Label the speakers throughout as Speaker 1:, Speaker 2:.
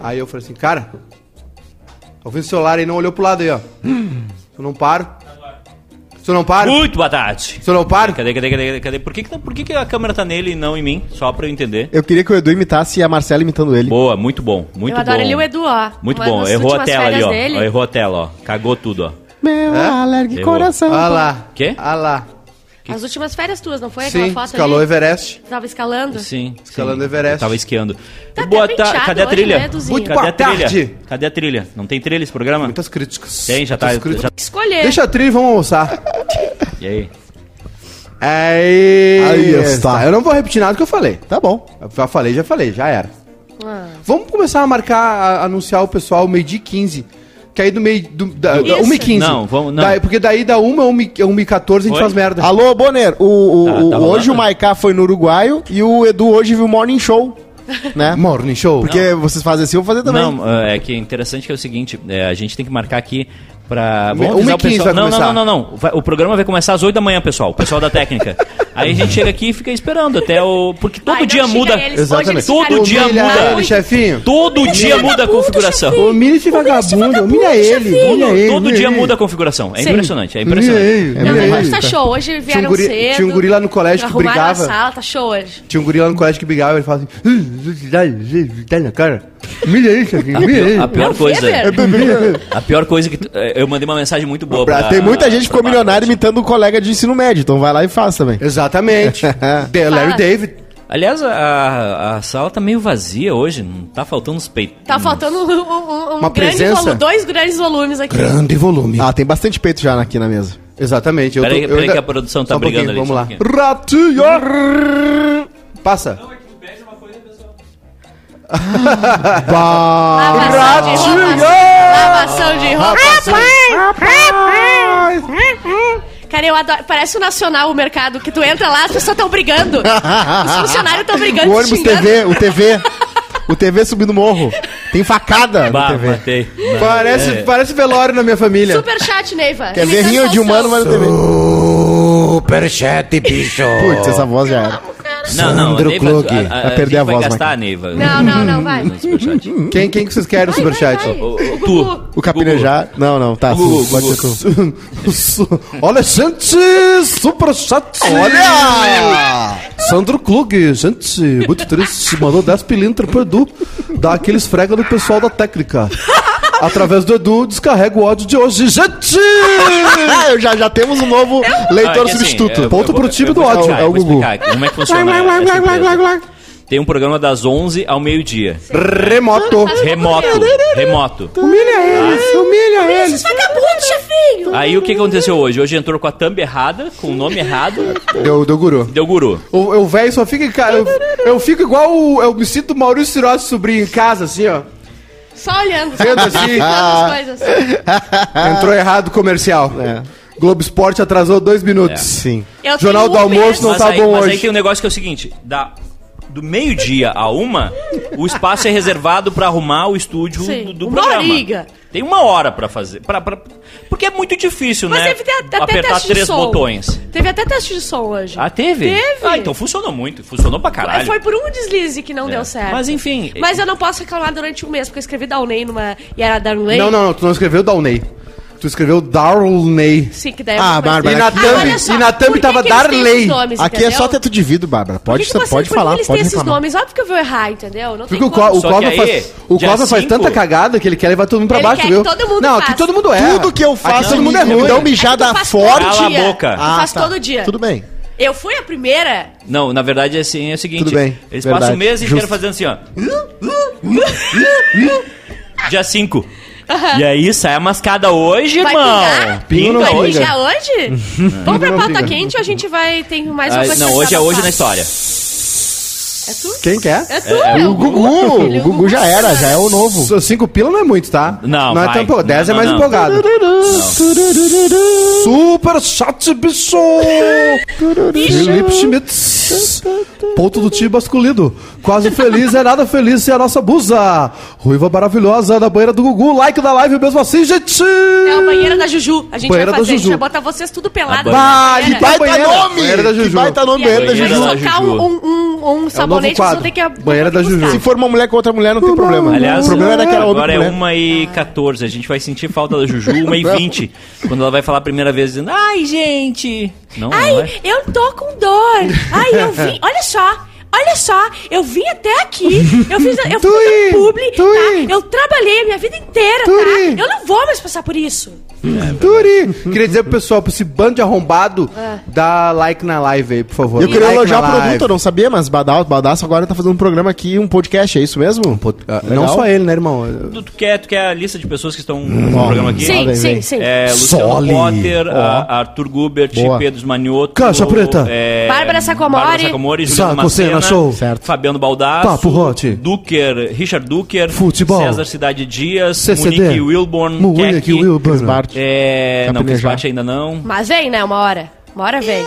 Speaker 1: Aí eu falei assim, cara, tá ouvindo o celular aí, não olhou pro lado aí, ó.
Speaker 2: Hum.
Speaker 1: Se eu não paro. Se eu não paro.
Speaker 2: Muito boa tarde.
Speaker 1: Se eu não paro.
Speaker 2: Cadê, cadê, cadê, cadê, cadê? Por que, que, por que, que a câmera tá nele e não em mim? Só pra eu entender.
Speaker 3: Eu queria que o Edu imitasse a Marcela imitando ele.
Speaker 2: Boa, muito bom, muito
Speaker 4: eu adoro
Speaker 2: bom.
Speaker 4: ele e o Edu, ó.
Speaker 2: Muito
Speaker 4: Uma-
Speaker 2: bom,
Speaker 4: nas
Speaker 2: errou a
Speaker 4: últimas
Speaker 2: tela ali,
Speaker 4: férias
Speaker 2: ó.
Speaker 4: dele.
Speaker 2: ó. Errou a tela, ó. Cagou tudo, ó.
Speaker 3: Meu
Speaker 1: É?
Speaker 3: alergue
Speaker 2: Errou.
Speaker 3: coração.
Speaker 1: Ah lá.
Speaker 2: Quê?
Speaker 1: Ah lá.
Speaker 4: As últimas férias tuas, não foi?
Speaker 1: Sim,
Speaker 4: Aquela foto
Speaker 1: escalou o
Speaker 4: ali?
Speaker 1: Everest.
Speaker 4: Tava escalando?
Speaker 2: Sim. sim.
Speaker 1: Escalando Everest.
Speaker 2: Eu tava esquiando.
Speaker 4: Tá
Speaker 2: E boa
Speaker 4: até
Speaker 2: ta-
Speaker 4: penteado
Speaker 2: Cadê a
Speaker 4: hoje,
Speaker 2: trilha?
Speaker 4: né, Eduzinho?
Speaker 1: Muito
Speaker 2: Cadê
Speaker 1: boa
Speaker 2: a trilha?
Speaker 1: tarde.
Speaker 2: Cadê a trilha? Não tem trilha esse programa?
Speaker 1: Muitas críticas.
Speaker 2: Tem, já tá-
Speaker 1: Muitas críticas.
Speaker 2: já-
Speaker 4: Escolher.
Speaker 1: Deixa a trilha e vamos almoçar.
Speaker 2: E aí?
Speaker 1: Aí,
Speaker 3: Aí
Speaker 1: está.
Speaker 3: está.
Speaker 1: Eu não vou repetir nada que eu falei.
Speaker 3: Tá bom.
Speaker 1: Eu Já falei, já falei, já era.
Speaker 4: Ah.
Speaker 1: Vamos começar a marcar, a anunciar o pessoal meio dia e 15. Que aí do meio. Do, da, da
Speaker 4: Isso.
Speaker 1: 1 e 15.
Speaker 2: Não, vamos- não.
Speaker 1: Daí- porque daí da 1 a 1 e- 1 e 14 a gente
Speaker 2: Oi?
Speaker 1: faz merda.
Speaker 3: Alô, Bonner, o, o-
Speaker 2: Tá, tá
Speaker 3: o-
Speaker 2: rolando?
Speaker 3: hoje o Maiká foi no Uruguaio e o Edu hoje viu o Morning Show, né?
Speaker 1: Morning show.
Speaker 3: Porque vocês fazem assim, eu vou fazer também.
Speaker 2: Não, é que é interessante que é o seguinte, é, a gente tem que marcar aqui pra...
Speaker 1: Uma
Speaker 2: Vamos avisar
Speaker 1: e
Speaker 2: o pessoal.
Speaker 1: quinze vai
Speaker 2: não, não,
Speaker 1: começar.
Speaker 2: não, não, não. Vai- O programa vai começar às 8 da manhã, pessoal. O pessoal da técnica. Aí a gente chega aqui e fica esperando até o... Porque todo
Speaker 4: Ai, não
Speaker 2: dia
Speaker 4: xinga
Speaker 2: muda...
Speaker 4: eles, hoje
Speaker 1: Exatamente.
Speaker 4: eles
Speaker 2: Todo
Speaker 4: ficaram
Speaker 2: dia
Speaker 4: muito
Speaker 1: humilha
Speaker 2: muda.
Speaker 1: ele, chefinho.
Speaker 2: Todo dia muda a configuração.
Speaker 1: Humilha esse vagabundo, humilha ele. Humilha ele.
Speaker 2: Todo
Speaker 1: humilha
Speaker 2: dia
Speaker 1: ele.
Speaker 2: muda a configuração. É
Speaker 4: Sim.
Speaker 2: impressionante, é
Speaker 1: Humilha
Speaker 2: impressionante.
Speaker 1: ele.
Speaker 4: Não,
Speaker 1: humilha
Speaker 4: mas
Speaker 1: ele.
Speaker 4: hoje tá show. Hoje vieram
Speaker 1: guri-
Speaker 4: cedo.
Speaker 1: tinha um guri lá no colégio que
Speaker 4: arrumaram
Speaker 1: brigava.
Speaker 4: a sala, tá show hoje.
Speaker 1: Tinha um guri lá no colégio que brigava, ele falava assim. "Dá- Dá na cara. Humilha ele, chefinho. Humilha ele.
Speaker 2: A pior
Speaker 4: o
Speaker 2: coisa...
Speaker 3: É
Speaker 4: Weber.
Speaker 2: A pior coisa que... tu- é, Eu mandei uma mensagem muito boa
Speaker 3: Pra-
Speaker 2: pra...
Speaker 3: tem muita gente que ficou
Speaker 2: pra-
Speaker 3: milionário imitando um colega de ensino médio, então vai lá e faz também.
Speaker 1: Exatamente. De- Larry
Speaker 4: Fala.
Speaker 1: David.
Speaker 2: Aliás, a, a sala tá meio vazia hoje. Não tá faltando os peitos.
Speaker 4: Tá faltando um, um- um
Speaker 1: Uma
Speaker 4: grande
Speaker 1: presença.
Speaker 4: volume, dois grandes volumes aqui.
Speaker 1: Grande volume.
Speaker 3: Ah, tem bastante peito já aqui na mesa.
Speaker 1: Exatamente. eu
Speaker 2: Peraí,
Speaker 1: tô- eu
Speaker 2: peraí
Speaker 1: ainda-
Speaker 2: que a produção tá
Speaker 1: Só um
Speaker 2: brigando ali.
Speaker 1: pouquinho,
Speaker 2: só um
Speaker 1: Vamos lá. Ratinho. Passa.
Speaker 4: Lavação de roupas. Lavação de roupas. Cara, eu adoro. Parece o Nacional, o mercado, que tu entra lá, as pessoas estão brigando. Os funcionários estão brigando,
Speaker 3: o ônibus
Speaker 4: xingando.
Speaker 3: TV, o TV. o TV subindo morro. Tem facada
Speaker 2: Bah,
Speaker 3: no TV.
Speaker 2: matei. É.
Speaker 1: Parece, parece velório na minha família.
Speaker 4: Super chat, Neiva.
Speaker 3: Quer ver rinho de humano, mas no TV.
Speaker 5: Superchat, bicho.
Speaker 3: Putz, essa voz já era.
Speaker 2: Não, não,
Speaker 5: Sandro
Speaker 2: a Neiva,
Speaker 5: Klug.
Speaker 2: a, a,
Speaker 3: Vai perder
Speaker 2: gente
Speaker 3: a
Speaker 2: vai
Speaker 3: voz,
Speaker 2: gastar a Neiva.
Speaker 4: Não, não, não, vai.
Speaker 3: Hum.
Speaker 2: No superchat.
Speaker 1: Quem, quem que vocês querem no
Speaker 4: Vai,
Speaker 1: superchat?
Speaker 4: vai, vai.
Speaker 2: O- o-
Speaker 4: Gugu.
Speaker 2: tu.
Speaker 3: O Capinejar. Não, não, tá.
Speaker 2: Gugu,
Speaker 3: sim, pode
Speaker 2: Gugu.
Speaker 3: ser tu.
Speaker 1: Olha, gente, superchat.
Speaker 3: Olha!
Speaker 1: Sandro Klug, gente, muito triste, mandou 10 pilintras pro Edu, dá aquele esfrega do pessoal da técnica. Através do Edu, descarrega o ódio de hoje. Gente!
Speaker 3: Ah, eu já, já temos um novo leitor
Speaker 2: Ah, é que assim,
Speaker 3: substituto.
Speaker 2: eu-
Speaker 1: Ponto
Speaker 2: eu vou-
Speaker 1: pro time
Speaker 2: eu vou
Speaker 1: do ódio,
Speaker 2: explicar,
Speaker 1: é o
Speaker 2: eu vou
Speaker 1: Gugu.
Speaker 2: explicar Como é que funciona essa empresa. Tem um programa das 11 ao meio-dia.
Speaker 1: Remoto.
Speaker 4: é
Speaker 1: Ah.
Speaker 2: Remoto. Remoto.
Speaker 1: Humilha eles, humilha eles.
Speaker 4: Vagabundo, chefinho.
Speaker 3: Ah.
Speaker 2: Aí o que aconteceu hoje? Hoje entrou com a thumb errada, com o nome errado.
Speaker 1: Deu, deu guru.
Speaker 2: Deu guru.
Speaker 1: O, eu velho só fica. em ca- Eu, eu fico igual. O, eu me sinto Maurício Cirossi sobrinho em casa, assim, ó.
Speaker 4: Só olhando.
Speaker 1: Vendo assim.
Speaker 3: Ah.
Speaker 4: As coisas.
Speaker 1: Entrou errado o comercial.
Speaker 3: É.
Speaker 1: Globo Esporte atrasou dois minutos.
Speaker 3: Sim.
Speaker 4: Eu
Speaker 1: Jornal
Speaker 4: tenho
Speaker 1: do
Speaker 4: um
Speaker 1: almoço
Speaker 4: medo.
Speaker 1: não tá
Speaker 2: aí,
Speaker 1: bom
Speaker 2: É. mas aí
Speaker 1: hoje.
Speaker 2: tem um negócio que é o seguinte: da, do meio-dia a uma, o espaço é reservado pra arrumar o estúdio
Speaker 4: Sim.
Speaker 2: do, do
Speaker 4: Uma
Speaker 2: programa.
Speaker 4: horiga.
Speaker 2: Tem uma hora pra fazer. Pra, pra- porque é muito difícil,
Speaker 4: Mas
Speaker 2: né?
Speaker 4: teve até, até
Speaker 2: apertar
Speaker 4: teste de
Speaker 2: três
Speaker 4: som.
Speaker 2: botões.
Speaker 4: Teve até teste de som hoje.
Speaker 2: Ah, teve?
Speaker 4: Teve.
Speaker 2: Ah, então funcionou muito. Funcionou pra
Speaker 4: Mas
Speaker 2: caralho. É.
Speaker 4: Foi por um deslize que não deu certo.
Speaker 2: Mas enfim.
Speaker 4: Mas eu não posso reclamar durante um mês, porque eu escrevi Downey numa. E era Downey?
Speaker 1: Não, não, não. Tu não escreveu Downey. Tu escreveu Darley.
Speaker 4: Sim, que daí é
Speaker 3: Ah,
Speaker 4: uma coisa.
Speaker 3: Bárbara,
Speaker 1: E na
Speaker 3: aqui-
Speaker 1: thumb-
Speaker 4: Ah, olha só,
Speaker 1: e na thumb
Speaker 4: por que
Speaker 1: tava
Speaker 4: que eles têm
Speaker 1: Darley.
Speaker 4: esses nomes,
Speaker 3: Aqui é
Speaker 4: entendeu?
Speaker 3: só teto de vidro, Bárbara.
Speaker 4: Por
Speaker 3: Pode,
Speaker 4: que que você-
Speaker 3: pode
Speaker 4: por que
Speaker 3: falar,
Speaker 4: eles
Speaker 3: pode
Speaker 4: têm esses
Speaker 3: reclamar.
Speaker 4: nomes? Óbvio que eu vou errar, entendeu? Não tem
Speaker 1: Porque o,
Speaker 4: como.
Speaker 1: Co- o
Speaker 2: Só que
Speaker 1: Cosma
Speaker 2: aí,
Speaker 1: faz, o
Speaker 2: dia
Speaker 1: Cosma faz
Speaker 2: cinco-
Speaker 1: tanta cagada que ele quer levar todo mundo pra
Speaker 4: Ele
Speaker 1: baixo,
Speaker 4: quer
Speaker 1: viu?
Speaker 4: que todo mundo
Speaker 1: não,
Speaker 4: faça.
Speaker 1: aqui todo mundo é.
Speaker 3: Tudo que eu faço,
Speaker 1: aqui todo mundo é
Speaker 3: me- me
Speaker 1: ruim.
Speaker 3: dá um
Speaker 4: É que tu
Speaker 3: mijada
Speaker 4: faz
Speaker 3: forte.
Speaker 2: Cala
Speaker 4: todo
Speaker 2: a
Speaker 4: dia.
Speaker 2: boca.
Speaker 4: Tu
Speaker 3: Ah,
Speaker 4: faz
Speaker 3: tá.
Speaker 4: todo dia.
Speaker 3: Tudo bem.
Speaker 4: Eu fui a primeira.
Speaker 2: Não, na verdade, assim, é o seguinte.
Speaker 3: Tudo bem,
Speaker 2: Eles
Speaker 3: verdade,
Speaker 2: passam o mês inteiro
Speaker 3: justo.
Speaker 2: fazendo assim, ó. Dia 5. E aí, sai a mascada hoje,
Speaker 4: Vai
Speaker 2: irmão.
Speaker 4: pingar?
Speaker 1: Pingo não
Speaker 4: vai
Speaker 1: briga.
Speaker 4: brigar hoje? Vamos pra
Speaker 1: Não
Speaker 4: pauta
Speaker 1: briga.
Speaker 4: quente ou a gente vai. Tem mais uma
Speaker 2: Ah,
Speaker 4: coisa
Speaker 2: não,
Speaker 4: pra
Speaker 2: hoje é
Speaker 4: passar?
Speaker 2: hoje na história.
Speaker 4: É tu?
Speaker 1: Quem que é?
Speaker 4: É tu, é,
Speaker 3: O Gugu,
Speaker 4: filho,
Speaker 3: o Gugu já era, já é o novo.
Speaker 1: Os Cinco pila não é muito, tá?
Speaker 2: Não,
Speaker 1: não é
Speaker 2: vai.
Speaker 1: tão pouco. Dez
Speaker 2: Não,
Speaker 1: é mais
Speaker 2: não, não.
Speaker 1: empolgado. Super chat, bicho! Felipe Schmitz. Ponto do time basculido. Quase feliz é nada feliz é a nossa busa. Ruiva maravilhosa na banheira do Gugu. Like da live mesmo assim, gente!
Speaker 4: É a banheira da Juju. A gente
Speaker 1: Banheira
Speaker 4: vai
Speaker 1: da
Speaker 4: fazer, a gente
Speaker 1: Juju.
Speaker 4: vai botar vocês tudo pelado.
Speaker 2: banheira.
Speaker 1: Bah, que baita
Speaker 4: banheira.
Speaker 3: Baita
Speaker 1: Banheira.
Speaker 3: nome!
Speaker 1: Banheira da
Speaker 3: Que
Speaker 1: Juju.
Speaker 3: baita nome, banheira da
Speaker 4: E aí,
Speaker 2: Banheira
Speaker 3: Juju.
Speaker 2: da
Speaker 4: colocar
Speaker 2: Juju.
Speaker 4: um, um, um sabonete, vocês
Speaker 1: quadro.
Speaker 4: vão ter que ab-
Speaker 1: Banheira
Speaker 4: vão
Speaker 1: da
Speaker 4: ter que
Speaker 1: Juju.
Speaker 3: Se
Speaker 4: buscar.
Speaker 3: for uma mulher com outra mulher, não tem problema.
Speaker 2: Aliás,
Speaker 3: o problema é daquela outra
Speaker 2: agora é
Speaker 3: mulher.
Speaker 2: uma e 14. A gente vai sentir falta da Juju, uma e
Speaker 3: Não.
Speaker 2: 20. Quando ela vai falar a primeira vez dizendo, ai, gente. Não, não é.
Speaker 4: Ai, eu tô com dor. Ai, eu vim. Olha só. Olha só, eu vim até aqui, eu fiz, eu fiz
Speaker 1: Tui,
Speaker 4: um publi,
Speaker 1: Tui.
Speaker 4: tá? Eu trabalhei a minha vida inteira,
Speaker 1: Tui.
Speaker 4: tá? Eu não vou mais passar por isso.
Speaker 1: Turi! Queria dizer pro pessoal, pra esse bando de arrombado,
Speaker 4: É.
Speaker 1: dá like na live aí, por favor.
Speaker 3: Eu queria
Speaker 1: Like
Speaker 3: elogiar
Speaker 1: na
Speaker 3: o produto,
Speaker 1: live.
Speaker 3: eu não sabia, mas Badal- Badaço agora tá fazendo um programa aqui, um podcast, é isso mesmo?
Speaker 1: Ah, Não
Speaker 3: Legal.
Speaker 1: só ele, né, irmão?
Speaker 2: Tu, tu quer, tu quer a lista de pessoas que estão no programa aqui?
Speaker 4: Sim,
Speaker 3: vem,
Speaker 4: sim,
Speaker 3: vem.
Speaker 4: sim.
Speaker 2: É, Luciano
Speaker 1: Soli.
Speaker 2: Potter, a- Arthur Gubert,
Speaker 3: Boa.
Speaker 2: Pedro Manioto.
Speaker 1: Caixa Preta.
Speaker 2: é,
Speaker 4: Bárbara Sacomori.
Speaker 2: Bárbara Sacomori, Juliana
Speaker 1: Saco Sena,
Speaker 2: Macena,
Speaker 1: show.
Speaker 3: Certo.
Speaker 2: Fabiano
Speaker 3: Tá
Speaker 2: Baldasso.
Speaker 1: Papo Hot.
Speaker 2: Duker, Richard Duker.
Speaker 1: Futebol.
Speaker 2: César Cidade Dias.
Speaker 1: CCD.
Speaker 2: Monique Wilborn.
Speaker 1: Monique
Speaker 2: Keck,
Speaker 1: Wilburn.
Speaker 3: Smart.
Speaker 2: É, não,
Speaker 3: Capinejar.
Speaker 2: Fispate ainda não.
Speaker 4: Mas vem, né? Uma hora. Uma hora vem.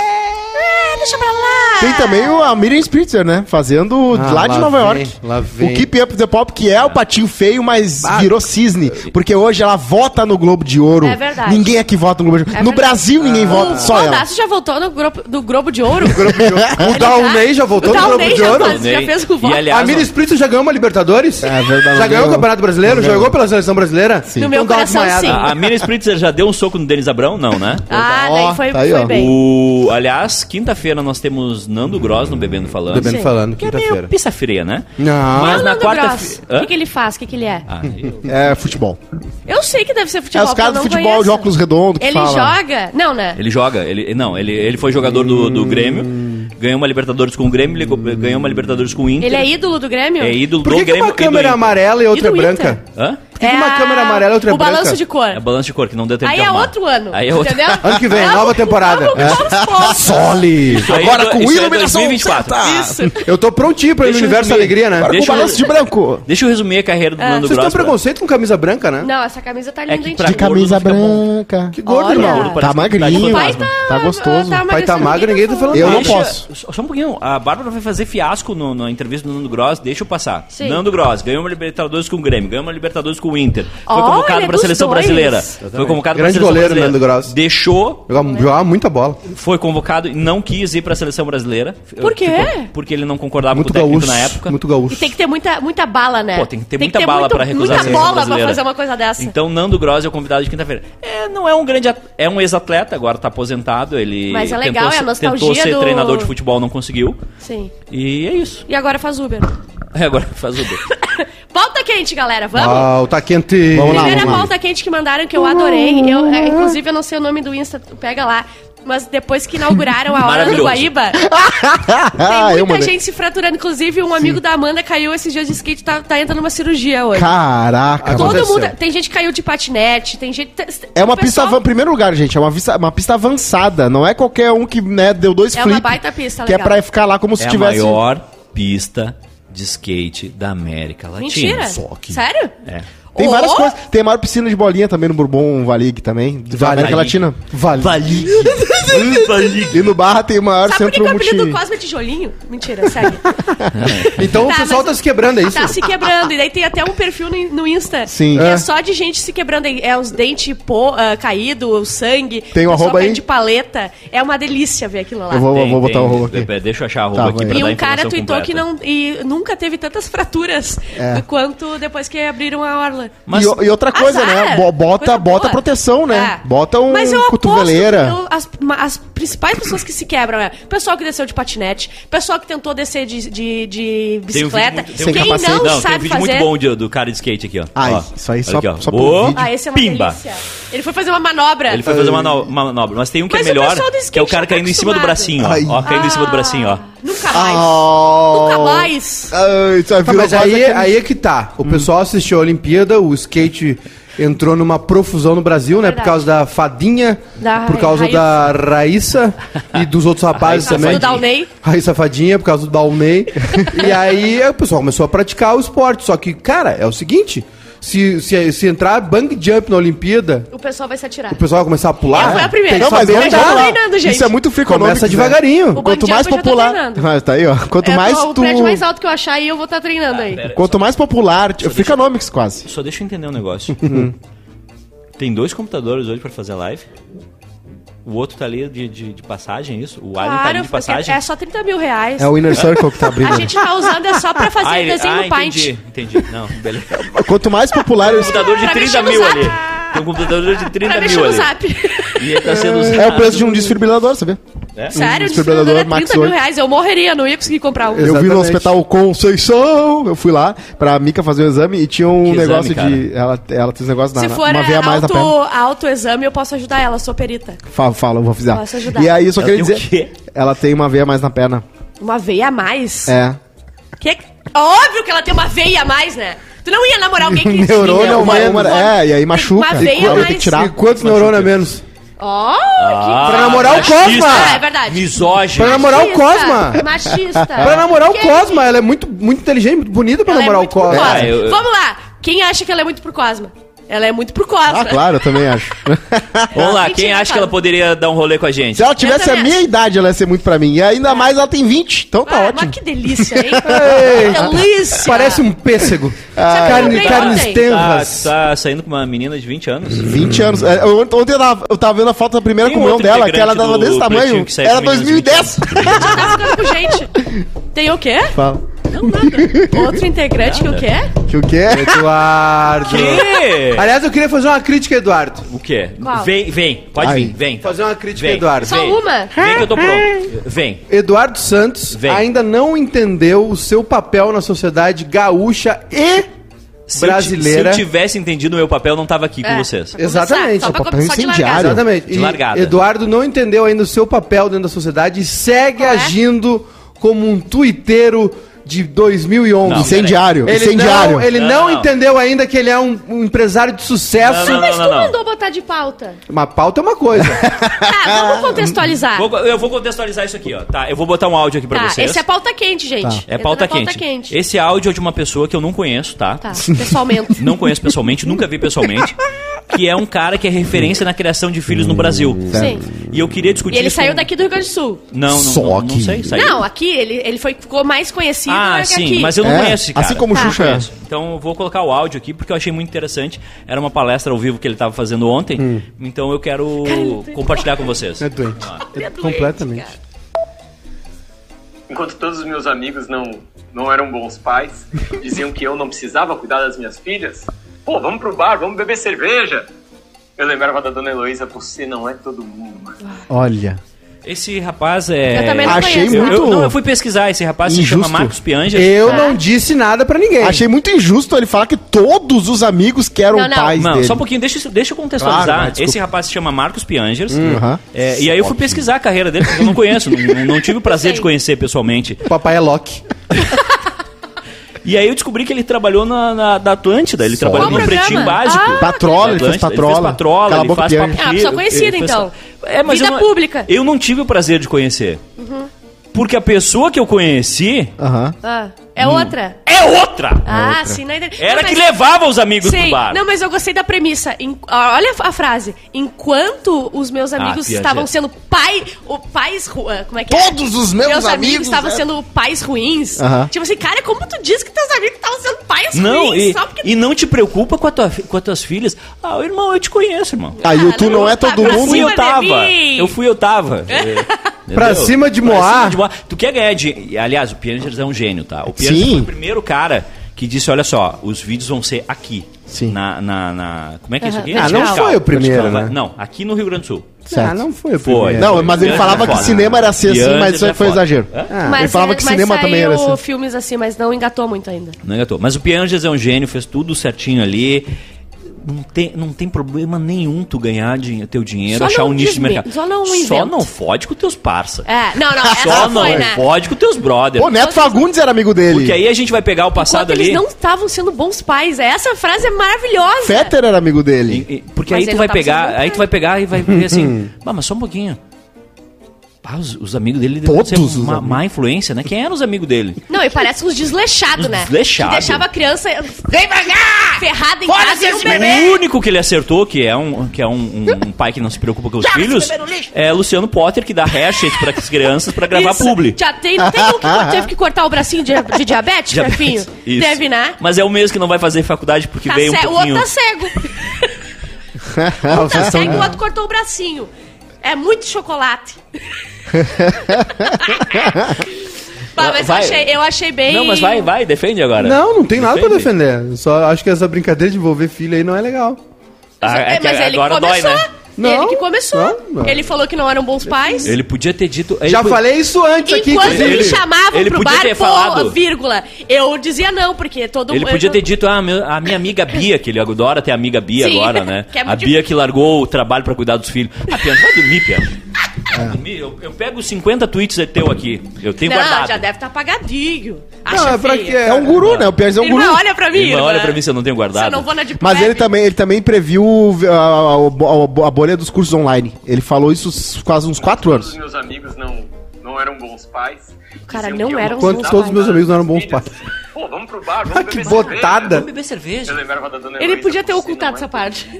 Speaker 4: Ah, deixa pra lá.
Speaker 3: Tem também o- a Miriam Spritzer, né? Fazendo
Speaker 1: Ah,
Speaker 3: lá de
Speaker 1: lá
Speaker 3: Nova
Speaker 1: vem,
Speaker 3: York.
Speaker 1: lá vem. Ah.
Speaker 3: O Keep Up the Pop, que é o patinho feio, mas virou cisne. Porque hoje ela vota no Globo de Ouro.
Speaker 4: É verdade.
Speaker 3: Ninguém aqui vota no Globo de Ouro.
Speaker 4: É
Speaker 3: no
Speaker 4: verdade. Um
Speaker 3: Brasil ninguém vota,
Speaker 4: o
Speaker 3: só ela.
Speaker 4: Baldasso tá, já voltou no grupo, do Globo de Ouro.
Speaker 1: O Downey já voltou
Speaker 4: O
Speaker 1: no Globo
Speaker 4: Downey
Speaker 1: de
Speaker 4: já
Speaker 1: Ouro?
Speaker 4: faz- Você já fez com o
Speaker 2: e,
Speaker 4: voto.
Speaker 2: aliás,
Speaker 1: a Miriam Espírito já ganhou uma Libertadores?
Speaker 3: É verdade,
Speaker 1: Já
Speaker 3: ela
Speaker 1: ganhou o
Speaker 3: ganhou.
Speaker 1: Campeonato Brasileiro?
Speaker 3: Ganhou.
Speaker 1: Jogou pela seleção brasileira? Então Sim. um
Speaker 4: No meu coração, sim.
Speaker 2: a, a Miriam Spritzer já deu um soco no Denis Abrão? Não, né?
Speaker 4: Ah,
Speaker 3: Ó,
Speaker 4: daí foi,
Speaker 3: tá aí,
Speaker 4: foi
Speaker 3: ó.
Speaker 4: bem.
Speaker 2: O, aliás, quinta-feira nós temos Nando Gross no Bebendo Falando.
Speaker 1: Bebendo Hum.
Speaker 4: Sim.
Speaker 1: falando,
Speaker 2: Que é meio
Speaker 1: quinta-feira.
Speaker 2: pissafria, né?
Speaker 1: Não.
Speaker 4: Mas
Speaker 2: Mas
Speaker 4: o
Speaker 2: na
Speaker 4: Nando Gross,
Speaker 2: quarta-feira...
Speaker 4: o que, que ele faz? O que, que ele é?
Speaker 2: Ah,
Speaker 3: É futebol.
Speaker 4: Eu sei que deve ser
Speaker 3: É
Speaker 4: futebol,
Speaker 3: os caras
Speaker 4: porque
Speaker 3: do
Speaker 4: eu não
Speaker 3: futebol
Speaker 4: conheço.
Speaker 3: de óculos redondo que
Speaker 4: Ele
Speaker 3: fala.
Speaker 4: joga? Não, né?
Speaker 2: ele joga, ele não, ele, ele foi jogador do,
Speaker 1: Hum.
Speaker 2: do Grêmio, ganhou uma Libertadores com o Grêmio, ele co- ganhou uma Libertadores com o Inter.
Speaker 4: Ele é ídolo do Grêmio?
Speaker 2: É ídolo
Speaker 1: Por
Speaker 2: do
Speaker 1: que, que
Speaker 2: Grêmio.
Speaker 1: uma
Speaker 2: e do
Speaker 1: câmera
Speaker 2: Inter.
Speaker 1: amarela e outra
Speaker 4: E do
Speaker 1: branca?
Speaker 2: Hã?
Speaker 1: que uma
Speaker 4: a-
Speaker 1: câmera amarela e outra
Speaker 4: É O
Speaker 1: branca?
Speaker 4: balanço de cor.
Speaker 2: É balanço de cor, que não deu tempo
Speaker 4: Aí
Speaker 2: de
Speaker 4: é
Speaker 2: arrumar.
Speaker 4: outro ano.
Speaker 2: Aí é outro.
Speaker 4: Entendeu?
Speaker 1: Ano que vem, nova temporada. É.
Speaker 4: Vamos, vamos, vamos.
Speaker 1: Soli!
Speaker 2: Isso aí é do-
Speaker 3: Agora com tá
Speaker 2: isso aí é
Speaker 3: iluminação
Speaker 2: 2024.
Speaker 1: tá.
Speaker 4: Isso.
Speaker 1: Eu tô prontinho pra ir no
Speaker 2: Deixa eu
Speaker 1: Universo
Speaker 2: resumir.
Speaker 1: Alegria, né?
Speaker 3: Agora com
Speaker 2: Deixa eu-
Speaker 3: balanço de branco.
Speaker 2: Deixa eu resumir a carreira
Speaker 4: É.
Speaker 2: do Nando
Speaker 1: Vocês
Speaker 2: Gross.
Speaker 1: têm preconceito com camisa branca, né?
Speaker 4: Não, essa camisa tá
Speaker 2: É
Speaker 4: linda,
Speaker 2: que
Speaker 4: hein?
Speaker 2: pra
Speaker 3: De
Speaker 2: gordo
Speaker 3: camisa
Speaker 2: fica bom.
Speaker 3: branca.
Speaker 1: Que gordo,
Speaker 4: Olha.
Speaker 1: irmão.
Speaker 3: Tá magrinho,
Speaker 4: O pai
Speaker 3: mas
Speaker 4: tá...
Speaker 3: tá gostoso.
Speaker 4: Tá
Speaker 1: Pai tá
Speaker 4: emagrecendo,
Speaker 1: magro, ninguém tá falando
Speaker 3: Eu não
Speaker 2: Deixa-
Speaker 3: posso.
Speaker 2: Só só um pouquinho. A Bárbara vai fazer fiasco no- na entrevista do Nando Gross. Deixa eu passar.
Speaker 4: Sim.
Speaker 2: Nando Gross ganhou uma Libertadores com o Grêmio, ganhou uma Libertadores com o Inter. Foi
Speaker 4: Olha,
Speaker 2: convocado para a
Speaker 4: dos
Speaker 2: seleção
Speaker 4: dois.
Speaker 2: brasileira. Foi convocado para a
Speaker 1: Grande
Speaker 2: seleção
Speaker 1: goleiro,
Speaker 2: brasileira.
Speaker 1: Nando Gross.
Speaker 2: Deixou,
Speaker 1: Jogava jogava muita bola.
Speaker 2: foi convocado e não quis ir para a seleção brasileira.
Speaker 4: Por quê?
Speaker 2: Ficou- porque ele não concordava
Speaker 1: Muito
Speaker 2: com o
Speaker 1: gaúcho.
Speaker 2: técnico na época.
Speaker 1: Muito
Speaker 4: E
Speaker 1: gaúcho.
Speaker 4: tem que ter muita, muita bala, né?
Speaker 2: Pô, tem que ter muita bala pra recusar
Speaker 4: Muita
Speaker 2: a seleção
Speaker 4: bola pra
Speaker 2: brasileira.
Speaker 4: fazer uma coisa dessa.
Speaker 2: Então, Nando Gross é o convidado de quinta-feira. É, não é um grande. at- É um ex-atleta, agora tá aposentado. Ele
Speaker 4: Mas é
Speaker 2: tentou
Speaker 4: legal, é a
Speaker 2: ser-
Speaker 4: nostalgia
Speaker 2: Tentou ser
Speaker 4: do-
Speaker 2: treinador de futebol, não conseguiu.
Speaker 4: Sim.
Speaker 2: E é isso.
Speaker 4: E agora faz Uber.
Speaker 2: É, agora faz o B.
Speaker 4: Pauta quente, galera. Vamos?
Speaker 1: Ah, o tá quente.
Speaker 3: Vamos lá,
Speaker 4: Primeira pauta quente que mandaram que eu adorei. Eu, é, inclusive, eu não sei o nome do Insta, tu pega lá. Mas depois que inauguraram a hora
Speaker 2: Maravilhoso.
Speaker 4: do Guaíba,
Speaker 3: Ah,
Speaker 4: tá-
Speaker 3: eu
Speaker 4: tem muita
Speaker 3: mandei.
Speaker 4: gente se fraturando. Inclusive, um amigo da Amanda caiu esses dias de skate, tá, tá entrando numa cirurgia hoje.
Speaker 3: Caraca,
Speaker 1: Agora-
Speaker 3: mano.
Speaker 4: Todo
Speaker 1: aconteceu.
Speaker 4: mundo. Tem gente que caiu de patinete, tem gente.
Speaker 3: É uma
Speaker 4: o
Speaker 3: pista.
Speaker 4: pessoal-
Speaker 3: avan- Primeiro lugar, gente, é uma pista, uma pista avançada. Não é qualquer um que né, deu dois
Speaker 4: É
Speaker 3: flips.
Speaker 4: uma baita pista,
Speaker 3: Que é
Speaker 4: legal.
Speaker 3: pra ficar lá como se
Speaker 2: é
Speaker 3: tivesse.
Speaker 2: a maior pista de skate da América Latina.
Speaker 4: Mentira.
Speaker 2: Só que-
Speaker 4: Sério?
Speaker 2: É.
Speaker 3: Tem
Speaker 4: Oh,
Speaker 3: várias coisas. Tem a maior piscina de bolinha também no Bourbon Valig também. Da
Speaker 1: Valig.
Speaker 3: América Latina.
Speaker 1: Vale.
Speaker 2: Valig.
Speaker 3: E no Barra tem o maior
Speaker 4: Sabe por que que
Speaker 3: centro
Speaker 4: o apelido
Speaker 3: multi...
Speaker 4: do Cosmo é tijolinho? Mentira, segue.
Speaker 1: Então o
Speaker 4: Tá,
Speaker 1: pessoal
Speaker 4: mas-
Speaker 1: tá se quebrando, é isso?
Speaker 4: tá se quebrando. E daí tem até um perfil no, no Insta.
Speaker 3: Sim.
Speaker 4: Que é.
Speaker 3: É.
Speaker 4: só de gente se quebrando. É os dentes pô, ah, caído, o sangue.
Speaker 3: Tem
Speaker 4: o
Speaker 3: um
Speaker 4: pessoal
Speaker 3: arroba aí?
Speaker 4: caindo de paleta. É uma delícia ver aquilo lá.
Speaker 3: Eu vou,
Speaker 2: Tem,
Speaker 3: vou botar
Speaker 2: tem.
Speaker 3: o roubo aqui.
Speaker 2: Pe- Deixa eu achar a roupa
Speaker 3: Tá,
Speaker 2: aqui
Speaker 3: vai.
Speaker 2: pra
Speaker 4: E
Speaker 2: dar a
Speaker 4: um cara
Speaker 2: informação
Speaker 4: tweetou
Speaker 2: completa.
Speaker 4: que não, e nunca teve tantas fraturas
Speaker 3: É.
Speaker 4: quanto depois que abriram a orla.
Speaker 2: Mas-
Speaker 3: e, o- e outra coisa,
Speaker 4: Azar.
Speaker 3: né? Bo- bota,
Speaker 4: Ah, Coisa
Speaker 3: bota
Speaker 4: boa.
Speaker 3: proteção, né?
Speaker 4: É.
Speaker 3: Bota um
Speaker 4: Mas eu aposto que
Speaker 3: cotoveleira.
Speaker 4: eu- as, ma- as principais pessoas que se quebram é o pessoal que desceu de patinete, o pessoal que tentou descer de, de, de
Speaker 2: Tem um vídeo
Speaker 4: bicicleta.
Speaker 2: muito-
Speaker 3: um
Speaker 4: Quem
Speaker 3: capacete.
Speaker 4: não,
Speaker 2: Não, tem um
Speaker 4: sabe
Speaker 2: vídeo muito
Speaker 4: fazer.
Speaker 2: bom de- do cara de skate aqui, ó.
Speaker 3: Ai,
Speaker 2: Ó,
Speaker 3: Ah, isso aí
Speaker 2: olha
Speaker 3: só-
Speaker 2: aqui, ó.
Speaker 3: só pelo
Speaker 2: Ô,
Speaker 3: vídeo.
Speaker 4: Ah, esse é uma
Speaker 2: Pimba.
Speaker 4: delícia. Ele foi fazer uma manobra.
Speaker 2: Ele foi fazer uma no- uma manobra, mas tem um que
Speaker 4: Mas
Speaker 2: é
Speaker 4: o
Speaker 2: melhor,
Speaker 4: pessoal do
Speaker 2: que é o
Speaker 4: skate
Speaker 2: cara
Speaker 4: já tá
Speaker 2: caindo em cima do
Speaker 4: acostumado. Ah.
Speaker 2: bracinho, ó.
Speaker 3: Ai.
Speaker 2: Ó, caindo em cima do bracinho, ó.
Speaker 4: Nunca mais. Nunca
Speaker 3: Ah,
Speaker 4: mais.
Speaker 3: ah, isso aí
Speaker 1: Tá,
Speaker 3: virou
Speaker 1: mas
Speaker 3: quase
Speaker 1: aí,
Speaker 3: aquele-
Speaker 1: aí é que tá. O pessoal assistiu a Olimpíada, o skate entrou numa profusão no Brasil, né? Por
Speaker 4: Verdade.
Speaker 1: causa da Fadinha,
Speaker 4: Da
Speaker 1: por causa
Speaker 4: Raíssa.
Speaker 1: da Raíssa e dos outros rapazes
Speaker 4: Raíssa
Speaker 1: também.
Speaker 4: Fadinha. Do Downey.
Speaker 1: Raíssa Fadinha, por causa do Downey. e aí o pessoal começou a praticar o esporte. Só que, cara, é o seguinte... Se, se, se entrar bang jump na Olimpíada,
Speaker 4: O pessoal vai se atirar.
Speaker 1: o pessoal vai começar a pular. né?
Speaker 4: Eu fui a primeira.
Speaker 1: Tem que
Speaker 3: Não, mas
Speaker 1: saber
Speaker 3: vamos
Speaker 4: Eu já tô
Speaker 1: andar.
Speaker 3: vamos lá.
Speaker 4: Tá treinando, gente.
Speaker 3: Isso é muito free economics,
Speaker 1: Começa
Speaker 3: né?
Speaker 1: devagarinho.
Speaker 4: O
Speaker 3: Quanto
Speaker 4: bang
Speaker 3: mais
Speaker 4: jump eu já tô
Speaker 3: popular.
Speaker 4: treinando.
Speaker 3: Ah, tá aí, ó. Quanto
Speaker 4: É,
Speaker 3: mais
Speaker 4: o
Speaker 3: tu.
Speaker 4: prédio mais alto que eu achar aí, eu vou estar treinando aí.
Speaker 2: pera.
Speaker 3: Quanto mais popular. Free economics, quase.
Speaker 2: Só
Speaker 3: Hum.
Speaker 2: deixa eu entender um negócio. Tem dois computadores hoje pra fazer live? O outro tá ali de, de, de passagem, isso? O Alien tá ali
Speaker 4: Claro,
Speaker 2: de
Speaker 4: porque
Speaker 2: passagem?
Speaker 4: é só 30 mil reais.
Speaker 3: É o Inner Circle que tá abrindo.
Speaker 4: A gente tá usando é só pra fazer
Speaker 2: Ah, ele-
Speaker 4: desenho
Speaker 2: ah,
Speaker 4: no Paint.
Speaker 2: entendi, entendi. Não, beleza.
Speaker 3: Quanto mais popular
Speaker 2: Tem um
Speaker 3: eu...
Speaker 2: computador de
Speaker 4: Pra
Speaker 2: 30
Speaker 4: mexer no
Speaker 2: mil
Speaker 4: zap.
Speaker 2: ali. Tem um computador de 30
Speaker 4: Pra mexer
Speaker 2: mil
Speaker 4: no
Speaker 2: ali.
Speaker 4: zap.
Speaker 2: E ele tá sendo usado.
Speaker 3: É o preço de um desfibrilador, sabia?
Speaker 2: É?
Speaker 4: Sério,
Speaker 3: Um
Speaker 4: o desfibrilador é
Speaker 3: Max
Speaker 4: 30 mil
Speaker 3: oito.
Speaker 4: reais. Eu morreria, não ia conseguir comprar um.
Speaker 3: Eu vi no
Speaker 1: Exatamente.
Speaker 3: hospital Conceição, eu fui lá pra Mica fazer o exame e tinha um
Speaker 2: Que
Speaker 3: negócio
Speaker 2: exame, cara?
Speaker 3: de. Ela, ela tem uns negócios na,
Speaker 4: Se
Speaker 3: na-
Speaker 4: for é
Speaker 3: uma veia a mais na
Speaker 4: auto,
Speaker 3: perna.
Speaker 4: autoexame, eu posso ajudar ela, eu sou perita.
Speaker 3: Fala, fala, eu vou avisar.
Speaker 4: Posso ajudar.
Speaker 3: E aí, só
Speaker 2: Ela
Speaker 3: queria
Speaker 2: tem
Speaker 3: dizer.
Speaker 2: o quê?
Speaker 3: Ela tem uma veia a mais na perna.
Speaker 4: Uma veia a mais?
Speaker 3: É.
Speaker 4: Que- Óbvio que ela tem uma veia a mais, né? Tu não ia namorar alguém que
Speaker 3: Neurônio
Speaker 4: tinha
Speaker 3: é uma-
Speaker 4: um-
Speaker 3: uma-
Speaker 1: né?
Speaker 3: é, e aí machuca.
Speaker 4: Uma
Speaker 3: E
Speaker 4: veia
Speaker 3: quando
Speaker 4: a
Speaker 3: tem que
Speaker 4: mais.
Speaker 3: tirar-
Speaker 1: E quantos neurônios a menos?
Speaker 4: Ó,
Speaker 2: Ah,
Speaker 1: Pra namorar o
Speaker 2: machista.
Speaker 1: Cosma.
Speaker 4: Ah, é verdade.
Speaker 2: Misógino.
Speaker 1: Pra namorar o Cosma.
Speaker 4: Machista.
Speaker 1: Pra namorar o
Speaker 4: Que-
Speaker 1: Cosma, ela é muito, muito inteligente, muito bonita pra
Speaker 4: Ela é
Speaker 1: namorar o
Speaker 4: muito pro
Speaker 1: Cosma.
Speaker 4: Cosma.
Speaker 2: É, eu-
Speaker 4: Vamos lá. Quem acha que ela é muito pro Cosma? Ela é muito pro Cosma.
Speaker 3: Ah, claro, eu também acho.
Speaker 2: Vamos lá,
Speaker 4: Mentira,
Speaker 2: quem acha que ela
Speaker 4: cara.
Speaker 2: poderia dar um rolê com a gente?
Speaker 3: Se ela tivesse
Speaker 4: Eu
Speaker 3: a
Speaker 4: também
Speaker 3: minha
Speaker 4: acho.
Speaker 3: idade, ela ia ser muito pra mim. E ainda mais ela tem 20, então tá
Speaker 4: Ah,
Speaker 3: ótimo.
Speaker 4: Mas que delícia, hein?
Speaker 1: Eita.
Speaker 4: que delícia.
Speaker 1: É. Parece um pêssego.
Speaker 4: Sabe o que eu
Speaker 1: carne
Speaker 4: comprei
Speaker 1: carne
Speaker 4: ontem?
Speaker 2: Tá,
Speaker 1: tenras.
Speaker 2: tá saindo com uma menina de 20 anos?
Speaker 3: 20 anos. É, eu- Ontem eu tava, eu tava vendo a foto da primeira
Speaker 2: Tem um
Speaker 3: comunhão
Speaker 2: outro
Speaker 3: dela, que ela
Speaker 2: integrante
Speaker 3: tava
Speaker 2: do
Speaker 3: desse
Speaker 2: Pretinho
Speaker 3: tamanho.
Speaker 2: que saiu
Speaker 3: Era
Speaker 2: com meninas de
Speaker 3: 2010.
Speaker 4: Tá ficando com gente. Tem o quê?
Speaker 3: Fala.
Speaker 4: Não, nada. Outro integrante que o quê?
Speaker 3: Que o quê?
Speaker 2: tá.
Speaker 1: Eduardo.
Speaker 2: Que?
Speaker 1: Aliás, eu queria fazer uma crítica, Eduardo.
Speaker 2: O quê?
Speaker 4: Qual?
Speaker 2: Vem, vem, pode
Speaker 3: Aí.
Speaker 2: vir, vem. então.
Speaker 1: Fazer uma crítica,
Speaker 2: Vem.
Speaker 1: Eduardo.
Speaker 4: Só
Speaker 2: vem.
Speaker 4: uma?
Speaker 2: Vem que eu tô pronto. Vem.
Speaker 1: Eduardo Santos
Speaker 2: Vem.
Speaker 1: ainda não entendeu o seu papel na sociedade gaúcha e
Speaker 2: Se eu ti-
Speaker 1: brasileira.
Speaker 2: se eu tivesse entendido o meu papel, eu não tava aqui com
Speaker 4: É.
Speaker 2: vocês.
Speaker 4: Pra
Speaker 1: Exatamente,
Speaker 4: começar,
Speaker 1: é
Speaker 4: Só pra
Speaker 3: papel
Speaker 4: começar de
Speaker 3: incendiário.
Speaker 4: largada.
Speaker 1: Exatamente.
Speaker 2: De
Speaker 1: E
Speaker 2: largada.
Speaker 1: Eduardo não entendeu ainda o seu papel dentro da sociedade e segue
Speaker 4: Qual é?
Speaker 1: agindo como um tuiteiro de 2011.
Speaker 2: Não,
Speaker 3: Incendiário,
Speaker 1: Ele
Speaker 3: incendiário.
Speaker 1: não, ele
Speaker 2: Não,
Speaker 1: não,
Speaker 2: não.
Speaker 1: entendeu ainda que ele é um, um empresário de sucesso.
Speaker 2: Não, não,
Speaker 4: Mas
Speaker 2: não,
Speaker 4: tu
Speaker 2: não.
Speaker 4: mandou botar de pauta.
Speaker 1: Uma pauta é uma coisa.
Speaker 4: Tá, vamos
Speaker 1: Ah.
Speaker 4: contextualizar.
Speaker 2: Vou co- eu vou contextualizar isso aqui, ó. Tá, eu vou botar um áudio aqui pra
Speaker 4: Tá,
Speaker 2: vocês.
Speaker 4: esse é pauta quente, gente.
Speaker 2: É
Speaker 4: Entra
Speaker 2: pauta,
Speaker 4: na
Speaker 2: quente. Esse áudio é de uma pessoa que eu não conheço, tá?
Speaker 4: Tá, pessoalmente.
Speaker 2: Não conheço pessoalmente, nunca vi pessoalmente. Que é um cara que é referência na criação de filhos no
Speaker 3: Hum,
Speaker 2: Brasil.
Speaker 4: Sim.
Speaker 2: E eu queria discutir
Speaker 4: E ele
Speaker 2: isso
Speaker 4: saiu
Speaker 2: com-
Speaker 4: daqui do Rio Grande do Sul.
Speaker 2: Não, não,
Speaker 3: Só
Speaker 2: não, não
Speaker 3: que-
Speaker 2: sei, saiu.
Speaker 4: Não, aqui ele, ele foi, ficou mais conhecido
Speaker 2: Ah,
Speaker 4: né, que
Speaker 2: sim,
Speaker 4: aqui.
Speaker 2: mas eu não
Speaker 3: É,
Speaker 2: conheço esse cara.
Speaker 3: assim como o
Speaker 4: Tá.
Speaker 3: Xuxa é.
Speaker 2: Conheço. Então eu vou colocar o áudio aqui porque eu achei muito interessante. Era uma palestra ao vivo que ele estava fazendo ontem.
Speaker 3: Hum.
Speaker 2: Então eu quero compartilhar com vocês.
Speaker 1: É doente.
Speaker 4: Ele é doente,
Speaker 1: Completamente.
Speaker 4: cara.
Speaker 6: Enquanto todos os meus amigos não, não eram bons pais, diziam que eu não precisava cuidar das minhas filhas, pô, vamos pro bar, vamos beber cerveja. Eu lembrava da dona Heloísa, você não é todo mundo, mano.
Speaker 3: Olha.
Speaker 2: Esse rapaz é.
Speaker 4: Eu também não
Speaker 3: Achei
Speaker 4: conheço.
Speaker 2: Eu- eu-
Speaker 3: muito-
Speaker 2: não, eu fui pesquisar. Esse rapaz se
Speaker 3: Injusto. é
Speaker 2: chama Marcos Pianja.
Speaker 1: Eu não disse nada pra ninguém.
Speaker 3: Achei muito injusto ele falar que todos os amigos que eram
Speaker 4: Não, não.
Speaker 3: pais
Speaker 2: Não,
Speaker 3: dele.
Speaker 2: só um pouquinho, deixa, eu- deixa eu contextualizar.
Speaker 3: Claro, vai, desculpa. Hum.
Speaker 2: Esse rapaz se chama Marcos Piangers.
Speaker 3: Aham.
Speaker 2: É, e aí eu fui pesquisar a carreira dele, porque eu não conheço, não, não tive o prazer de conhecer pessoalmente.
Speaker 1: O Papai é Loki.
Speaker 2: E aí eu descobri que ele trabalhou na, na- da Atlântida, ele trabalhou
Speaker 4: Qual
Speaker 2: no
Speaker 4: programa?
Speaker 2: Pretinho Básico.
Speaker 4: Ah,
Speaker 3: Patrola, ele fez
Speaker 2: Atlântida,
Speaker 3: patrola.
Speaker 2: Ele fez patrola,
Speaker 3: Cala a
Speaker 2: ele
Speaker 3: boca,
Speaker 2: faz
Speaker 3: Pianja.
Speaker 2: papi-
Speaker 4: É uma pessoa conhecida,
Speaker 2: ele fez-
Speaker 4: então.
Speaker 2: É, mas
Speaker 4: Vida
Speaker 2: eu não,
Speaker 4: pública. Uhum.
Speaker 2: Eu não tive o prazer de conhecer. Porque a pessoa que eu conheci
Speaker 3: Aham.
Speaker 4: Ah, é outra?
Speaker 2: é outra.
Speaker 4: Ah, sim, na internet.
Speaker 2: Era
Speaker 4: Não,
Speaker 2: que
Speaker 4: mas-
Speaker 2: levava os amigos
Speaker 4: Sim,
Speaker 2: pro bar.
Speaker 4: não, mas eu gostei da premissa. Em- ah, olha a frase. Enquanto os meus
Speaker 2: Ah,
Speaker 4: amigos
Speaker 2: Piaget.
Speaker 4: estavam sendo pai, o pais, ru- ah, como é que é?
Speaker 3: Todos os meus,
Speaker 4: meus amigos
Speaker 3: amigos.
Speaker 4: estavam
Speaker 3: é.
Speaker 4: sendo pais ruins.
Speaker 3: Aham.
Speaker 4: Tipo assim, cara, como tu diz que teus amigos estavam sendo pais
Speaker 2: Não,
Speaker 4: ruins?
Speaker 2: e,
Speaker 4: só porque
Speaker 2: e não te preocupa com, a tua, fi- com as tuas filhas. Ah, irmão, eu te conheço, irmão.
Speaker 3: Aí o tu não é
Speaker 4: Pra
Speaker 3: todo
Speaker 2: Eu
Speaker 4: cima
Speaker 2: fui,
Speaker 3: mundo.
Speaker 2: eu
Speaker 4: de
Speaker 2: tava.
Speaker 4: é mim.
Speaker 2: Eu fui, eu tava. É.
Speaker 1: Pra
Speaker 2: Entendeu?
Speaker 1: cima de Moá.
Speaker 2: Tu quer ganhar de. Aliás, o Piangers é um gênio, tá? O Piangers
Speaker 3: Sim.
Speaker 2: foi o primeiro cara que disse: olha só, os vídeos vão ser aqui.
Speaker 3: Sim.
Speaker 2: Na, na, na- Como é que é isso aqui?
Speaker 4: Ah, não
Speaker 2: Vertical.
Speaker 1: foi o primeiro,
Speaker 2: Vertical,
Speaker 1: né?
Speaker 2: Não, aqui no Rio Grande do Sul.
Speaker 1: Ah, não foi o
Speaker 2: Foi.
Speaker 1: primeiro.
Speaker 3: Não, mas ele
Speaker 2: Piangers
Speaker 3: falava
Speaker 2: é
Speaker 3: que
Speaker 2: foda.
Speaker 3: cinema era assim, assim,
Speaker 2: Piangers
Speaker 3: mas isso
Speaker 2: é
Speaker 3: aí foi
Speaker 2: foda.
Speaker 3: exagero.
Speaker 1: Ah.
Speaker 4: Mas, é,
Speaker 3: Ele falava que
Speaker 4: mas
Speaker 3: cinema também era
Speaker 4: saiu
Speaker 3: assim.
Speaker 4: filmes assim, mas não engatou muito ainda.
Speaker 2: Não engatou. Mas o Piangers é um gênio, fez tudo certinho ali. Não tem, não tem problema nenhum tu ganhar dinhe- teu dinheiro,
Speaker 4: Só
Speaker 2: achar
Speaker 4: não
Speaker 2: um nicho de
Speaker 4: desmen-
Speaker 2: mercado.
Speaker 4: só não
Speaker 2: Só
Speaker 4: inventa.
Speaker 2: não fode com teus parça.
Speaker 4: É, não, não, essa
Speaker 2: Só não é,
Speaker 4: foi, né?
Speaker 2: fode com teus brother.
Speaker 3: Pô, Neto Fagundes era amigo dele.
Speaker 2: Porque aí a gente vai pegar o
Speaker 4: Enquanto
Speaker 2: passado
Speaker 4: eles
Speaker 2: ali.
Speaker 4: não estavam sendo bons pais. Essa frase é maravilhosa.
Speaker 3: Fetter era amigo dele.
Speaker 2: E- e- porque
Speaker 4: Mas
Speaker 2: aí tu
Speaker 4: ele tá
Speaker 2: vai
Speaker 4: não tava sendo
Speaker 2: pegar,
Speaker 4: bom
Speaker 2: aí tu vai pegar e vai ver assim, "Bah, mas só um pouquinho. Ah, os, os amigos dele devem
Speaker 3: Todos
Speaker 2: ser
Speaker 3: os
Speaker 2: uma
Speaker 3: amigos.
Speaker 2: má influência, né? Quem eram os amigos dele?
Speaker 4: Não, e parece uns desleixados, né?
Speaker 2: Desleixado.
Speaker 4: Que deixava a criança Vem pra cá! ferrada em casa e um
Speaker 2: O
Speaker 4: bebê.
Speaker 2: único que ele acertou, que é um, que é um, um- um pai que não se preocupa com os filhos, é Luciano Potter, que dá hashtag para as crianças para gravar
Speaker 4: Isso.
Speaker 2: publi.
Speaker 4: Já tem, tem um que teve que cortar o bracinho de, de diabetes,
Speaker 2: Já-
Speaker 4: Chefinho?
Speaker 2: Isso.
Speaker 4: Teve, né?
Speaker 2: Mas é o mesmo que não vai fazer faculdade porque
Speaker 4: Tá
Speaker 2: veio um
Speaker 4: ce- O outro
Speaker 2: pouquinho...
Speaker 4: tá cego. Um tá cego, o outro cortou o bracinho. É muito chocolate. Pá, mas
Speaker 2: Vai.
Speaker 4: eu, achei, eu achei bem.
Speaker 2: Não, mas vai, vai, defende agora.
Speaker 1: Não, não tem nada pra
Speaker 2: Defende.
Speaker 1: defender. Só acho que essa brincadeira de envolver filho aí não é legal.
Speaker 2: Ah, é
Speaker 4: É,
Speaker 2: que
Speaker 4: mas ele
Speaker 2: agora
Speaker 4: começou.
Speaker 2: dói, né?
Speaker 1: Não,
Speaker 4: ele que começou.
Speaker 1: não, não.
Speaker 4: Ele falou que não eram bons pais.
Speaker 2: Ele podia ter dito. ele
Speaker 1: Já
Speaker 2: po-
Speaker 1: falei isso antes aqui,
Speaker 4: Enquanto
Speaker 2: ele-
Speaker 4: me
Speaker 1: inclusive.
Speaker 4: chamavam
Speaker 2: ele
Speaker 4: pro
Speaker 2: podia
Speaker 4: bar,
Speaker 2: ter
Speaker 4: pô,
Speaker 2: falado.
Speaker 4: vírgula. Eu dizia não, porque todo
Speaker 2: Ele
Speaker 4: mundo-
Speaker 2: podia
Speaker 4: Então, eu-
Speaker 2: ter dito, ah, meu- a minha amiga Bia, que ele adora ter amiga Bia
Speaker 4: Sim,
Speaker 2: agora, né?
Speaker 4: que é
Speaker 2: a
Speaker 4: muito
Speaker 2: Bia que largou o trabalho pra cuidar dos filhos. Ah, Pedro, vai dormir, Pedro.
Speaker 3: É.
Speaker 2: Vai dormir. Eu, eu pego os 50 tweets é teu aqui. Eu tenho
Speaker 4: Não,
Speaker 2: guardado.
Speaker 4: já tá deve estar apagadinho. Acha
Speaker 1: Não, é pra
Speaker 4: feia.
Speaker 1: quê?
Speaker 3: É um guru, né? O Pierce é um
Speaker 4: Irmã,
Speaker 3: guru.
Speaker 4: olha pra mim.
Speaker 2: Irmã, olha pra mim se
Speaker 4: se
Speaker 2: eu não tenho guardado.
Speaker 4: eu não vou na Deep
Speaker 3: Mas
Speaker 4: Web.
Speaker 3: ele também, ele também previu uh, a, a- a bolha dos cursos online. Ele falou isso s- quase uns quatro
Speaker 6: Os
Speaker 3: anos.
Speaker 6: meus amigos não, não eram bons pais.
Speaker 4: Cara,
Speaker 6: Diziam
Speaker 4: não
Speaker 6: que eu
Speaker 4: eram
Speaker 1: Quantos
Speaker 4: bons
Speaker 1: todos os meus amigos não eram bons
Speaker 6: precisava
Speaker 1: pais. Ah,
Speaker 6: das filhas. Pô, vamos pro bar, vamos
Speaker 1: que
Speaker 6: beber cerveja.
Speaker 1: botada.
Speaker 2: Beber cerveja.
Speaker 6: Eu lembrava da
Speaker 2: tá-
Speaker 6: dona
Speaker 4: Ele
Speaker 6: Heloísa,
Speaker 4: podia ter
Speaker 6: você não
Speaker 4: ocultado
Speaker 6: é
Speaker 4: essa
Speaker 6: tão
Speaker 4: parte.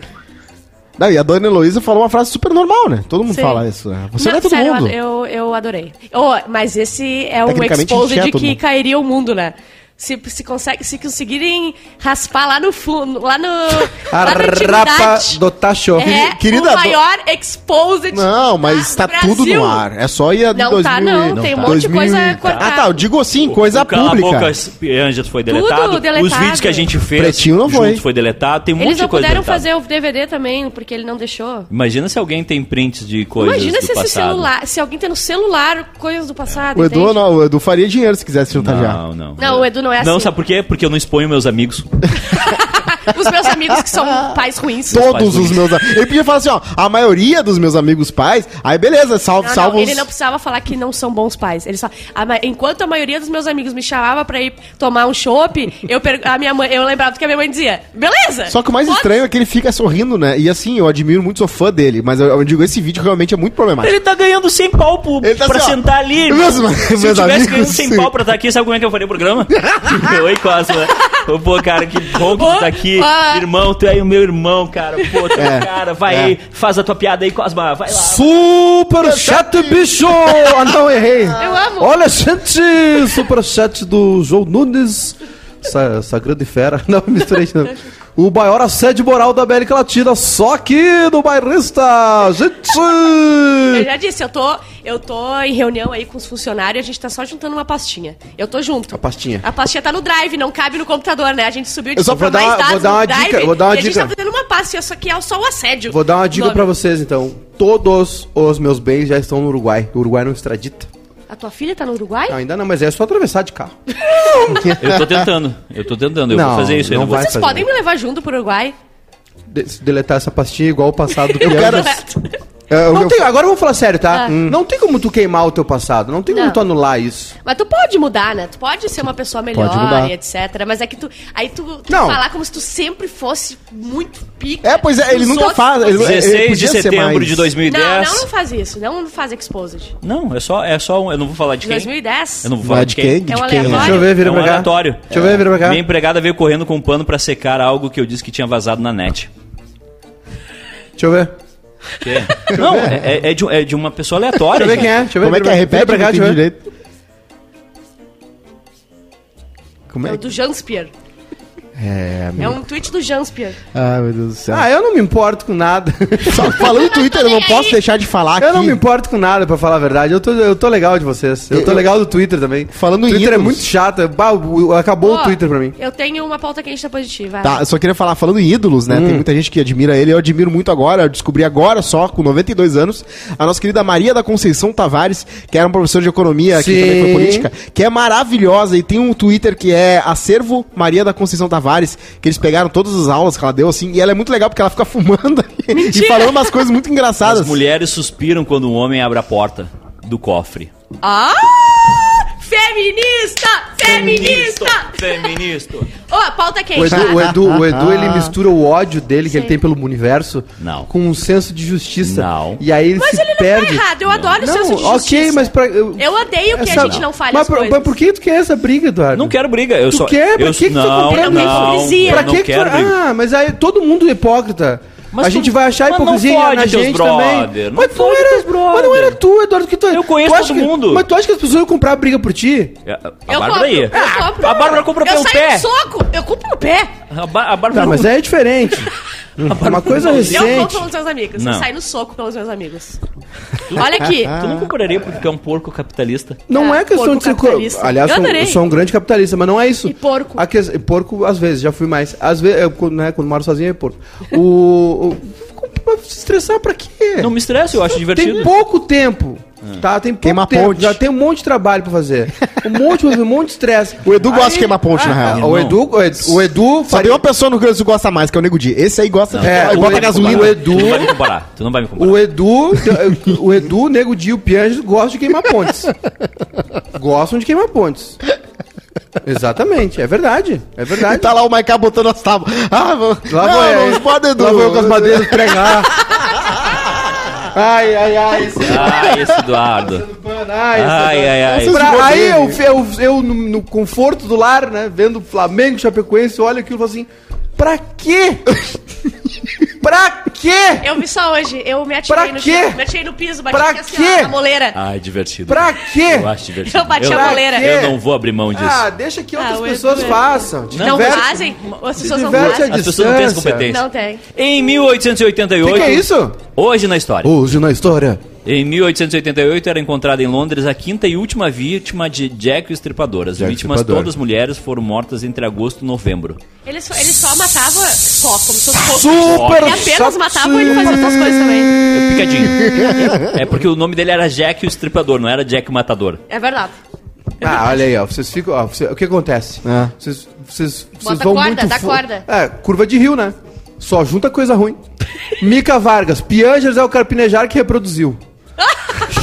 Speaker 3: Não, e a dona Heloísa falou uma frase super normal, né? Todo mundo
Speaker 4: Sim.
Speaker 3: fala isso. né? Você não, é todo
Speaker 4: sério,
Speaker 3: mundo.
Speaker 4: Eu, eu adorei. Oh, mas esse é um
Speaker 3: Tecnicamente, a
Speaker 4: expose
Speaker 3: gente é
Speaker 4: de
Speaker 3: todo
Speaker 4: que
Speaker 3: mundo.
Speaker 4: cairia o mundo, né? Se, se, consegue, se conseguirem raspar lá no fundo, lá no.
Speaker 1: A
Speaker 4: lá na
Speaker 1: rapa
Speaker 4: antiguidade,
Speaker 1: do tacho.
Speaker 4: É
Speaker 3: Querida,
Speaker 4: o maior exposed.
Speaker 3: Não, mas tá
Speaker 4: Brasil.
Speaker 3: tudo no ar. É só ir a
Speaker 4: Não
Speaker 3: 2000
Speaker 4: tá,
Speaker 3: e-
Speaker 4: não. Tem um monte de coisa cortada.
Speaker 3: Ah, tá. Eu digo assim, coisa
Speaker 2: o Cala a
Speaker 3: pública.
Speaker 2: Boca Anjos foi deletado.
Speaker 4: deletado.
Speaker 2: Os vídeos que a gente fez
Speaker 3: Pretinho não foi.
Speaker 2: juntos foi deletado. Tem um monte
Speaker 4: Eles não
Speaker 2: de coisa
Speaker 4: puderam
Speaker 2: deletada.
Speaker 4: fazer o DVD também, porque ele não deixou.
Speaker 2: Imagina se alguém tem prints de coisas
Speaker 4: Imagina
Speaker 2: do
Speaker 4: se esse
Speaker 2: passado.
Speaker 4: celular. Se alguém tem no celular coisas do passado.
Speaker 3: O Edu,
Speaker 4: entende?
Speaker 3: não, o Edu faria dinheiro se quisesse chantagear.
Speaker 2: Não, não.
Speaker 4: Não, o Edu não é
Speaker 2: Não,
Speaker 4: assim.
Speaker 2: sabe por quê? Porque eu não exponho meus amigos.
Speaker 4: Os meus amigos que são pais ruins.
Speaker 2: Faz
Speaker 3: Todos os
Speaker 2: bonito.
Speaker 3: meus amigos. Ele podia falar assim, ó, a maioria dos meus amigos pais, aí beleza, salvo,
Speaker 4: Não,
Speaker 3: salvo
Speaker 4: não,
Speaker 3: os-
Speaker 4: ele não precisava falar que não são bons pais. Ele só, a ma- enquanto a maioria dos meus amigos me chamava pra ir tomar um chopp, eu per- a minha mãe, eu lembrava do que a minha mãe dizia. Beleza.
Speaker 3: Só que o mais
Speaker 4: Pode-
Speaker 3: estranho é que ele fica sorrindo, né? E assim, eu admiro muito, sou fã dele, mas eu, eu digo, esse vídeo realmente é muito problemático.
Speaker 2: Ele tá ganhando 100 pau pro,
Speaker 3: Ele tá
Speaker 2: pra
Speaker 3: assim, ó,
Speaker 2: sentar ali.
Speaker 3: meus-
Speaker 2: Se
Speaker 3: meus
Speaker 2: eu tivesse
Speaker 3: amigos,
Speaker 2: ganhando 100
Speaker 3: sim.
Speaker 2: pau pra estar aqui, sabe como é que eu faria o programa? Oi, Costa. Ô, Pô, cara, que bom que tu tá aqui.
Speaker 4: Ah.
Speaker 2: Irmão, tu é o meu irmão, cara. Pô, tu é
Speaker 3: É,
Speaker 2: o cara. Vai
Speaker 3: é.
Speaker 2: aí, faz a tua piada aí, Cosma. Vai lá.
Speaker 1: Super chat, bicho! Ah, não, errei.
Speaker 4: Eu amo.
Speaker 1: Olha, gente, super chat do João Nunes. Essa, essa grande fera. Não, misturei isso, não. O maior assédio moral da América Latina, só aqui no Bairrista.
Speaker 4: Eu
Speaker 1: Gente!
Speaker 4: já disse, eu tô, eu tô em reunião aí com os funcionários, a gente tá só juntando uma pastinha. Eu tô junto.
Speaker 1: A pastinha.
Speaker 4: A pastinha tá no drive, não cabe no computador, né? A gente subiu de
Speaker 3: Eu só
Speaker 4: pra
Speaker 1: vou dar- vou dar
Speaker 4: no
Speaker 1: uma
Speaker 4: drive,
Speaker 1: dica, vou dar uma
Speaker 4: e A
Speaker 1: dica.
Speaker 4: gente tá fazendo uma pastinha, só que é só o assédio.
Speaker 1: Vou dar uma dica
Speaker 4: Nome.
Speaker 1: pra vocês, então. Todos os meus bens já estão no Uruguai. O Uruguai não extradita.
Speaker 4: A tua filha tá no Uruguai?
Speaker 1: Não, ainda não, mas é só atravessar de carro.
Speaker 2: Eu tô tentando. Eu tô tentando. Eu
Speaker 1: Não,
Speaker 2: vou fazer isso. eu
Speaker 1: não
Speaker 2: não vou-
Speaker 1: vai.
Speaker 4: Vocês
Speaker 1: fazer
Speaker 4: podem
Speaker 1: mal.
Speaker 4: me levar junto pro Uruguai?
Speaker 1: De- se deletar essa pastinha igual o passado do
Speaker 3: Eu
Speaker 1: Piero.
Speaker 3: quero- É, o
Speaker 1: Não
Speaker 3: meu-
Speaker 1: tem, agora vamos falar sério, tá?
Speaker 4: Ah.
Speaker 1: Hum. Não tem como tu queimar o teu passado, não tem como
Speaker 4: Não.
Speaker 1: tu anular isso.
Speaker 4: Mas tu pode mudar, né? Tu pode ser uma pessoa melhor
Speaker 3: Pode mudar.
Speaker 4: e etc. Mas é que tu. Aí tu, tu
Speaker 3: Não.
Speaker 4: falar como se tu sempre fosse muito pica.
Speaker 3: É, pois é, ele
Speaker 4: Os
Speaker 3: nunca
Speaker 4: outros-
Speaker 3: faz. Ele, ele
Speaker 2: 16 de
Speaker 3: podia ser
Speaker 2: setembro
Speaker 3: mais.
Speaker 2: de
Speaker 4: Não,
Speaker 2: 2010.
Speaker 4: não, não faz isso. Não, não faz exposed.
Speaker 2: Não, é só, é só um. Eu não vou falar de
Speaker 4: De
Speaker 2: quem.
Speaker 4: 2010.
Speaker 2: Eu não vou
Speaker 3: Vai
Speaker 2: falar
Speaker 3: de quem? De
Speaker 4: É um
Speaker 3: quem?
Speaker 4: aleatório.
Speaker 1: Deixa eu ver, vira
Speaker 2: é um
Speaker 1: pra cá.
Speaker 2: aleatório.
Speaker 1: Deixa eu ver, vira pra cá.
Speaker 2: Minha empregada veio correndo com um pano pra secar algo que eu disse que tinha vazado na net.
Speaker 1: Deixa eu ver.
Speaker 2: Não, é, é- é de, é de uma pessoa aleatória.
Speaker 1: Deixa eu ver
Speaker 2: gente.
Speaker 1: quem é. Deixa eu ver.
Speaker 3: Como é que é?
Speaker 1: vira- vira
Speaker 3: Repete
Speaker 1: pra cá,
Speaker 3: não
Speaker 1: deixa
Speaker 3: entendi
Speaker 1: eu ver.
Speaker 3: direito. Como
Speaker 4: É
Speaker 3: é
Speaker 4: o
Speaker 3: que...
Speaker 4: do Janspier.
Speaker 3: É,
Speaker 4: É um tweet do Janspier.
Speaker 3: Ah, meu Deus do céu.
Speaker 1: Ah, eu não me importo com nada.
Speaker 3: Só falando no Twitter, eu não
Speaker 4: Aí-
Speaker 3: posso deixar de falar aqui.
Speaker 1: Eu não me importo com nada, pra falar a verdade. Eu tô, eu tô legal de vocês. Eu tô
Speaker 3: Eu-
Speaker 1: legal do Twitter também.
Speaker 3: Falando em
Speaker 1: Twitter é
Speaker 3: ídolos.
Speaker 1: muito chato. Bah, o- Acabou
Speaker 4: Ó,
Speaker 1: o Twitter pra mim.
Speaker 4: Eu tenho uma pauta quente da positiva.
Speaker 3: Tá, eu só queria falar, falando em ídolos, né? Tem
Speaker 1: Hum.
Speaker 3: muita gente que admira ele, eu admiro muito agora, eu descobri agora só, com 92 anos, a nossa querida Maria da Conceição Tavares, que era uma professora de economia, que
Speaker 1: Sim.
Speaker 3: também foi política, que é maravilhosa e tem um Twitter que é acervo Maria da Conceição Tavares, que eles pegaram todas as aulas que ela deu, assim, e ela é muito legal porque ela fica fumando e falando umas coisas muito engraçadas.
Speaker 2: As mulheres suspiram quando um homem abre a porta do cofre.
Speaker 4: Ah! Feminista! Feminista!
Speaker 2: Feminista!
Speaker 4: Ô, pauta quente.
Speaker 1: O Edu, o
Speaker 4: tá?
Speaker 1: Edu, o Edu,
Speaker 3: Ah.
Speaker 1: ele mistura o ódio dele, que ele tem pelo universo,
Speaker 2: Não.
Speaker 1: com um senso de justiça.
Speaker 2: Não.
Speaker 1: E aí ele
Speaker 4: Mas
Speaker 1: se
Speaker 4: ele não
Speaker 1: perde.
Speaker 4: tá errado. Eu adoro o senso de
Speaker 1: ok,
Speaker 4: justiça.
Speaker 1: mas pra. Eu,
Speaker 4: Eu odeio que a gente não fale
Speaker 1: mas,
Speaker 4: as
Speaker 1: por-
Speaker 4: coisas.
Speaker 1: mas por que tu quer essa briga, Eduardo?
Speaker 2: Não quero briga, eu
Speaker 1: Tu
Speaker 2: só.
Speaker 1: quer? Pra
Speaker 2: eu,
Speaker 1: que que tu
Speaker 2: não,
Speaker 1: comprou
Speaker 2: não,
Speaker 4: minha
Speaker 2: não,
Speaker 4: hipocrisia?
Speaker 1: Pra
Speaker 2: eu
Speaker 1: que
Speaker 2: não
Speaker 1: que
Speaker 2: quero
Speaker 1: tu...
Speaker 2: briga.
Speaker 1: Ah, mas aí todo mundo é hipócrita. a
Speaker 2: Mas tu-
Speaker 1: gente vai achar
Speaker 2: mas não
Speaker 1: hipocrisia
Speaker 2: fode
Speaker 1: na
Speaker 2: teus
Speaker 1: gente
Speaker 2: brother,
Speaker 1: também.
Speaker 2: não
Speaker 1: mas, tu
Speaker 2: fode teus
Speaker 1: era,
Speaker 2: brother.
Speaker 1: mas não era tu, Eduardo, que tu
Speaker 2: Eu conheço
Speaker 1: tu acha
Speaker 2: todo
Speaker 1: que-
Speaker 2: mundo.
Speaker 1: Mas tu acha que as pessoas iam comprar briga por ti?
Speaker 2: A, a
Speaker 4: Eu
Speaker 2: Bárbara
Speaker 4: compro,
Speaker 2: aí.
Speaker 4: eu compro.
Speaker 2: Ah, A Bárbara compra
Speaker 4: eu
Speaker 2: pelo
Speaker 4: saio
Speaker 2: pé.
Speaker 4: no soco. Eu compro no pé.
Speaker 2: A, Bá- a Bárbara
Speaker 1: Tá, mas
Speaker 2: compra-
Speaker 1: aí é diferente. Uma coisa
Speaker 4: Eu vou
Speaker 1: recente.
Speaker 4: pelos meus amigos.
Speaker 2: Não.
Speaker 4: Eu saio no soco pelos meus amigos. Olha aqui.
Speaker 1: Ah.
Speaker 2: Tu não compraria porque tu é um porco capitalista.
Speaker 1: Não
Speaker 4: Ah,
Speaker 1: é questão
Speaker 4: porco
Speaker 1: de ser. co-
Speaker 4: capitalista.
Speaker 1: Aliás,
Speaker 4: Eu
Speaker 1: sou,
Speaker 4: adorei.
Speaker 1: eu sou um grande capitalista, mas não é isso.
Speaker 4: E porco.
Speaker 1: A que- e porco, às vezes, já fui mais. Às vezes, eu, quando, né, quando moro sozinho, é porco. O. o pra se estressar pra quê?
Speaker 2: Não me estresse, eu acho divertido.
Speaker 1: É.
Speaker 2: É.
Speaker 1: Tem pouco tempo. Tá, tem pouco
Speaker 3: Queima
Speaker 1: tempo.
Speaker 3: ponte.
Speaker 1: Já tem um monte de trabalho pra fazer. Um monte, um monte de estresse. ah,
Speaker 3: O Edu gosta de queimar ponte, na real.
Speaker 1: O Edu, o Edu, o Edu
Speaker 3: Só tem uma pessoa no Rio Grande do Sul que gosta mais, que é o Nego Di. Esse aí gosta de
Speaker 1: É,
Speaker 3: Aí
Speaker 1: o
Speaker 3: bota
Speaker 1: Edu-
Speaker 3: gasolina.
Speaker 1: o Edu-
Speaker 2: Tu não vai me comparar. Tu não vai me comparar.
Speaker 1: O Edu, o Edu, Nego Di e o Pianges gostam de queimar pontes. Gostam de queimar pontes. Exatamente, é verdade. É
Speaker 3: Aí
Speaker 1: verdade.
Speaker 3: tá lá o Maiká botando as tábuas. Ah, vou...
Speaker 1: Lá vou
Speaker 3: não,
Speaker 1: eu.
Speaker 3: não pode, Edu.
Speaker 1: Lá vou eu com as madeiras pregar. Ai, ai, ai. esse- é
Speaker 2: Ah, esse Eduardo.
Speaker 1: Ai, esse- é
Speaker 2: Ai, ai, ai.
Speaker 1: Pra-
Speaker 3: Esse
Speaker 1: aí eu,
Speaker 3: modelo.
Speaker 1: eu, eu no, no conforto do lar, né? Vendo Flamengo, Chapecoense, olha aquilo e falo assim: pra quê? pra quê?
Speaker 4: Eu vi só hoje. Eu me atirei
Speaker 1: Pra
Speaker 4: no
Speaker 1: quê?
Speaker 4: chão, Me atirei no piso, bati
Speaker 1: Pra
Speaker 4: aqui assim,
Speaker 1: quê? Ah,
Speaker 4: ó, na moleira.
Speaker 2: Ai, divertido.
Speaker 1: Pra quê?
Speaker 2: Eu acho divertido.
Speaker 4: Eu bati a
Speaker 1: moleira.
Speaker 2: Eu não vou abrir mão disso.
Speaker 1: Ah, deixa que outras
Speaker 4: Ah, o
Speaker 1: pessoas
Speaker 4: Edu é-
Speaker 1: façam.
Speaker 4: Não fazem? As pessoas não
Speaker 1: diverte
Speaker 4: fazem?
Speaker 1: a
Speaker 2: As pessoas não têm essa
Speaker 1: distância.
Speaker 2: competência.
Speaker 4: Não tem.
Speaker 2: Em 1888.
Speaker 1: O que, que é isso?
Speaker 2: Hoje na história.
Speaker 1: Hoje na história.
Speaker 2: Em 1888 era encontrada em Londres a quinta e última vítima de Jack o Estripador. As
Speaker 1: Jack o
Speaker 2: vítimas,
Speaker 1: Estripador.
Speaker 2: todas mulheres, foram mortas entre agosto e novembro.
Speaker 4: Eles só, ele só matava só, como se fosse pouco.
Speaker 1: Super
Speaker 4: Ele apenas
Speaker 1: sexy.
Speaker 4: matava e ele fazia outras coisas também.
Speaker 2: É picadinho. é porque o nome dele era Jack o Estripador, não era Jack o Matador.
Speaker 4: É verdade.
Speaker 1: Ah, olha aí, ó. Vocês ficam. ó, vocês- o que acontece?
Speaker 3: Ah.
Speaker 1: Vocês, vocês, vocês
Speaker 4: Bota
Speaker 1: vão
Speaker 4: corda,
Speaker 1: muito.
Speaker 4: dá
Speaker 1: fu-
Speaker 4: corda.
Speaker 1: É, curva de rio, né? Só junta coisa ruim. Mica Vargas, Piangers é o carpinejar que reproduziu.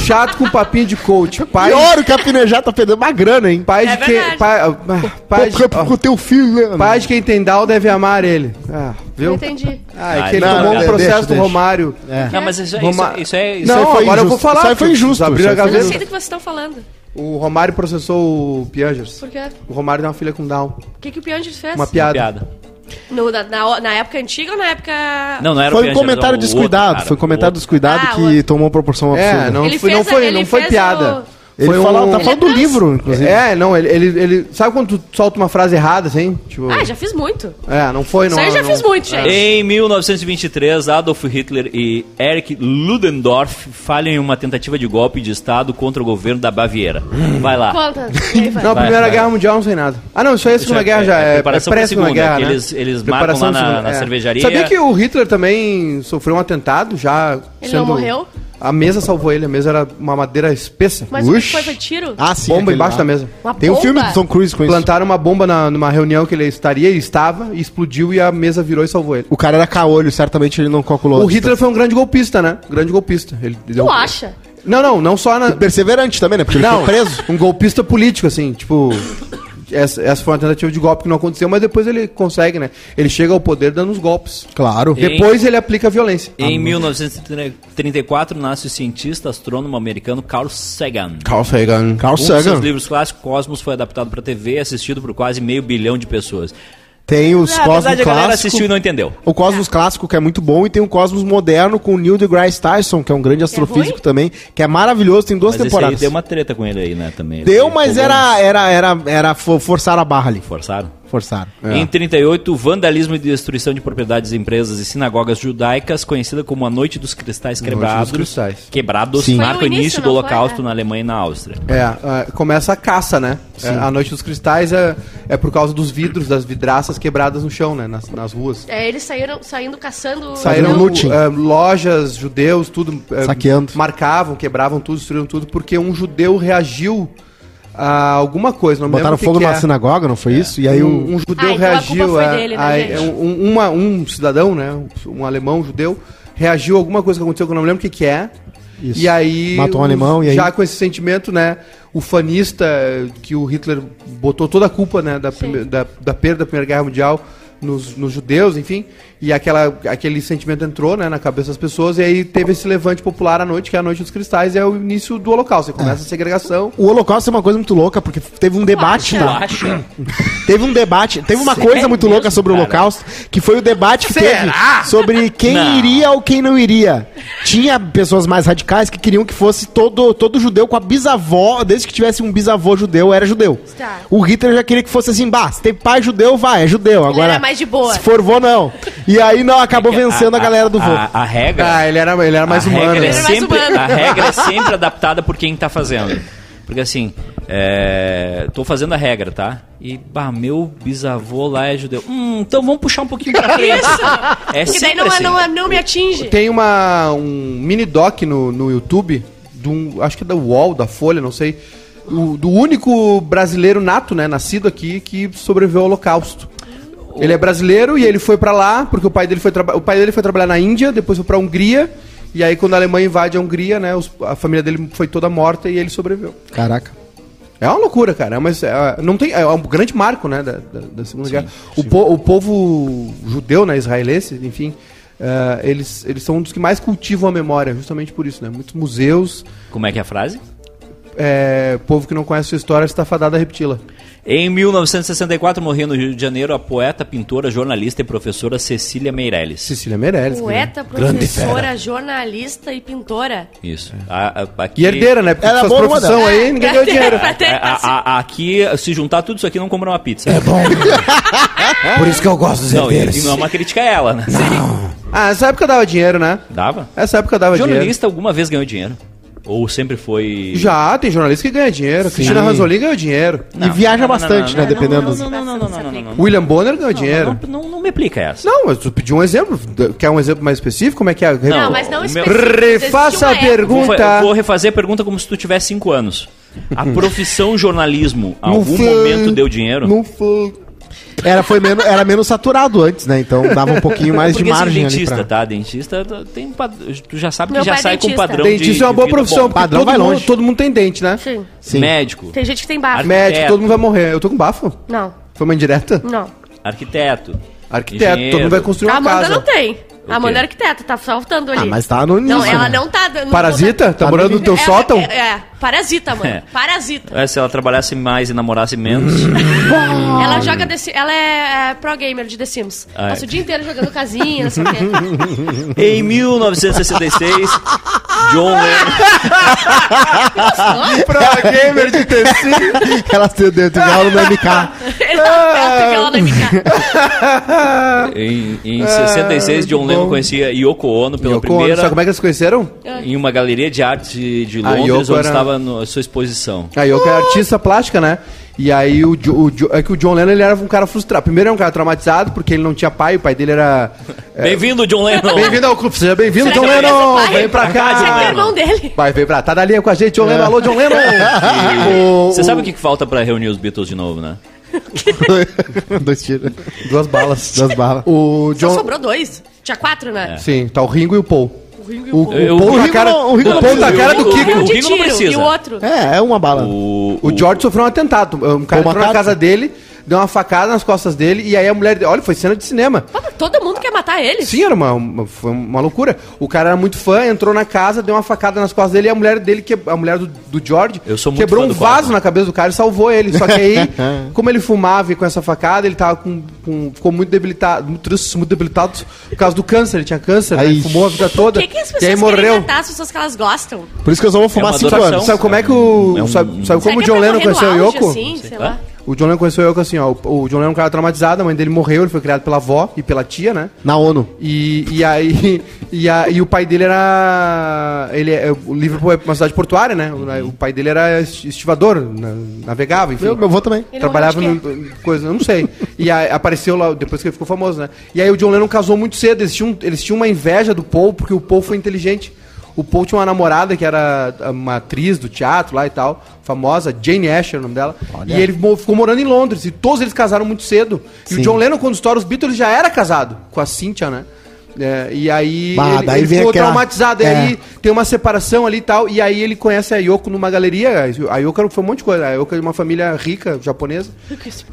Speaker 1: Chato com papinho de coach. Pai,
Speaker 3: Pior, o Capinejar tá perdendo uma grana, hein?
Speaker 1: pai
Speaker 4: É
Speaker 1: de quem.
Speaker 4: verdade.
Speaker 1: Pai, ah, pai, de,
Speaker 3: Com o
Speaker 1: ó,
Speaker 3: teu filho, né?
Speaker 1: pai de quem tem Down deve amar ele. Ah,
Speaker 4: Não
Speaker 1: viu?
Speaker 4: entendi.
Speaker 1: Ah, é
Speaker 2: Ah,
Speaker 1: que ele
Speaker 2: não,
Speaker 1: tomou um
Speaker 2: não,
Speaker 1: processo
Speaker 3: deixa,
Speaker 1: do
Speaker 3: deixa.
Speaker 1: Romário.
Speaker 3: É.
Speaker 2: Não, mas isso, é-
Speaker 1: Roma-
Speaker 2: isso, isso é. Isso
Speaker 1: não,
Speaker 3: aí foi
Speaker 1: agora eu vou
Speaker 3: injusto.
Speaker 1: falar.
Speaker 3: Isso aí foi
Speaker 1: porque
Speaker 3: injusto,
Speaker 1: Abriram a
Speaker 3: isso aí
Speaker 4: Eu
Speaker 3: foi
Speaker 4: não sei
Speaker 1: gaveta.
Speaker 4: do que vocês estão falando.
Speaker 1: O Romário processou o Piangers.
Speaker 4: Por quê?
Speaker 1: O Romário tem uma filha com Down.
Speaker 4: O que, que o Piangers fez?
Speaker 1: Uma
Speaker 2: é
Speaker 1: piada.
Speaker 2: piada.
Speaker 4: No- na, na- na época antiga ou na época...
Speaker 2: Não, não era o
Speaker 3: Foi um
Speaker 2: Piangers,
Speaker 3: comentário
Speaker 2: era o outro
Speaker 3: descuidado.
Speaker 2: cara,
Speaker 3: foi um comentário
Speaker 2: o outro.
Speaker 3: descuidado
Speaker 4: Ah,
Speaker 3: que
Speaker 4: outro.
Speaker 3: tomou proporção absurda.
Speaker 1: É, não,
Speaker 4: Ele
Speaker 1: foi, não
Speaker 4: fez a-
Speaker 1: foi,
Speaker 4: ele
Speaker 1: não foi
Speaker 4: fez
Speaker 1: piada.
Speaker 3: Ele
Speaker 1: foi
Speaker 3: fala-
Speaker 1: um-
Speaker 3: tá falando do
Speaker 4: Ele é
Speaker 3: livro, inclusive.
Speaker 1: É, não, ele, ele, ele- Sabe quando tu solta uma frase errada, assim? Tipo.
Speaker 4: Ah, já fiz muito.
Speaker 1: É, não foi, não.
Speaker 4: Isso aí eu já
Speaker 1: não-
Speaker 4: fiz muito, gente.
Speaker 2: Em 1923, Adolf Hitler e Erich Ludendorff falham em uma tentativa de golpe de Estado contra o governo da Baviera. Vai lá.
Speaker 4: Conta. E aí vai.
Speaker 1: Não, a
Speaker 2: Vai,
Speaker 1: Primeira
Speaker 2: vai.
Speaker 1: Guerra Mundial não sei nada. Ah, não, isso aí é a Segunda Guerra já. É, é
Speaker 2: preparação pra
Speaker 1: pré-Segunda
Speaker 2: segunda,
Speaker 1: Guerra,
Speaker 2: que
Speaker 1: né?
Speaker 2: eles- eles marcam lá
Speaker 1: do
Speaker 2: na-
Speaker 1: segundo- é.
Speaker 2: na cervejaria.
Speaker 1: Sabia que o Hitler também sofreu um atentado já.
Speaker 4: Ele não morreu?
Speaker 1: A mesa salvou ele, a mesa era uma madeira espessa.
Speaker 4: Mas o que
Speaker 3: Ux.
Speaker 4: foi? Foi tiro?
Speaker 3: Ah, sim.
Speaker 1: bomba
Speaker 3: aquele
Speaker 1: embaixo
Speaker 3: lá.
Speaker 1: da mesa.
Speaker 4: Uma
Speaker 3: Tem um
Speaker 4: bomba?
Speaker 3: filme do Tom Cruise com isso.
Speaker 1: Plantaram uma bomba na, numa reunião que ele estaria e estava, e explodiu e a mesa virou e salvou ele.
Speaker 3: O cara era caolho, certamente ele não calculou.
Speaker 1: O Hitler foi um grande golpista, né? Grande golpista. Ele
Speaker 4: Tu acha?
Speaker 1: Não, não, não só na.
Speaker 3: Então, Perseverante também, né? Porque ele
Speaker 1: Não,
Speaker 3: foi preso.
Speaker 1: um golpista político, assim, tipo. Essa, essa foi uma tentativa de golpe que não aconteceu, mas depois ele consegue, né? Ele chega ao poder dando os golpes.
Speaker 3: Claro.
Speaker 2: E-
Speaker 1: Depois ele aplica a violência.
Speaker 2: Em 1934 nasce o cientista astrônomo americano Carl Sagan.
Speaker 1: Carl Sagan.
Speaker 3: Carl
Speaker 2: Um dos seus
Speaker 3: Sagan.
Speaker 2: livros clássicos, Cosmos, foi adaptado para TV e assistido por quase meio bilhão de pessoas.
Speaker 3: Tem os
Speaker 2: Na
Speaker 3: Cosmos
Speaker 2: verdade, Ah, a galera assistiu né? e
Speaker 3: clássicos.
Speaker 2: não entendeu.
Speaker 3: O Cosmos clássico, que é muito bom, e tem o Cosmos moderno com o Neil deGrasse Tyson, que é um grande astrofísico
Speaker 4: ruim?
Speaker 3: também, que é maravilhoso, tem duas
Speaker 2: Mas esse aí
Speaker 3: temporadas.
Speaker 2: deu uma treta com ele aí, né, também. Ele
Speaker 3: Deu, mas
Speaker 2: colou-
Speaker 3: era, era, era, era fo- forçaram a barra ali.
Speaker 2: Forçaram.
Speaker 3: Forçaram.
Speaker 2: Em 38, vandalismo e destruição de propriedades, empresas e sinagogas judaicas, conhecida como a Noite dos Cristais Quebrados,
Speaker 1: Cristais.
Speaker 2: quebrados
Speaker 3: Sim.
Speaker 2: marca
Speaker 4: Foi
Speaker 2: o
Speaker 4: o início,
Speaker 2: início do
Speaker 4: não foi?
Speaker 2: Holocausto
Speaker 4: É.
Speaker 2: na Alemanha e na Áustria.
Speaker 1: É, é, começa a caça, né? É, a Noite dos Cristais é, é por causa dos vidros, das vidraças quebradas no chão, né? Nas, nas ruas.
Speaker 4: É, eles saíram, saindo caçando...
Speaker 1: Saíram
Speaker 3: Fazendo looting.
Speaker 1: é, lojas, judeus, tudo. é,
Speaker 3: Saqueando.
Speaker 1: Marcavam, quebravam tudo, destruíam tudo, porque um judeu reagiu a alguma coisa. Não me lembro
Speaker 3: Botaram
Speaker 1: o que
Speaker 3: fogo
Speaker 1: que
Speaker 3: numa
Speaker 1: é.
Speaker 3: sinagoga, não foi isso? E aí o.
Speaker 1: um, um judeu
Speaker 4: Ah, então a
Speaker 1: reagiu.
Speaker 4: culpa foi
Speaker 1: é,
Speaker 4: dele, né,
Speaker 1: aí,
Speaker 4: gente?
Speaker 1: um, uma- um cidadão, né? Um alemão judeu, reagiu a alguma coisa que aconteceu que eu não me lembro o que, que é.
Speaker 3: Isso.
Speaker 1: E aí.
Speaker 3: Matou um
Speaker 1: os-
Speaker 3: alemão, e aí-
Speaker 1: Já com esse sentimento, né? O fanista que o Hitler botou toda a culpa, né? Da, prime- da, da perda da Primeira Guerra Mundial. Nos, nos judeus, enfim, e aquela, aquele sentimento entrou né, na cabeça das pessoas, e aí teve esse levante popular à noite, que é a Noite dos Cristais, e é o início do Holocausto. Você começa a segregação,
Speaker 3: O Holocausto é uma coisa muito louca, porque teve um debate,
Speaker 4: acha?
Speaker 2: Tu
Speaker 3: tá?
Speaker 2: acha?
Speaker 3: Teve um debate, teve uma
Speaker 2: Sério
Speaker 3: coisa muito louca
Speaker 2: é mesmo,
Speaker 3: sobre o
Speaker 2: cara?
Speaker 3: Holocausto, que foi o debate que teve sobre quem
Speaker 2: Não.
Speaker 3: iria ou quem não iria. Tinha pessoas mais radicais que queriam que fosse todo, todo judeu com a bisavó, desde que tivesse um bisavô judeu, era judeu.
Speaker 4: Tá.
Speaker 3: O Hitler já queria que fosse assim, bah, se tem pai judeu, vai, é judeu. Agora,
Speaker 4: era mais de boa.
Speaker 3: se for vô, não. E aí, não, acabou vencendo a, galera do vô.
Speaker 2: É A, a regra.
Speaker 1: Ah, ele era, ele era mais
Speaker 2: a
Speaker 1: humano.
Speaker 2: Regra é
Speaker 1: né?
Speaker 4: Ele era mais
Speaker 2: sempre,
Speaker 4: humano.
Speaker 2: A regra é sempre adaptada por quem tá fazendo. Porque assim, é, tô fazendo a regra, tá? E, bah, meu bisavô lá é judeu. Hum, então vamos puxar um pouquinho pra frente.
Speaker 4: Isso!
Speaker 2: É
Speaker 4: que daí
Speaker 2: sempre
Speaker 4: não,
Speaker 2: assim.
Speaker 4: não, não me atinge.
Speaker 1: Tem uma, um mini doc no, no YouTube, de um, acho que é da UOL, da Folha, não sei. o- do único brasileiro nato, né? Nascido aqui, que sobreviveu ao Holocausto. Ele é brasileiro e ele foi pra lá, porque o pai dele foi, traba- o pai dele foi trabalhar na Índia, depois foi pra Hungria. E aí, quando a Alemanha invade a Hungria, né? os- a família dele foi toda morta e ele sobreviveu.
Speaker 3: Caraca.
Speaker 1: É uma loucura, cara. Mas é, não tem, é um grande marco, né, da, da, da Segunda Guerra. O, po- o povo judeu, né, israelense, enfim, eh, eles, eles são um dos que mais cultivam a memória, justamente por isso, né? Muitos museus,
Speaker 2: Como é que é a frase?
Speaker 1: eh, povo que não conhece sua história está fadado a repeti-la.
Speaker 2: Em 1964 morreu no Rio de Janeiro a poeta, pintora, jornalista e professora Cecília Meirelles.
Speaker 1: Cecília Meirelles. né?
Speaker 2: tá-
Speaker 4: Poeta, professora, jornalista e pintora.
Speaker 2: Isso. A- a- aqui-
Speaker 1: E herdeira, né? Porque
Speaker 3: Ela
Speaker 1: com
Speaker 3: é boa
Speaker 1: suas profissão
Speaker 3: numa
Speaker 1: aí, ninguém deu dinheiro.
Speaker 4: Pra ter-
Speaker 2: É, a- a- aqui, se juntar tudo isso aqui, não compra uma pizza.
Speaker 5: É bom. Por isso que eu gosto dos
Speaker 2: Não, e, e
Speaker 5: herdeiros.
Speaker 2: não é uma crítica a ela, né?
Speaker 1: Ah, essa época dava dinheiro, né?
Speaker 2: Dava?
Speaker 1: Essa época dava dinheiro.
Speaker 2: Jornalista alguma vez ganhou dinheiro? Ou sempre foi.
Speaker 1: Já, tem jornalista que ganha dinheiro. Cristina Ranzolin ganhou dinheiro.
Speaker 2: Não,
Speaker 3: E viaja
Speaker 2: não, não,
Speaker 3: bastante,
Speaker 2: não,
Speaker 3: né,
Speaker 2: não,
Speaker 3: dependendo
Speaker 2: Não,
Speaker 3: dos-
Speaker 2: não, não, não, não, não, não, não, não.
Speaker 1: William Bonner ganhou dinheiro.
Speaker 2: Não, não, não me aplica essa.
Speaker 1: Não, mas tu pediu um exemplo. Quer um exemplo mais específico? Como é que é?
Speaker 4: Não, mas não
Speaker 2: o meu-
Speaker 4: específico, existe
Speaker 1: Refaça a
Speaker 2: Vou,
Speaker 4: uma época.
Speaker 2: fa-
Speaker 1: pergunta.
Speaker 2: vou refazer a pergunta como se tu tivesse 5 anos. A profissão jornalismo, a
Speaker 1: Não
Speaker 2: algum
Speaker 1: foi-
Speaker 2: momento deu dinheiro?
Speaker 1: Não foi.
Speaker 3: Era, foi menos, era menos saturado antes, né? Então dava um pouquinho mais de
Speaker 2: Porque, assim,
Speaker 3: margem ali
Speaker 2: dentista,
Speaker 3: pra...
Speaker 2: tá? Dentista tá- tem um pad- tu já sabe que
Speaker 4: Meu
Speaker 2: já
Speaker 4: pai é
Speaker 2: sai com
Speaker 4: dentista.
Speaker 2: padrão de-
Speaker 1: Dentista é uma
Speaker 2: de
Speaker 1: boa
Speaker 2: vida
Speaker 1: profissão,
Speaker 2: bom.
Speaker 1: porque
Speaker 3: padrão
Speaker 1: todo
Speaker 3: vai
Speaker 1: mundo,
Speaker 3: longe.
Speaker 1: todo mundo tem dente, né?
Speaker 4: Sim.
Speaker 3: Sim.
Speaker 2: Médico,
Speaker 4: Tem gente que tem barba.
Speaker 2: Arme-
Speaker 1: Médico,
Speaker 2: Arquiteto.
Speaker 1: todo mundo vai morrer. Eu tô com bafo?
Speaker 4: Não,
Speaker 1: Foi uma indireta?
Speaker 4: não.
Speaker 2: arquiteto,
Speaker 1: Arquiteto, todo mundo vai construir
Speaker 4: A
Speaker 1: uma
Speaker 4: Amanda não
Speaker 1: casa.
Speaker 4: tem. A Amanda
Speaker 2: quê?
Speaker 4: é arquiteta, tá faltando ali.
Speaker 3: Ah, mas tá no
Speaker 4: Não,
Speaker 3: nisso,
Speaker 4: ela
Speaker 3: né?
Speaker 4: não tá... Não
Speaker 1: Parasita? Tá
Speaker 3: Tá
Speaker 1: morando no
Speaker 3: dormindo.
Speaker 1: teu
Speaker 4: Ela-
Speaker 1: sótão?
Speaker 4: É, é, parasita, mano.
Speaker 2: É.
Speaker 4: Parasita.
Speaker 2: É, se ela trabalhasse mais e namorasse menos.
Speaker 4: Ela joga The Sims- Ela é, é, pro gamer de The Sims.
Speaker 2: Ah, é.
Speaker 4: Passa o dia inteiro jogando casinha, não sei o quê.
Speaker 2: em 1966, John Lennon.
Speaker 1: Pra gamer de tecido.
Speaker 3: Ela se deu de aula no MK.
Speaker 4: Ele tá
Speaker 1: É.
Speaker 4: perto que ela vai ficar.
Speaker 2: Em, em 66, John Lennon conhecia Yoko Ono pela
Speaker 1: É, Yoko Ono,
Speaker 2: primeira
Speaker 1: Sabe como é que eles se conheceram?
Speaker 2: em uma galeria de arte de
Speaker 1: A
Speaker 2: Londres,
Speaker 1: Yoko
Speaker 2: onde
Speaker 1: era-
Speaker 2: estava no- sua exposição.
Speaker 1: A Yoko é artista plástica, né? E aí o, Jo- o Jo- é que o John Lennon ele era um cara frustrado. Primeiro era um cara traumatizado, porque ele não tinha pai, o pai dele era.
Speaker 2: Bem-vindo, John Lennon!
Speaker 1: É. Bem-vindo ao clube, seja bem-vindo, John
Speaker 4: Será que ele é
Speaker 1: Lennon!
Speaker 4: seu pai?
Speaker 1: Então, Vem pra cá!
Speaker 4: Será que é o irmão dele?
Speaker 1: Vai, vem pra. Tá na linha com a gente, John Lennon. Alô, John Lennon! O-
Speaker 2: Você sabe o que que falta pra reunir os Beatles de novo, né?
Speaker 3: Dois tiros.
Speaker 1: Duas balas.
Speaker 3: Duas balas.
Speaker 1: O
Speaker 4: Só
Speaker 1: John.
Speaker 4: sobrou dois. Tinha quatro, né?
Speaker 1: Sim, tá o Ringo e o Paul.
Speaker 4: O Ringo e
Speaker 1: O,
Speaker 4: o
Speaker 1: o
Speaker 4: Paul.
Speaker 2: Eu-
Speaker 1: Paul
Speaker 2: o
Speaker 1: na
Speaker 3: Ringo
Speaker 1: cara,
Speaker 3: não- o Ringo
Speaker 1: o
Speaker 3: não
Speaker 1: Paul na
Speaker 2: precisa.
Speaker 1: cara
Speaker 4: O
Speaker 1: do
Speaker 4: Ringo
Speaker 1: Kiko.
Speaker 2: O
Speaker 4: Um de
Speaker 2: Ringo não
Speaker 4: tiro
Speaker 2: precisa.
Speaker 4: e o outro.
Speaker 3: É, é uma bala.
Speaker 2: O,
Speaker 1: O George sofreu um atentado. Um cara entrou na
Speaker 3: Paul McCartney.
Speaker 1: casa dele, deu uma facada nas costas dele, e aí a mulher dele. Olha, foi cena de cinema.
Speaker 4: Pô, mas Todo mundo quer matar ele.
Speaker 1: Sim, era uma, uma- foi uma loucura. O cara era muito fã, entrou na casa, deu uma facada nas costas dele e a mulher dele, que, a mulher do, do George,
Speaker 2: Eu sou muito
Speaker 1: quebrou
Speaker 2: fã
Speaker 1: um
Speaker 2: do
Speaker 1: vaso
Speaker 2: Batman.
Speaker 1: na cabeça do cara e salvou ele. Só que aí, como ele fumava e com essa facada, ele tava com, com- ficou muito debilitado, muito triste, muito debilitado por causa do câncer. Ele tinha câncer, né?
Speaker 3: Aí.
Speaker 1: Ele fumou a vida toda.
Speaker 4: Por que, que as
Speaker 1: e aí
Speaker 4: pessoas querem
Speaker 1: morreu.
Speaker 4: matar as pessoas que elas gostam?
Speaker 3: Por isso que eu só vou fumar
Speaker 2: uma
Speaker 3: cinco
Speaker 2: adoração.
Speaker 3: anos.
Speaker 1: Sabe como é que o.
Speaker 2: É um-
Speaker 1: sabe, sabe
Speaker 4: Será
Speaker 1: como o
Speaker 4: que é pra
Speaker 1: John Lennon
Speaker 4: morrer no
Speaker 1: conheceu o
Speaker 4: auge,
Speaker 1: Yoko?
Speaker 4: Assim, sei lá.
Speaker 1: O John Lennon conheceu o Yoko assim, ó. O, o John Lennon é um cara traumatizado, a mãe dele morreu, ele foi criado pela avó e pela tia, né?
Speaker 3: Na ONU.
Speaker 1: E, e aí. E, a- e o pai dele era. Ele é, o Liverpool é uma cidade portuária, né? O, o pai dele era es- estivador, na- navegava, enfim.
Speaker 3: Eu, meu avô também.
Speaker 4: Ele
Speaker 1: Trabalhava
Speaker 4: morreu
Speaker 1: em
Speaker 4: de
Speaker 1: coisa, eu não sei. E aí apareceu lá, depois que ele ficou famoso, né? E aí o John Lennon casou muito cedo, eles tinham, eles tinham uma inveja do Paul, porque o Paul foi inteligente. O Paul tinha uma namorada que era uma atriz do teatro lá e tal, famosa, Jane Asher, o nome dela. E ele mo- ficou morando em Londres, e todos eles casaram muito cedo. E o
Speaker 3: Sim.
Speaker 1: John Lennon, quando estoura os Beatles, já era casado com a Cynthia, né? É, e aí
Speaker 3: Bah,
Speaker 1: ele,
Speaker 3: daí
Speaker 1: ele
Speaker 3: vem
Speaker 1: ficou
Speaker 3: aquela-
Speaker 1: traumatizado. E
Speaker 3: É.
Speaker 1: aí tem uma separação ali e tal. E aí ele conhece a Yoko numa galeria. A Yoko era- foi um monte de coisa. A Yoko é de uma família rica, japonesa.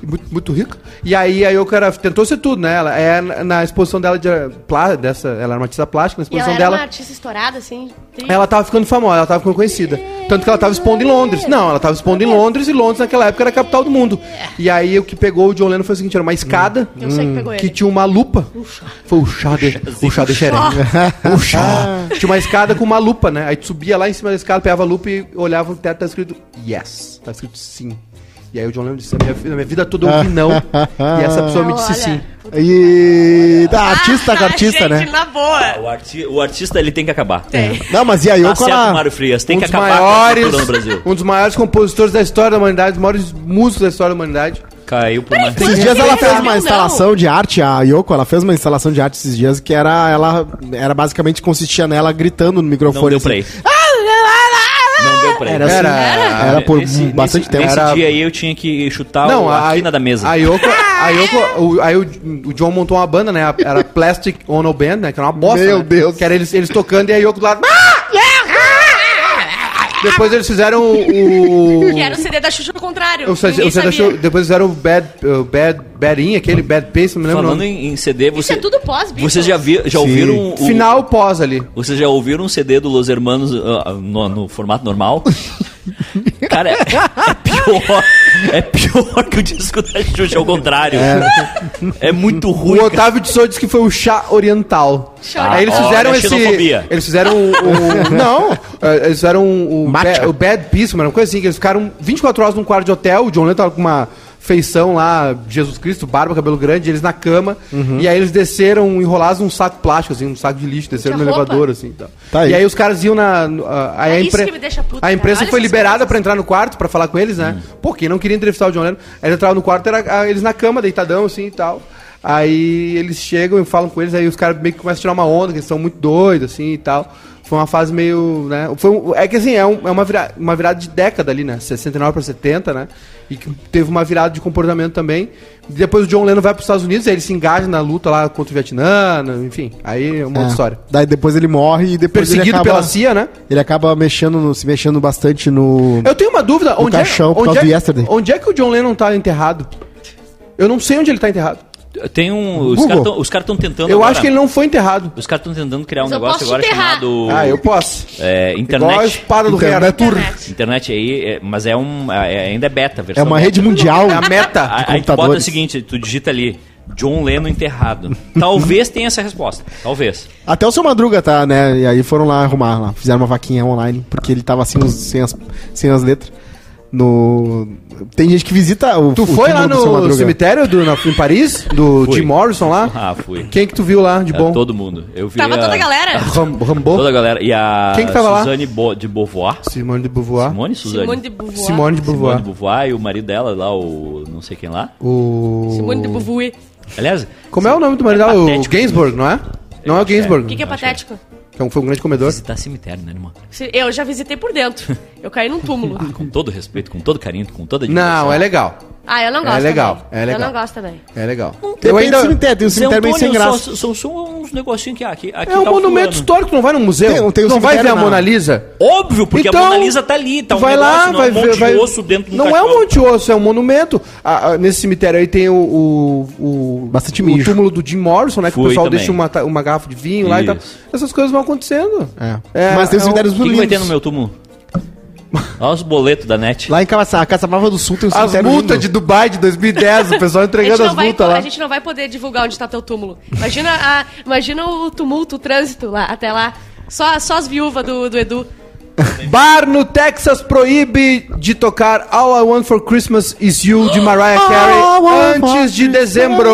Speaker 1: Muito, muito rica. E aí a Yoko era, tentou ser tudo, né? Ela, é, na na exposição dela, de, plá- dessa, ela era uma artista plástica, na
Speaker 4: E ela
Speaker 1: exposição
Speaker 4: era
Speaker 1: dela.
Speaker 4: uma artista estourada, assim. triste.
Speaker 1: Ela tava ficando famosa, ela tava ficando conhecida. Tanto que ela tava expondo em Londres. Não, ela tava expondo em Londres e Londres naquela época era a capital do mundo. E aí o que pegou o John Lennon foi o seguinte, era uma escada
Speaker 4: Eu sei que pegou
Speaker 1: Hum, que tipo
Speaker 4: ele.
Speaker 1: tinha uma lupa. Foi né? o chá de, o chá de xerém. O chá. Tinha uma escada com uma lupa, né? Aí tu subia lá em cima da escada, pegava a lupa e olhava o teto, tá escrito yes. Tá escrito sim. E aí o John Lennon disse, na minha, na minha vida toda eu ouvi não. e essa pessoa me disse
Speaker 4: Olha.
Speaker 1: sim.
Speaker 3: E... Tá, artista com
Speaker 4: Ah,
Speaker 3: artista,
Speaker 4: gente,
Speaker 3: né?
Speaker 4: na
Speaker 1: Ah,
Speaker 4: boa.
Speaker 2: É, O, arti- o artista, ele tem que acabar.
Speaker 4: Tem.
Speaker 3: Não, mas e a
Speaker 2: Tá
Speaker 3: Yoko,
Speaker 2: certo,
Speaker 3: ela...
Speaker 2: Mário Frias. Tem
Speaker 1: um
Speaker 2: que
Speaker 1: dos
Speaker 2: acabar
Speaker 1: maiores,
Speaker 2: com a cultura no Brasil.
Speaker 1: um dos maiores compositores da história da humanidade, um dos maiores músicos da história da humanidade.
Speaker 2: Caiu por uma...
Speaker 3: Esses
Speaker 4: Mas
Speaker 3: dias
Speaker 4: ele
Speaker 3: ela
Speaker 4: não
Speaker 3: fez
Speaker 4: sabe
Speaker 3: uma
Speaker 4: não.
Speaker 3: instalação de arte, a Yoko, ela fez uma instalação de arte esses dias que era, ela, era basicamente consistia nela gritando no
Speaker 2: Não
Speaker 3: microfone. assim.
Speaker 1: assim,
Speaker 3: É.
Speaker 2: deu play.
Speaker 1: "Ah,
Speaker 2: Não deu play.
Speaker 3: Era, assim, era, por
Speaker 2: Nesse-
Speaker 3: bastante
Speaker 2: nesse-
Speaker 3: tempo.
Speaker 2: Nesse
Speaker 1: Era-
Speaker 2: dia aí eu tinha que chutar o- a, quina da mesa.
Speaker 1: A Yoko,
Speaker 4: Ah,
Speaker 1: a
Speaker 4: é?
Speaker 1: Yoko o, aí o, o John montou uma banda, né? Era Plastic Ono Band, né? Que era uma bosta.
Speaker 3: Meu
Speaker 1: né?
Speaker 3: Deus.
Speaker 1: Que era eles, eles tocando e a Yoko do lado. "Ah, Depois eles fizeram o.
Speaker 4: Que era o CD da Xuxa ao contrário.
Speaker 1: o- o-
Speaker 4: Ninguém
Speaker 1: o-
Speaker 4: sabia.
Speaker 1: depois fizeram o Bad, o Bad, Badin, aquele Bad Pace, não me lembro. o
Speaker 2: Falando
Speaker 1: nome.
Speaker 2: em, em CD,
Speaker 4: Isso
Speaker 2: você,
Speaker 4: é tudo pós Beatles.
Speaker 2: vocês já, vi- já ouviram o,
Speaker 1: Final pós ali.
Speaker 2: Vocês já ouviram um CD do Los Hermanos ah, no, no formato normal? Cara, é, é pior. É pior que o disco da Xuxa, ao contrário. É, muito ruim.
Speaker 1: O
Speaker 2: cara.
Speaker 1: Otávio de Souza disse que foi o chá oriental.
Speaker 4: Chá é
Speaker 1: Aí eles
Speaker 2: oriental.
Speaker 1: fizeram
Speaker 2: Olha a
Speaker 1: esse.
Speaker 2: xenofobia.
Speaker 1: Eles fizeram o. o- não! eh, Eles fizeram o, o,
Speaker 3: Matcha.
Speaker 1: Ba- o Bad Piece, mano. Uma coisa assim, que eles ficaram 24 horas num quarto de hotel. O John Lennon tava com uma feição lá, Jesus Cristo, barba, cabelo grande, eles na cama. E aí eles desceram enrolados num saco plástico, assim, um saco de lixo, desceram no
Speaker 4: Tinha roupa?
Speaker 1: elevador, assim. e tal.
Speaker 3: Tá aí.
Speaker 1: E aí os caras iam na. no- a- aí
Speaker 4: É
Speaker 1: a
Speaker 4: isso
Speaker 1: empre-
Speaker 4: que me deixa puta,
Speaker 1: A
Speaker 4: cara.
Speaker 1: imprensa
Speaker 4: Olha
Speaker 1: foi
Speaker 4: essas
Speaker 1: liberada
Speaker 4: coisas.
Speaker 1: pra entrar no quarto, pra falar com eles, né?
Speaker 3: Hum.
Speaker 1: Pô, quem não queria entrevistar o John Lennon? Aí ele entrava no quarto, era ah, eles na cama, deitadão, assim e tal. Aí eles chegam e falam com eles, aí os caras meio que começam a tirar uma onda, que eles são muito doidos, assim e tal. Foi uma fase meio, né? Foi um- é que assim, é, um- é uma, vira- uma virada de década ali, né? 69 pra 70, né? E que teve uma virada de comportamento também. Depois o John Lennon vai pros Estados Unidos, aí ele se engaja na luta lá contra o Vietnã, né? enfim. Aí é uma outra história.
Speaker 3: Daí depois ele morre e depois ele
Speaker 1: Perseguido
Speaker 3: acaba,
Speaker 1: pela CIA, né?
Speaker 3: Ele acaba mexendo no- se mexendo bastante no...
Speaker 1: Eu tenho uma dúvida. Onde
Speaker 3: caixão,
Speaker 1: é,
Speaker 3: por
Speaker 1: onde,
Speaker 3: causa
Speaker 1: é,
Speaker 3: do Yesterday.
Speaker 1: onde é que o John Lennon tá enterrado? Eu não sei onde ele tá enterrado.
Speaker 2: Tem um. Os
Speaker 3: Google.
Speaker 2: caras tão- os caras estão tentando.
Speaker 1: eu
Speaker 2: agora-
Speaker 1: acho que ele não foi enterrado.
Speaker 2: Os caras estão tentando criar um
Speaker 4: Mas eu
Speaker 2: negócio
Speaker 4: posso
Speaker 2: agora
Speaker 4: enterrar.
Speaker 2: chamado.
Speaker 1: Ah, eu posso.
Speaker 2: é,
Speaker 1: Igual a
Speaker 2: internet.
Speaker 1: espada do rei
Speaker 3: Internet.
Speaker 1: Arthur.
Speaker 2: Internet aí, é- mas é um. é- ainda é beta, a
Speaker 3: É
Speaker 2: versão
Speaker 3: uma
Speaker 2: beta.
Speaker 3: rede mundial.
Speaker 1: É a meta.
Speaker 2: Aí tu bota o é
Speaker 3: computadores.
Speaker 2: seguinte, tu digita ali, John Lennon enterrado. Talvez tenha essa resposta. Talvez.
Speaker 3: Até o seu Madruga tá, né? E aí foram lá arrumar lá. Fizeram uma vaquinha online, porque ele tava sem, os- sem, as, sem as letras. No... Tem gente que visita o
Speaker 1: Tu
Speaker 3: o
Speaker 1: foi
Speaker 3: túmulo
Speaker 1: lá
Speaker 3: do Seu
Speaker 1: no
Speaker 3: Madruga.
Speaker 1: cemitério do, na- em Paris? Do
Speaker 2: Fui.
Speaker 1: Jim Morrison lá?
Speaker 2: Ah, fui.
Speaker 1: Quem que tu viu lá de
Speaker 2: É,
Speaker 1: bom?
Speaker 2: todo mundo. Eu vi
Speaker 4: Tava toda a galera.
Speaker 1: Ram- Rambo?
Speaker 2: Toda a galera. E a
Speaker 1: Quem que tava lá?
Speaker 2: Suzane Bo- de Beauvoir.
Speaker 1: Simone de Beauvoir.
Speaker 2: Simone Suzane?
Speaker 4: Simone de Beauvoir.
Speaker 1: Simone de
Speaker 2: Simone de
Speaker 1: Beauvoir.
Speaker 2: Beauvoir e o marido dela lá, o não sei quem lá.
Speaker 1: O...
Speaker 4: Simone de Beauvoir.
Speaker 2: Aliás,
Speaker 1: Como é o nome do marido dela? o
Speaker 2: patético,
Speaker 1: Gainsbourg, não é? Não é o Gainsbourg.
Speaker 4: O que, que é patético?
Speaker 1: Que é um- foi um grande comedor.
Speaker 2: visitar cemitério, né, irmão?
Speaker 4: Se- Eu já visitei por dentro. Eu caí num túmulo.
Speaker 2: Com todo respeito, com todo carinho, com toda
Speaker 1: Não, é legal.
Speaker 4: Ah, eu não
Speaker 1: É
Speaker 4: gosto
Speaker 1: legal,
Speaker 4: também.
Speaker 1: é legal.
Speaker 4: Eu não gosto também.
Speaker 1: É legal.
Speaker 3: Depende do
Speaker 1: é,
Speaker 3: cemitério, tem um
Speaker 2: Zé
Speaker 3: cemitério meio sem
Speaker 2: Antônio,
Speaker 3: graça.
Speaker 2: só- São só uns negocinhos que há aqui. aqui
Speaker 1: É um
Speaker 2: tá o
Speaker 1: monumento
Speaker 2: fulano.
Speaker 1: histórico, não vai no museu.
Speaker 3: Tem- tem um
Speaker 1: não vai ver
Speaker 3: cemitério
Speaker 1: a
Speaker 3: na-
Speaker 1: Mona Lisa.
Speaker 2: Óbvio, porque a Mona Lisa tá ali, tá
Speaker 1: Então,
Speaker 2: um
Speaker 1: vai
Speaker 2: negócio,
Speaker 1: lá,
Speaker 2: não
Speaker 1: vai
Speaker 2: é um monte
Speaker 1: ver, vai-
Speaker 2: de osso dentro do
Speaker 1: Não é um monte de osso, é um monumento. Ah, ah, nesse cemitério aí tem o, o, o-
Speaker 3: Bastante
Speaker 1: o
Speaker 3: mijo.
Speaker 1: túmulo do Jim Morrison, né? Que
Speaker 2: Fui
Speaker 1: o pessoal
Speaker 2: também.
Speaker 1: deixa uma, ta- uma garrafa de vinho lá e tal.
Speaker 2: Isso.
Speaker 1: Essas coisas vão acontecendo.
Speaker 3: É. Mas tem os
Speaker 1: é um-
Speaker 3: cemitérios
Speaker 2: O que que vai ter no
Speaker 3: lindos.
Speaker 2: meu túmulo? Olha os boletos da net.
Speaker 3: Lá em Caçapava, Caçapava do Sul tem um
Speaker 1: As
Speaker 3: cemitério
Speaker 1: multas de
Speaker 3: lindo.
Speaker 1: Dubai de 2010, o pessoal
Speaker 4: A gente,
Speaker 1: entregando
Speaker 4: não
Speaker 1: as
Speaker 4: vai,
Speaker 1: multas lá.
Speaker 4: a gente não vai poder divulgar onde tá teu túmulo. Imagina, a- imagina o tumulto, o trânsito lá, até lá. Só, só as viúvas do, do Edu.
Speaker 1: Bar no Texas proíbe de tocar All I Want for Christmas Is You de Mariah
Speaker 3: All I
Speaker 1: Carey
Speaker 3: want
Speaker 1: antes de dezembro.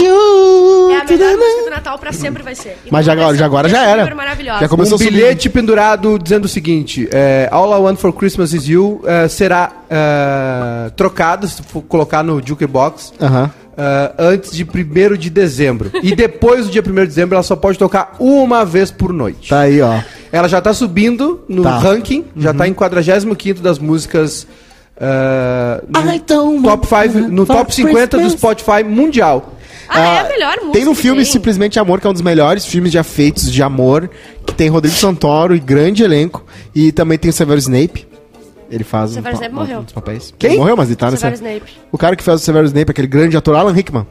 Speaker 4: É a melhor música do Natal pra sempre vai ser. E
Speaker 3: Mas já
Speaker 4: vai
Speaker 3: agora-
Speaker 4: ser
Speaker 3: já agora já
Speaker 4: super
Speaker 3: era.
Speaker 4: maravilhosa.
Speaker 3: Já começou
Speaker 1: um
Speaker 3: a subir.
Speaker 1: bilhete pendurado dizendo o seguinte: é, All I Want for Christmas is You é, será é, trocado, se for colocar no jukebox,
Speaker 3: Aham.
Speaker 1: é, antes de 1 de dezembro. e depois do dia 1 de dezembro, ela só pode tocar uma vez por noite.
Speaker 3: Tá aí, ó.
Speaker 1: Ela já tá subindo no
Speaker 3: Tá.
Speaker 1: ranking, já tá em 45 das músicas. é,
Speaker 3: I don't
Speaker 1: no top,
Speaker 3: want
Speaker 1: 5, no
Speaker 3: Uhum. for
Speaker 1: top 50 do
Speaker 3: Christmas.
Speaker 1: Spotify mundial.
Speaker 4: Ah, é a melhor música.
Speaker 3: Tem no
Speaker 4: que
Speaker 3: filme
Speaker 4: tem.
Speaker 3: Simplesmente Amor, que é um dos melhores filmes já feitos de amor, que tem Rodrigo Santoro e grande elenco. E também tem o Severo Snape. Ele faz um
Speaker 4: Severo
Speaker 3: pa-
Speaker 4: Snape
Speaker 3: um
Speaker 4: morreu.
Speaker 3: dos papéis.
Speaker 1: Quem?
Speaker 3: Ele morreu, mas ele tá
Speaker 4: Severo
Speaker 3: nessa.
Speaker 4: Snape.
Speaker 3: O cara que faz o Severo Snape, aquele grande ator, Alan Rickman.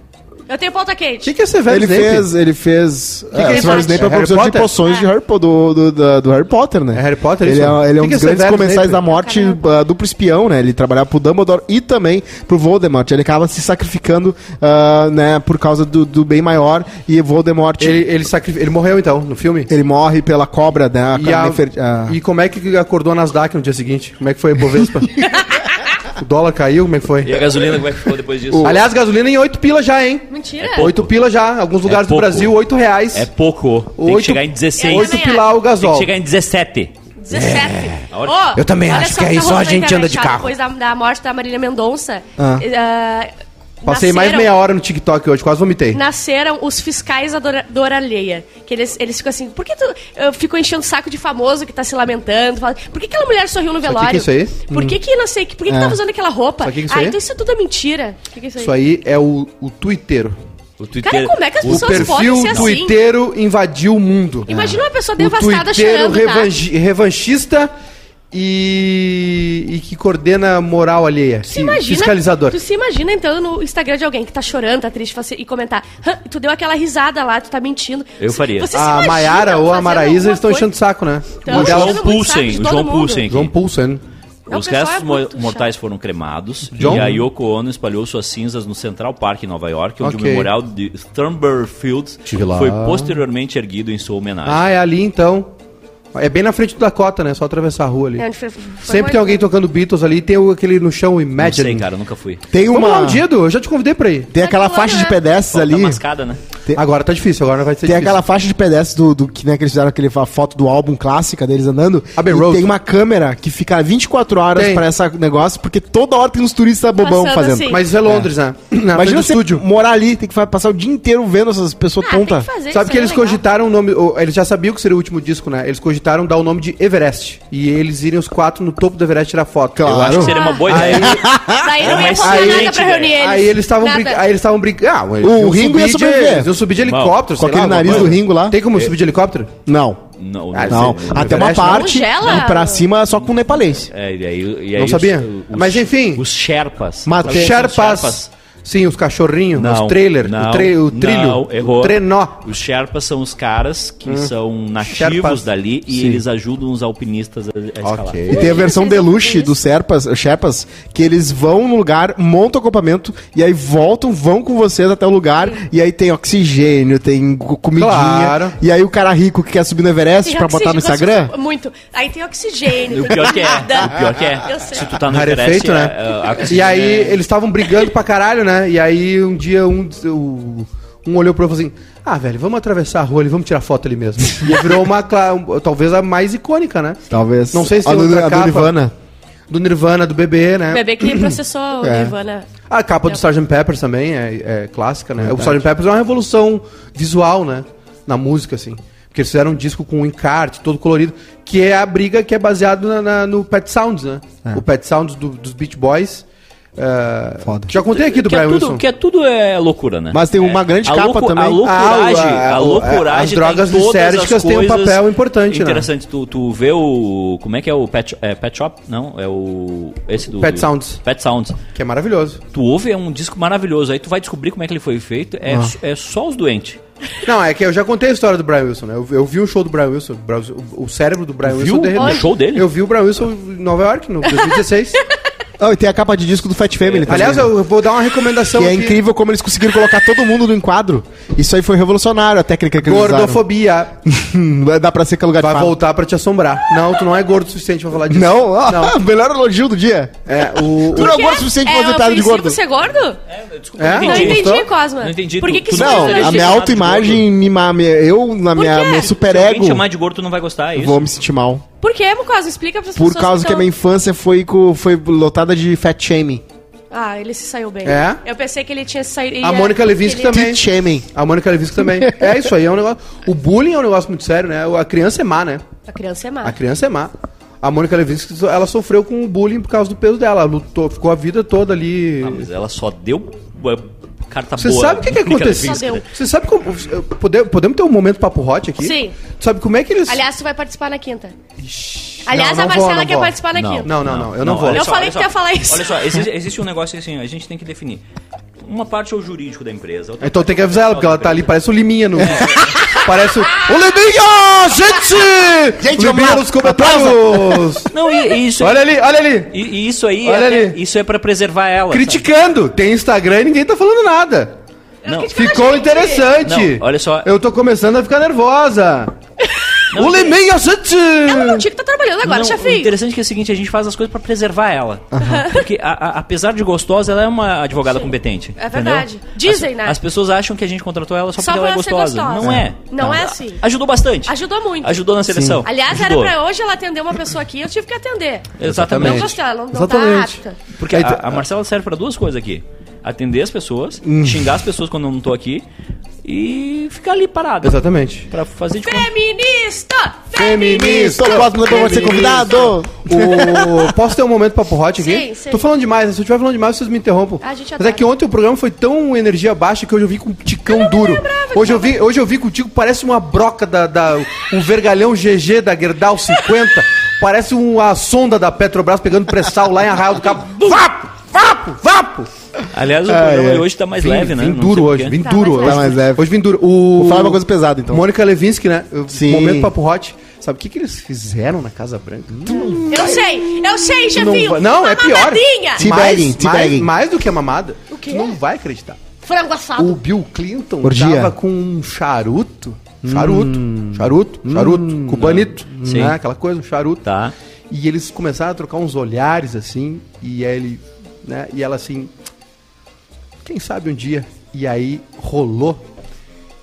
Speaker 4: Eu tenho pauta
Speaker 1: O
Speaker 4: quente.
Speaker 1: que, que é esse velho
Speaker 3: Ele
Speaker 1: Snape?
Speaker 3: fez, ele fez.
Speaker 1: que
Speaker 3: é,
Speaker 1: ele
Speaker 3: o Sr.
Speaker 1: faz?
Speaker 3: Snape
Speaker 1: É
Speaker 3: é
Speaker 1: Harry
Speaker 3: professor de
Speaker 1: Potter?
Speaker 3: poções
Speaker 4: Ah.
Speaker 3: de Harry, Po- do, do, da- do Harry Potter, né?
Speaker 1: É Harry Potter,
Speaker 3: ele
Speaker 1: isso?
Speaker 3: é, ele é
Speaker 1: O
Speaker 3: um
Speaker 1: que que é
Speaker 3: dos
Speaker 1: esse
Speaker 3: grandes
Speaker 1: velho
Speaker 3: comensais
Speaker 1: Snape?
Speaker 3: da morte ah, do espião, né? Ele trabalhava pro Dumbledore e também pro Voldemort. Ele acaba se sacrificando, ah, né, por causa do, do bem maior e Voldemort. Ele,
Speaker 1: Ele, ele, sacrif- ele morreu então, no filme?
Speaker 3: morre pela cobra, né? A
Speaker 1: E, a-
Speaker 3: Nefer- a-
Speaker 1: e como é que acordou a Nasdaq no dia seguinte? Como é que foi a Bovespa? o dólar caiu? Como é que
Speaker 2: E
Speaker 1: foi?
Speaker 2: a gasolina, como é que ficou depois disso?
Speaker 1: Aliás, gasolina em 8 pila já, hein?
Speaker 4: Mentira.
Speaker 2: É pouco.
Speaker 1: 8 pila já. Alguns lugares do
Speaker 2: pouco.
Speaker 1: Brasil, 8 reais.
Speaker 2: É pouco. Tem
Speaker 1: Oito-
Speaker 2: que chegar em 16.
Speaker 4: oito
Speaker 1: 8 pila o
Speaker 2: Tem que
Speaker 1: gasol.
Speaker 2: chegar em 17.
Speaker 4: 17.
Speaker 2: Olha-
Speaker 4: Ó,
Speaker 5: É. Eu também
Speaker 4: olha
Speaker 5: acho que aí
Speaker 4: tá
Speaker 5: só a
Speaker 4: rolando na
Speaker 5: gente anda
Speaker 4: internet,
Speaker 5: de
Speaker 4: tá?
Speaker 5: carro.
Speaker 4: Depois da, da morte da Marília Mendonça.
Speaker 3: Ah.
Speaker 4: eh,
Speaker 1: Passei mais
Speaker 4: nasceram-
Speaker 1: meia hora no TikTok hoje, quase vomitei.
Speaker 4: Nasceram os fiscais da dor, dor alheia. Que eles, eles ficam assim, por que tu. Eu fico enchendo o saco de famoso que tá se lamentando. fala, por que aquela mulher sorriu no
Speaker 1: Sabe o
Speaker 4: velório?
Speaker 1: que que é isso
Speaker 4: Por que, que não sei, por que, que
Speaker 3: É.
Speaker 4: tava usando aquela roupa?
Speaker 1: Sabe o que que é isso
Speaker 4: ah,
Speaker 1: aí?
Speaker 4: então isso tudo é mentira. O que, que é isso aí?
Speaker 1: Isso aí é o, o tuiteiro.
Speaker 2: O Twitter...
Speaker 4: Cara, como é que as
Speaker 2: o-
Speaker 1: O
Speaker 4: pessoas
Speaker 1: perfil
Speaker 4: podem ser assim?
Speaker 1: tuiteiro invadiu o mundo.
Speaker 4: Imagina uma pessoa
Speaker 1: O
Speaker 4: devastada
Speaker 1: tuiteiro
Speaker 4: chorando, tá?
Speaker 1: revanchi- revanchista e, e que coordena moral alheia.
Speaker 4: Tu se
Speaker 1: e
Speaker 4: imagina,
Speaker 1: Fiscalizador.
Speaker 4: Tu se imagina entrando no Instagram de alguém que tá chorando, tá triste, você- e comentar. "Hã, tu deu aquela risada lá, tu tá mentindo.
Speaker 2: Eu faria.
Speaker 4: Você se
Speaker 1: A
Speaker 4: imagina
Speaker 1: Maiara Ah, ou a
Speaker 4: fazendo
Speaker 1: Maraísa
Speaker 4: alguma
Speaker 1: eles estão
Speaker 4: coisa?
Speaker 1: enchendo o saco, né?
Speaker 4: Tão
Speaker 1: Um
Speaker 2: O
Speaker 1: delas-
Speaker 4: enchendo
Speaker 2: João
Speaker 4: muito o saco
Speaker 2: Pulsen.
Speaker 4: de
Speaker 2: O
Speaker 4: todo
Speaker 2: João
Speaker 4: mundo.
Speaker 2: Pulsen. aqui.
Speaker 1: João Pulsen.
Speaker 4: Não,
Speaker 2: Os
Speaker 4: o pessoal é
Speaker 2: restos
Speaker 4: muito
Speaker 2: mo- mortais foram cremados
Speaker 1: John?
Speaker 2: e a Yoko Ono espalhou suas cinzas no Central Park, em Nova York, onde
Speaker 1: Ok.
Speaker 2: o memorial de Thurberfield
Speaker 1: Estive lá.
Speaker 2: foi posteriormente erguido em sua homenagem.
Speaker 1: Ah, é ali então. É bem na frente do Dakota, né? Só atravessar a rua ali.
Speaker 4: chato. É, onde foi- foi
Speaker 1: Sempre
Speaker 4: morto.
Speaker 1: tem alguém tocando Beatles ali. Tem o- aquele no chão,
Speaker 2: Não sei,
Speaker 1: Imagine.
Speaker 2: cara, eu nunca fui.
Speaker 3: Tem
Speaker 1: Vamos lá
Speaker 3: uma.
Speaker 1: um dia, Edu. Eu já te convidei pra ir.
Speaker 3: Tem aquela
Speaker 4: Tá
Speaker 3: faixa de
Speaker 4: voando, né?
Speaker 3: pedestres
Speaker 2: Falta
Speaker 3: ali.
Speaker 2: mascada, né?
Speaker 3: Tem-
Speaker 1: Agora tá difícil, agora vai ser
Speaker 3: Tem
Speaker 1: difícil.
Speaker 3: aquela faixa de pedestre do, do que, né, que eles fizeram aquele, a foto do álbum clássica deles andando.
Speaker 1: Abbey
Speaker 3: E
Speaker 1: Road.
Speaker 3: Tem uma câmera que fica 24 horas
Speaker 1: Tem.
Speaker 3: pra esse negócio, porque toda hora tem uns turistas bobão
Speaker 4: Passando
Speaker 3: fazendo.
Speaker 4: assim.
Speaker 1: Mas isso é Londres, né? Na frente
Speaker 3: Imagina
Speaker 1: do
Speaker 3: você
Speaker 1: estúdio.
Speaker 3: morar ali, tem que fa- passar o dia inteiro vendo essas pessoas
Speaker 4: Ah,
Speaker 3: tontas.
Speaker 4: tem que fazer,
Speaker 1: Sabe
Speaker 4: isso
Speaker 1: que
Speaker 4: aí é
Speaker 1: eles
Speaker 4: legal.
Speaker 1: cogitaram o nome. o- Eles já sabiam que seria o último disco, né? Eles cogitaram dar o nome de Everest. E eles irem os quatro no topo do Everest tirar foto.
Speaker 3: Claro.
Speaker 2: Eu acho que seria uma boa ideia.
Speaker 4: Daí não ia
Speaker 2: Mas
Speaker 4: funcionar
Speaker 2: aí-
Speaker 4: nada pra reunir eles.
Speaker 1: Aí eles estavam
Speaker 4: Nada.
Speaker 1: brincando. Aí eles estavam Ah, brincando.
Speaker 3: O Ringo ia sobreviver.
Speaker 1: Eu subi de
Speaker 2: Irmão,
Speaker 1: helicóptero,
Speaker 3: com aquele
Speaker 1: alguma
Speaker 3: nariz
Speaker 1: coisa.
Speaker 3: do Ringo lá. É.
Speaker 1: Tem como subir de helicóptero?
Speaker 3: Não.
Speaker 2: Não,
Speaker 1: Ah,
Speaker 3: Não.
Speaker 1: sim.
Speaker 3: Até uma
Speaker 1: Everest não.
Speaker 3: parte.
Speaker 4: Congela.
Speaker 3: E pra cima só com nepalense.
Speaker 2: É, e aí, e aí
Speaker 1: Não
Speaker 2: os-
Speaker 1: sabia?
Speaker 2: os-
Speaker 1: Mas enfim.
Speaker 2: Os Sherpas.
Speaker 3: Mas
Speaker 2: Sabe
Speaker 3: tem-
Speaker 2: quem são os
Speaker 1: Sherpas. Sim, os cachorrinhos,
Speaker 2: Não,
Speaker 1: os trailers,
Speaker 2: não,
Speaker 1: o, tre- o
Speaker 2: não,
Speaker 1: trilho,
Speaker 2: errou.
Speaker 1: o trenó.
Speaker 2: Os Sherpas são os caras que são nativos
Speaker 1: Hum. Sherpas.
Speaker 2: dali e
Speaker 1: Sim.
Speaker 2: eles ajudam os alpinistas a, a escalar.
Speaker 3: E tem a versão
Speaker 4: Imagina,
Speaker 3: deluxe
Speaker 4: isso.
Speaker 3: dos Sherpas, Sherpas, que eles vão no lugar, montam o acampamento e aí voltam, vão com vocês até o lugar e aí tem oxigênio, tem co- comidinha.
Speaker 1: Claro.
Speaker 3: E aí o cara rico que quer subir no Everest
Speaker 4: Tem
Speaker 3: pra botar no
Speaker 4: oxigênio, um
Speaker 3: Instagram.
Speaker 4: gosto de- Muito. Aí tem oxigênio.
Speaker 2: O
Speaker 4: tem
Speaker 2: pior que é.
Speaker 4: comida.
Speaker 2: O pior que
Speaker 4: Eu
Speaker 2: é.
Speaker 4: sei.
Speaker 2: Se tu tá no Everest,
Speaker 1: Rarefeito, né?
Speaker 2: é, é, a
Speaker 1: E
Speaker 2: oxigênio
Speaker 1: aí
Speaker 2: é-
Speaker 1: eles estavam brigando pra caralho, né? E aí um dia um, o- um olhou pro outro e falou assim: Ah, velho, vamos atravessar a rua ali, vamos tirar foto ali mesmo. E virou uma, cla- um- talvez a mais icônica, né?
Speaker 3: Talvez.
Speaker 1: Não sei se
Speaker 3: a
Speaker 1: tem
Speaker 3: do,
Speaker 1: outra
Speaker 3: a do
Speaker 1: capa.
Speaker 3: Nirvana.
Speaker 1: Do Nirvana, do bebê,
Speaker 4: O
Speaker 1: né?
Speaker 4: bebê que processou
Speaker 3: É.
Speaker 4: o Nirvana.
Speaker 1: A capa do Sgt. Peppers também é, é clássica, né? O Sgt. Peppers é uma revolução visual, né? Na música, assim. Porque eles fizeram um disco com um encarte todo colorido, que é a briga que é baseado na- na- no Pet Sounds, né?
Speaker 3: É.
Speaker 1: O Pet Sounds do- dos Beach Boys. é,
Speaker 3: Foda.
Speaker 1: Já contei aqui do
Speaker 2: que,
Speaker 1: Brian
Speaker 2: é tudo,
Speaker 1: Wilson.
Speaker 2: que é tudo é loucura, né?
Speaker 3: Mas tem
Speaker 2: É.
Speaker 3: uma grande capa também.
Speaker 2: A loucuragem,
Speaker 1: Ah, o- a-
Speaker 2: a
Speaker 1: o-
Speaker 2: loucuragem
Speaker 1: as
Speaker 2: tá
Speaker 1: drogas
Speaker 2: em todas
Speaker 1: lisérgicas
Speaker 2: as
Speaker 1: têm um
Speaker 2: coisas.
Speaker 1: papel importante, né?
Speaker 2: Interessante, tu, tu vê o... Como é que é o Pet, é, pet Shop? Não, é o... Esse do...
Speaker 1: Pet Sounds.
Speaker 2: Pet Sounds.
Speaker 1: Que é maravilhoso.
Speaker 2: Tu ouve, é um disco maravilhoso. Aí tu vai descobrir como é que ele foi feito. É,
Speaker 1: Ah.
Speaker 2: s- é só os doentes.
Speaker 1: Não, é que eu já contei a história do Brian Wilson, né? Eu, eu vi um show do Brian Wilson, o Brian Wilson- o cérebro do Brian
Speaker 2: Viu
Speaker 1: Wilson derreteu.
Speaker 2: o show dele?
Speaker 1: Eu vi o Brian Wilson em Nova York, no 2016.
Speaker 3: Ah, e tem a capa de disco do Fat Family também.
Speaker 1: É, Aliás, eu vou dar uma
Speaker 3: Que
Speaker 1: recomendação
Speaker 3: é
Speaker 1: aqui.
Speaker 3: incrível como eles conseguiram colocar todo mundo no enquadro. Isso aí foi revolucionário, a técnica que eles usaram.
Speaker 1: Gordofobia.
Speaker 3: Dá pra ser que é lugar de
Speaker 1: Vai
Speaker 3: fala.
Speaker 1: voltar pra te assombrar. Não, tu não é gordo o suficiente pra falar disso.
Speaker 3: Não? Ah,
Speaker 1: Não.
Speaker 3: melhor elogio do dia.
Speaker 1: É, o...
Speaker 3: Tu
Speaker 1: o-
Speaker 3: não é gordo o suficiente pra fazer tarde de gordo.
Speaker 4: Você é gordo? Ah,
Speaker 2: Desculpa,
Speaker 1: É?
Speaker 2: não
Speaker 4: Não
Speaker 2: entendi.
Speaker 1: Gostou?
Speaker 4: entendi, Cosma.
Speaker 2: Não entendi,
Speaker 4: Por
Speaker 2: tu-
Speaker 4: que que
Speaker 2: tu
Speaker 4: isso
Speaker 2: não
Speaker 4: não
Speaker 3: Não,
Speaker 2: Você
Speaker 4: é
Speaker 3: a
Speaker 2: vai
Speaker 3: minha
Speaker 2: chamar de
Speaker 3: autoimagem me ma- me- eu na minha
Speaker 4: quê?
Speaker 3: meu
Speaker 2: Se alguém
Speaker 3: superego
Speaker 2: te chamar de gordo, tu não vai gostar, é isso?
Speaker 3: vou me sentir mal.
Speaker 4: Por que, Cosma? Explica pras
Speaker 3: Por
Speaker 4: pessoas. então.
Speaker 3: causa que é a
Speaker 4: tão-
Speaker 3: minha infância foi co- foi lotada de fat shaming,
Speaker 4: Ah, ele se saiu bem.
Speaker 1: É?
Speaker 4: Eu pensei que ele tinha se saído.
Speaker 1: A Mônica Levinsky também.
Speaker 3: teeth shaming.
Speaker 1: A Mônica Levisco também. É isso aí, é um negócio... O bullying é um negócio muito sério, né? A criança é má, né?
Speaker 4: A criança é má.
Speaker 1: A criança é má. A Mônica Levinsky, ela sofreu com o bullying por causa do peso dela. Ela lutou, ficou a vida toda ali...
Speaker 2: Ah, mas ela só deu é, carta
Speaker 1: Você
Speaker 2: boa.
Speaker 1: sabe o que, que
Speaker 2: Ela
Speaker 1: aconteceu?
Speaker 2: fez,
Speaker 4: Só deu.
Speaker 2: né?
Speaker 1: Você sabe como. pode- Podemos ter um momento papo hot aqui?
Speaker 4: Sim.
Speaker 1: Tu sabe como é que eles.
Speaker 4: Aliás, tu vai participar na quinta. Aliás,
Speaker 1: Não,
Speaker 4: a
Speaker 1: não vou,
Speaker 4: Marcela
Speaker 1: não
Speaker 4: quer
Speaker 1: vou.
Speaker 4: participar na
Speaker 2: Não,
Speaker 4: quinta.
Speaker 1: Não, não, não, eu não vou.
Speaker 2: olha
Speaker 4: Eu falei
Speaker 2: olha
Speaker 4: que tu ia falar isso.
Speaker 2: Olha só, exi- existe, um negócio assim, ó, a gente tem que definir. Uma parte é o jurídico da empresa. outra é
Speaker 1: Então tem que avisar ela, porque ela tá ali, parece o Liminha no. parece o. O Liminha! Gente!
Speaker 3: Gente, vamos
Speaker 1: Liminha
Speaker 3: lá.
Speaker 1: nos comentários!
Speaker 2: Não, e, e isso.
Speaker 1: olha ali, olha ali!
Speaker 2: E, e isso aí,
Speaker 1: Olha
Speaker 2: é,
Speaker 1: ali.
Speaker 2: isso é pra preservar ela.
Speaker 1: Criticando! Tem Instagram e ninguém tá falando nada.
Speaker 2: sabe? Não,
Speaker 4: é
Speaker 1: Ficou interessante!
Speaker 2: Não, olha só.
Speaker 1: Eu tô começando a ficar nervosa!
Speaker 2: Não,
Speaker 1: o Liminha, gente!
Speaker 4: Ela não tinha que estar trabalhando agora,
Speaker 2: Não, O
Speaker 4: chefinho.
Speaker 2: interessante é que é o seguinte, a gente faz as coisas pra preservar ela. Porque, a- a- apesar de gostosa, ela é uma advogada competente.
Speaker 4: É
Speaker 2: entendeu?
Speaker 4: verdade. Dizem,
Speaker 2: as,
Speaker 4: né?
Speaker 2: As pessoas acham que a gente contratou ela só,
Speaker 4: Só
Speaker 2: porque ela é
Speaker 4: pra ser
Speaker 2: gostosa.
Speaker 4: gostosa.
Speaker 2: Não é.
Speaker 4: Não é assim.
Speaker 2: Ajudou bastante.
Speaker 4: Ajudou muito.
Speaker 2: Ajudou na seleção.
Speaker 4: Aliás,
Speaker 2: Ajudou.
Speaker 4: era pra hoje ela atender uma pessoa aqui, eu tive que atender.
Speaker 2: Exatamente.
Speaker 4: Não gostei, ela não, não tá
Speaker 1: Exatamente.
Speaker 4: apta.
Speaker 2: Porque
Speaker 1: Aí
Speaker 2: a,
Speaker 1: tu-
Speaker 2: a Marcela serve pra duas coisas aqui: atender as pessoas,
Speaker 1: Hum.
Speaker 2: xingar as pessoas quando eu não tô aqui e ficar ali parada.
Speaker 1: Exatamente.
Speaker 2: Pra fazer de conta.
Speaker 4: Feminista!
Speaker 3: Estou próximo, depois vai ser convidado.
Speaker 1: O- Posso ter um momento papo hot aqui?
Speaker 4: Sim, sim.
Speaker 1: Tô falando demais, né? se eu estiver falando demais, vocês me interrompam.
Speaker 4: A gente tá
Speaker 1: Mas é
Speaker 4: adora.
Speaker 1: que ontem o programa foi tão energia baixa que hoje eu vim com um ticão duro. Hoje eu, vim, hoje eu vim contigo, parece uma broca da. da um vergalhão GG da Gerdau 50. parece uma sonda da Petrobras pegando pressal lá em Arraial do Cabo. Vapo! Vapo! Vapo!
Speaker 2: Aliás, o
Speaker 3: Ah,
Speaker 2: programa
Speaker 3: é.
Speaker 2: de hoje tá mais
Speaker 1: Vim-
Speaker 2: leve, né?
Speaker 1: Vim
Speaker 2: Não
Speaker 1: duro
Speaker 2: sei
Speaker 1: hoje,
Speaker 2: porquê.
Speaker 1: vim
Speaker 4: Tá
Speaker 1: duro
Speaker 4: mais
Speaker 1: hoje.
Speaker 3: leve. Tá mais leve.
Speaker 1: Hoje vim duro. O...
Speaker 3: Vou falar uma coisa pesada, então.
Speaker 1: Mônica Levinsky, né?
Speaker 3: Sim.
Speaker 1: Momento papo hot. Sabe o que, que eles fizeram na Casa Branca? Hum,
Speaker 4: Eu sei, eu sei, chefinho.
Speaker 1: vai- não,
Speaker 4: Uma
Speaker 1: é pior.
Speaker 4: mamadinha.
Speaker 3: Sim. Teabagging,
Speaker 1: mais,
Speaker 3: teabagging.
Speaker 1: mais do que a mamada.
Speaker 4: O quê?
Speaker 1: Tu não vai acreditar.
Speaker 4: Frango
Speaker 1: O
Speaker 4: assado.
Speaker 1: Bill Clinton
Speaker 3: Orgia.
Speaker 1: tava com um charuto. Charuto, charuto, charuto, cubanito,
Speaker 2: Sim.
Speaker 1: né? Aquela coisa, um charuto.
Speaker 2: Tá.
Speaker 1: E eles começaram a trocar uns olhares assim, e aí ele, né? E ela assim, quem sabe um dia. E aí rolou.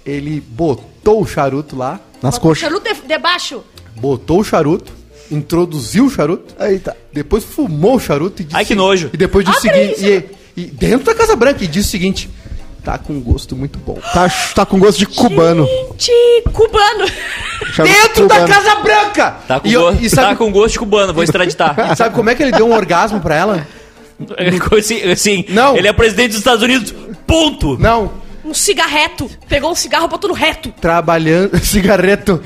Speaker 1: Ele botou o charuto lá,
Speaker 3: Nas coxas.
Speaker 4: Charuto de, de baixo.
Speaker 1: botou o charuto, introduziu o charuto.
Speaker 3: Eita.
Speaker 1: Depois fumou o charuto e disse.
Speaker 2: Ai, que nojo.
Speaker 1: E depois disse o
Speaker 4: Abre
Speaker 1: seguinte. E, e dentro da Casa Branca, e disse o seguinte: tá com um gosto muito bom.
Speaker 3: Tá, tá com gosto de cubano.
Speaker 4: Gente, cubano.
Speaker 3: Charuto
Speaker 1: dentro da
Speaker 3: cubano.
Speaker 1: Casa Branca!
Speaker 2: Tá com,
Speaker 1: e, eu-
Speaker 2: gosto,
Speaker 1: e sabe,
Speaker 2: tá com gosto de cubano, vou extraditar.
Speaker 1: sabe como é que ele deu um orgasmo pra ela?
Speaker 2: assim, assim,
Speaker 1: Hum. Não.
Speaker 2: Ele é presidente dos Estados Unidos, ponto!
Speaker 1: Não,
Speaker 4: Um cigarreto. Pegou um cigarro, botou no reto.
Speaker 1: trabalhando. Cigarreto.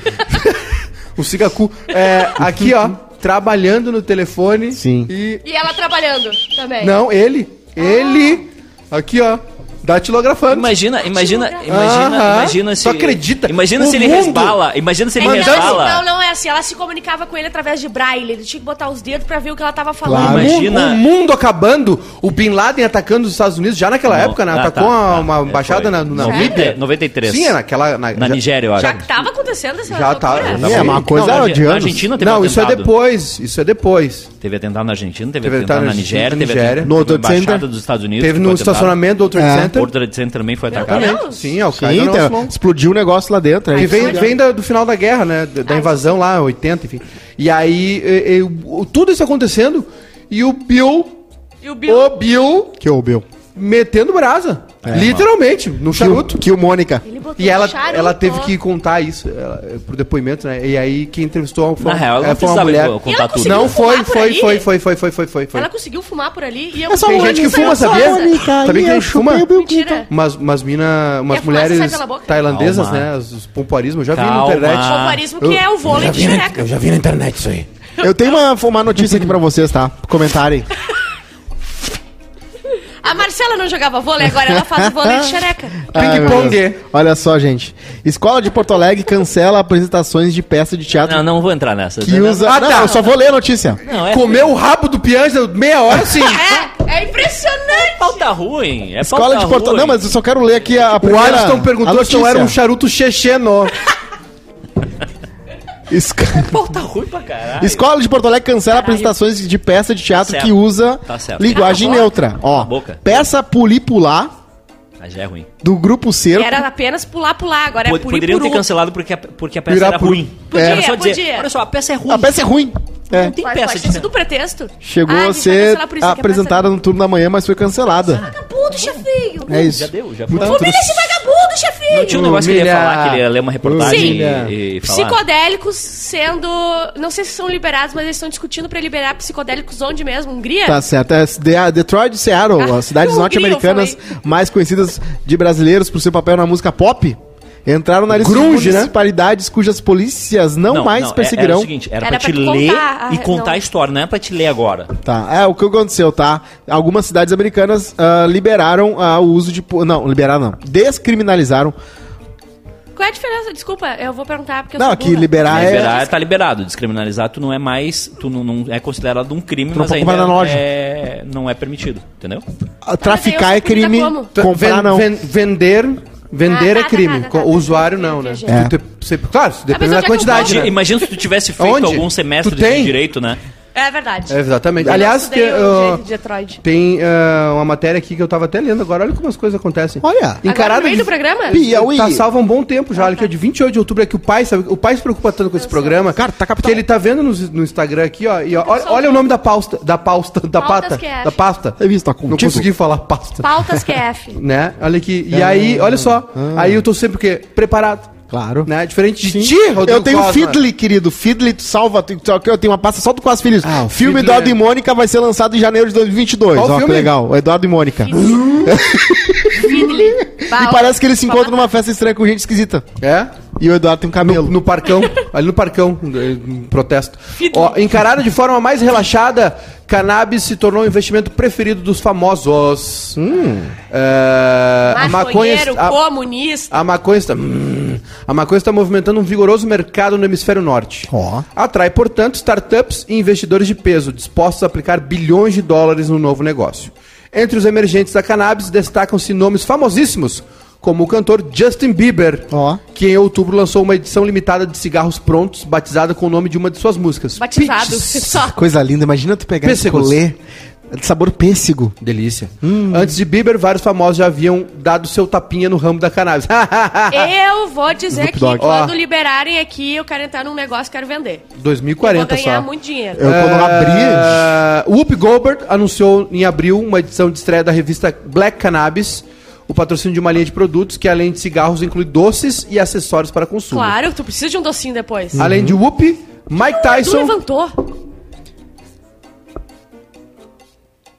Speaker 1: o cigacu. É, aqui, ó, trabalhando no telefone.
Speaker 3: Sim.
Speaker 1: E.
Speaker 4: E ela trabalhando também.
Speaker 1: Não, ele. Ele.
Speaker 3: Ah.
Speaker 1: Aqui, ó. Datilografando.
Speaker 2: Imagina, imagina, imagina,
Speaker 1: Aham.
Speaker 2: imagina se.
Speaker 1: Tu acredita?
Speaker 2: Imagina
Speaker 1: O
Speaker 2: se ele
Speaker 1: mundo-
Speaker 2: resbala. Imagina se ele
Speaker 4: É que ela-
Speaker 2: resbala.
Speaker 4: não, não é assim. Ela se comunicava com ele através de braille. Ele tinha que botar os dedos pra ver o que ela tava falando.
Speaker 1: O
Speaker 2: Claro.
Speaker 1: mundo-
Speaker 2: Imagina-
Speaker 1: O mundo acabando, o Bin Laden atacando os Estados Unidos já naquela
Speaker 2: Não,
Speaker 1: época, né?
Speaker 2: tá,
Speaker 1: Atacou
Speaker 2: tá,
Speaker 1: uma,
Speaker 2: tá.
Speaker 1: uma
Speaker 2: É,
Speaker 1: embaixada
Speaker 2: foi.
Speaker 1: na, na
Speaker 2: 90,
Speaker 1: Líbia.
Speaker 2: 93.
Speaker 1: Sim, é naquela. Na,
Speaker 2: Na
Speaker 1: já-
Speaker 2: Nigéria, eu acho.
Speaker 4: Já que tava acontecendo essa
Speaker 1: Já tá-
Speaker 4: loucura.
Speaker 1: já
Speaker 3: É,
Speaker 1: Sim.
Speaker 3: mas uma coisa
Speaker 2: Não,
Speaker 3: era
Speaker 2: na-
Speaker 3: de
Speaker 2: na
Speaker 3: anos.
Speaker 2: Argentina teve um
Speaker 1: Não, isso é
Speaker 2: atentado.
Speaker 1: depois. Isso é depois.
Speaker 2: Teve atentado na Argentina, teve,
Speaker 1: Teve
Speaker 2: atentado,
Speaker 1: atentado
Speaker 2: na
Speaker 1: na
Speaker 2: Nigéria, teve
Speaker 1: Nigéria. No
Speaker 2: atentado na
Speaker 3: World Trade
Speaker 2: Embaixada
Speaker 3: Center.
Speaker 2: dos Estados Unidos.
Speaker 1: Teve
Speaker 2: foi
Speaker 1: no
Speaker 2: atentado.
Speaker 1: estacionamento do outro
Speaker 3: É.
Speaker 2: O
Speaker 1: Center.
Speaker 2: World Trade Center também foi atacado.
Speaker 4: Deus.
Speaker 1: Exatamente. Sim, é o
Speaker 3: Sim,
Speaker 1: Caio
Speaker 3: então, explodiu um negócio lá dentro. é
Speaker 1: Que
Speaker 3: isso.
Speaker 1: vem, vem da- do final da guerra, né? Da, da invasão lá, 80, enfim. E aí, e- e o- tudo isso acontecendo e o Bill,
Speaker 4: E o Bill...
Speaker 1: o Bill,
Speaker 3: Que o Bill.
Speaker 1: metendo brasa.
Speaker 2: É,
Speaker 1: literalmente, no charuto.
Speaker 3: Que o Mônica.
Speaker 4: Ele botou
Speaker 1: E ela,
Speaker 4: um charuto.
Speaker 1: ela teve que contar isso ela, pro depoimento, né? E aí quem entrevistou foi,
Speaker 2: Na real, ela
Speaker 1: é,
Speaker 2: não
Speaker 1: foi uma
Speaker 2: precisava
Speaker 1: mulher.
Speaker 2: co-
Speaker 4: E ela
Speaker 2: contar tudo.
Speaker 4: conseguiu-
Speaker 1: Não, foi,
Speaker 4: fumar por
Speaker 1: foi,
Speaker 4: ali?
Speaker 1: foi, foi, foi, foi, foi, foi, foi.
Speaker 4: Ela conseguiu fumar por ali e é um eu...
Speaker 1: Tem gente que fuma, sabia? Ah. Sabia que tem gente que fuma?
Speaker 4: Mentira.
Speaker 1: Umas, umas mina, umas
Speaker 4: E a fumaça sai
Speaker 1: mulheres
Speaker 4: pela boca?
Speaker 1: tailandesas,
Speaker 2: Calma.
Speaker 1: né? Os, os pompoarismo, eu já
Speaker 2: Calma.
Speaker 1: vi na internet.
Speaker 2: Ah.
Speaker 4: Pompoarismo que é o vôlei de xereca.
Speaker 5: Eu já vi na internet isso aí.
Speaker 3: Eu tenho uma, uma notícia aqui pra vocês, tá? Comentarem.
Speaker 4: A Marcela não jogava vôlei, agora ela faz o vôlei de xereca.
Speaker 3: Ai, meu
Speaker 1: pong.
Speaker 3: Deus. Olha só, gente. Escola de Porto Alegre cancela apresentações de peça de teatro
Speaker 2: Não, não vou entrar nessa.
Speaker 3: que usa.
Speaker 1: Ah,
Speaker 3: não,
Speaker 1: tá.
Speaker 3: eu só vou ler a notícia.
Speaker 2: Não, é
Speaker 1: Comeu o rabo do Pianja meia hora, assim. sim.
Speaker 4: É, é impressionante.
Speaker 2: pauta ruim. É
Speaker 3: Escola
Speaker 4: tá
Speaker 2: pauta
Speaker 3: de Porto
Speaker 2: ruim.
Speaker 3: Não, mas eu só quero ler aqui a, a
Speaker 1: O
Speaker 3: primeira.
Speaker 1: Alisson
Speaker 3: a
Speaker 1: perguntou se eu era um
Speaker 3: notícia.
Speaker 1: charuto checheno.
Speaker 3: Esca-
Speaker 2: Pauta ruim pra caralho.
Speaker 3: Escola de Porto Alegre cancela apresentações de peça de teatro
Speaker 2: Certo.
Speaker 3: que usa
Speaker 2: Tá certo.
Speaker 3: linguagem
Speaker 4: Cala a boca.
Speaker 3: neutra. Ó,
Speaker 2: a boca.
Speaker 3: peça pulipular
Speaker 2: Mas já é ruim.
Speaker 3: do grupo Cerco.
Speaker 4: Era apenas pular, pular, agora é
Speaker 2: Pod-
Speaker 4: puri,
Speaker 2: poderiam ter
Speaker 4: puru.
Speaker 2: cancelado porque a, porque a peça
Speaker 1: Virar
Speaker 2: era
Speaker 1: por-
Speaker 2: ruim.
Speaker 4: Podia,
Speaker 2: era só dizer,
Speaker 4: podia.
Speaker 2: olha só, a peça é ruim.
Speaker 3: um. É. A peça é ruim. É.
Speaker 2: Não tem
Speaker 4: Mas
Speaker 2: peça
Speaker 4: pode
Speaker 2: de
Speaker 4: ter sido um pretexto.
Speaker 3: Chegou
Speaker 4: Ah,
Speaker 3: a
Speaker 4: gente vai
Speaker 3: ser
Speaker 4: cancelar por isso que a
Speaker 3: apresentada no turno da manhã, mas foi cancelada.
Speaker 4: peça- Vagabundo, chefinho.
Speaker 3: É isso.
Speaker 2: Já deu, já
Speaker 3: Muito
Speaker 2: foi.
Speaker 4: Humilha
Speaker 3: triste.
Speaker 4: esse vagabundo,
Speaker 2: Não tinha um
Speaker 4: chefinho.
Speaker 2: negócio que ele ia
Speaker 1: Humilha.
Speaker 2: falar, que ele ia ler uma reportagem
Speaker 1: Humilha.
Speaker 2: e, e falar.
Speaker 4: Psicodélicos sendo. Não sei se são liberados, mas eles estão discutindo pra liberar psicodélicos onde mesmo? Hungria?
Speaker 3: Tá certo. É de- Detroit e Seattle,
Speaker 4: Ah,
Speaker 3: as cidades
Speaker 4: Hungria, eu
Speaker 3: norte-americanas
Speaker 4: falei.
Speaker 3: mais conhecidas de brasileiros por seu papel na música pop, Entraram na lista
Speaker 1: Grunge,
Speaker 3: de
Speaker 1: né?
Speaker 3: municipalidades cujas polícias não, mais
Speaker 2: é- Era
Speaker 3: perseguirão.
Speaker 2: o seguinte, era,
Speaker 4: Era
Speaker 2: pra,
Speaker 4: pra
Speaker 2: te
Speaker 4: tu
Speaker 2: ler
Speaker 4: contar, ah,
Speaker 2: e contar
Speaker 4: não.
Speaker 2: a história, não é pra te ler agora.
Speaker 3: Tá, é o que aconteceu, tá? Algumas cidades americanas ah, liberaram ah, o uso de. po- Não, liberaram não. Descriminalizaram.
Speaker 4: Qual é a diferença? Desculpa, eu vou perguntar porque eu
Speaker 3: não,
Speaker 4: sou
Speaker 3: aqui é
Speaker 4: burra.
Speaker 3: liberar,
Speaker 2: liberar tá liberado, descriminalizar tu não é mais, tu não, não é considerado um crime,
Speaker 3: não
Speaker 2: mas
Speaker 3: pode
Speaker 2: ainda
Speaker 3: comprar na loja.
Speaker 2: É, não é permitido, entendeu?
Speaker 3: é. Traficar
Speaker 4: eu
Speaker 3: é crime.
Speaker 4: como?
Speaker 3: Comprar
Speaker 1: Ven-
Speaker 3: não.
Speaker 1: ven- vender vender
Speaker 4: Ah,
Speaker 1: é
Speaker 4: tá,
Speaker 1: crime.
Speaker 4: tá, tá, tá,
Speaker 1: o
Speaker 4: tá,
Speaker 1: usuário
Speaker 4: tá,
Speaker 1: não, né?
Speaker 4: entendi.
Speaker 3: É.
Speaker 1: Tu te- você- claro, isso depende
Speaker 4: mas
Speaker 1: da
Speaker 4: eu já que eu
Speaker 1: quantidade,
Speaker 4: compro-
Speaker 1: né?
Speaker 2: Imagina se tu tivesse feito
Speaker 1: Onde?
Speaker 2: algum semestre
Speaker 1: Tu tem?
Speaker 2: de direito, né?
Speaker 4: É verdade.
Speaker 1: É, exatamente.
Speaker 4: Eu
Speaker 1: Aliás,
Speaker 4: estudei
Speaker 1: que,
Speaker 4: o
Speaker 1: ah,
Speaker 4: direito de Detroit.
Speaker 1: tem ah, uma matéria aqui que eu tava até lendo agora. Olha como as coisas acontecem.
Speaker 3: Olha. é
Speaker 4: Agora, no
Speaker 1: Encarada
Speaker 4: meio
Speaker 1: de...
Speaker 4: do programa? Ah, tá.
Speaker 3: Piauí.
Speaker 1: Tá salvo há um bom tempo já, olha que é de 28 de outubro, é que o pai, sabe, o pai se preocupa tanto com esse programa,
Speaker 3: Cara, tá capital.
Speaker 1: que ele tá vendo no, no Instagram aqui, ó, e ó, olha, olha o nome da pausta, da pausta, da
Speaker 4: Pautas
Speaker 1: pata,
Speaker 4: que acha.
Speaker 1: da pasta.
Speaker 3: Eu vi isso, tá
Speaker 1: Não
Speaker 3: contigo.
Speaker 1: consegui falar pasta,
Speaker 4: Pautas é QF.
Speaker 1: né? Olha aqui, e aí, olha só, aí eu tô sempre o quê? Preparado,
Speaker 3: Claro.
Speaker 1: né? Diferente de
Speaker 3: Ah. Sim.
Speaker 1: ti, Rodrigo
Speaker 3: eu tenho
Speaker 1: Cosma.
Speaker 3: Fiddly, querido. Fiddly, tu salva. Tu, tu, aqui eu tenho uma pasta só do Quase Filhos.
Speaker 1: Ah, o
Speaker 3: filme
Speaker 1: Fiddly
Speaker 3: Eduardo
Speaker 1: é-
Speaker 3: e Mônica vai ser lançado em janeiro de 2022.
Speaker 1: Qual
Speaker 3: Ó, que
Speaker 1: filme?
Speaker 3: legal. Eduardo e Mônica.
Speaker 4: Fiddly.
Speaker 3: E parece que eles se encontram numa festa estranha com gente esquisita.
Speaker 1: É?
Speaker 3: E o Eduardo tem um
Speaker 1: No,
Speaker 3: camelo.
Speaker 1: no parcão, ali no parcão, eh, em protesto. Ó, encarada de forma mais relaxada, cannabis se tornou o investimento preferido dos famosos. É, a maconha,
Speaker 4: Maconheiro,
Speaker 1: a-
Speaker 4: comunista.
Speaker 1: A maconha está. hum, a maconha está movimentando um vigoroso mercado no hemisfério norte.
Speaker 3: Ó.
Speaker 1: Atrai, portanto, startups e investidores de peso dispostos a aplicar bilhões de dólares no novo negócio. Entre os emergentes da cannabis destacam-se nomes famosíssimos, como o cantor Justin Bieber,
Speaker 3: Ó.
Speaker 1: que em outubro lançou uma edição limitada de cigarros prontos, batizada com o nome de uma de suas músicas.
Speaker 4: Batizado.
Speaker 1: Peaches.
Speaker 4: Só.
Speaker 3: Coisa linda. Imagina tu pegar esse
Speaker 1: Pêssegos.
Speaker 3: colê. é de sabor pêssego.
Speaker 1: Delícia.
Speaker 3: Hum.
Speaker 1: Antes de Bieber, vários famosos já haviam dado seu tapinha no ramo da cannabis.
Speaker 4: Eu vou dizer que
Speaker 3: Dogg.
Speaker 4: quando
Speaker 1: Ó.
Speaker 4: liberarem aqui, eu quero entrar num negócio e quero vender. eu
Speaker 1: 2040
Speaker 4: vou ganhar
Speaker 1: só.
Speaker 4: muito dinheiro.
Speaker 3: Eu quando abri...
Speaker 1: Ah, o Whoopi Goldberg anunciou em abril uma edição de estreia da revista Black Cannabis, o patrocínio de uma linha de produtos que, além de cigarros, inclui doces e acessórios para consumo.
Speaker 4: Claro, tu precisa de um docinho
Speaker 3: Uhum.
Speaker 4: depois.
Speaker 1: Além de Whoopi, Mike
Speaker 4: Tu
Speaker 3: um
Speaker 1: Tyson,
Speaker 4: levantou.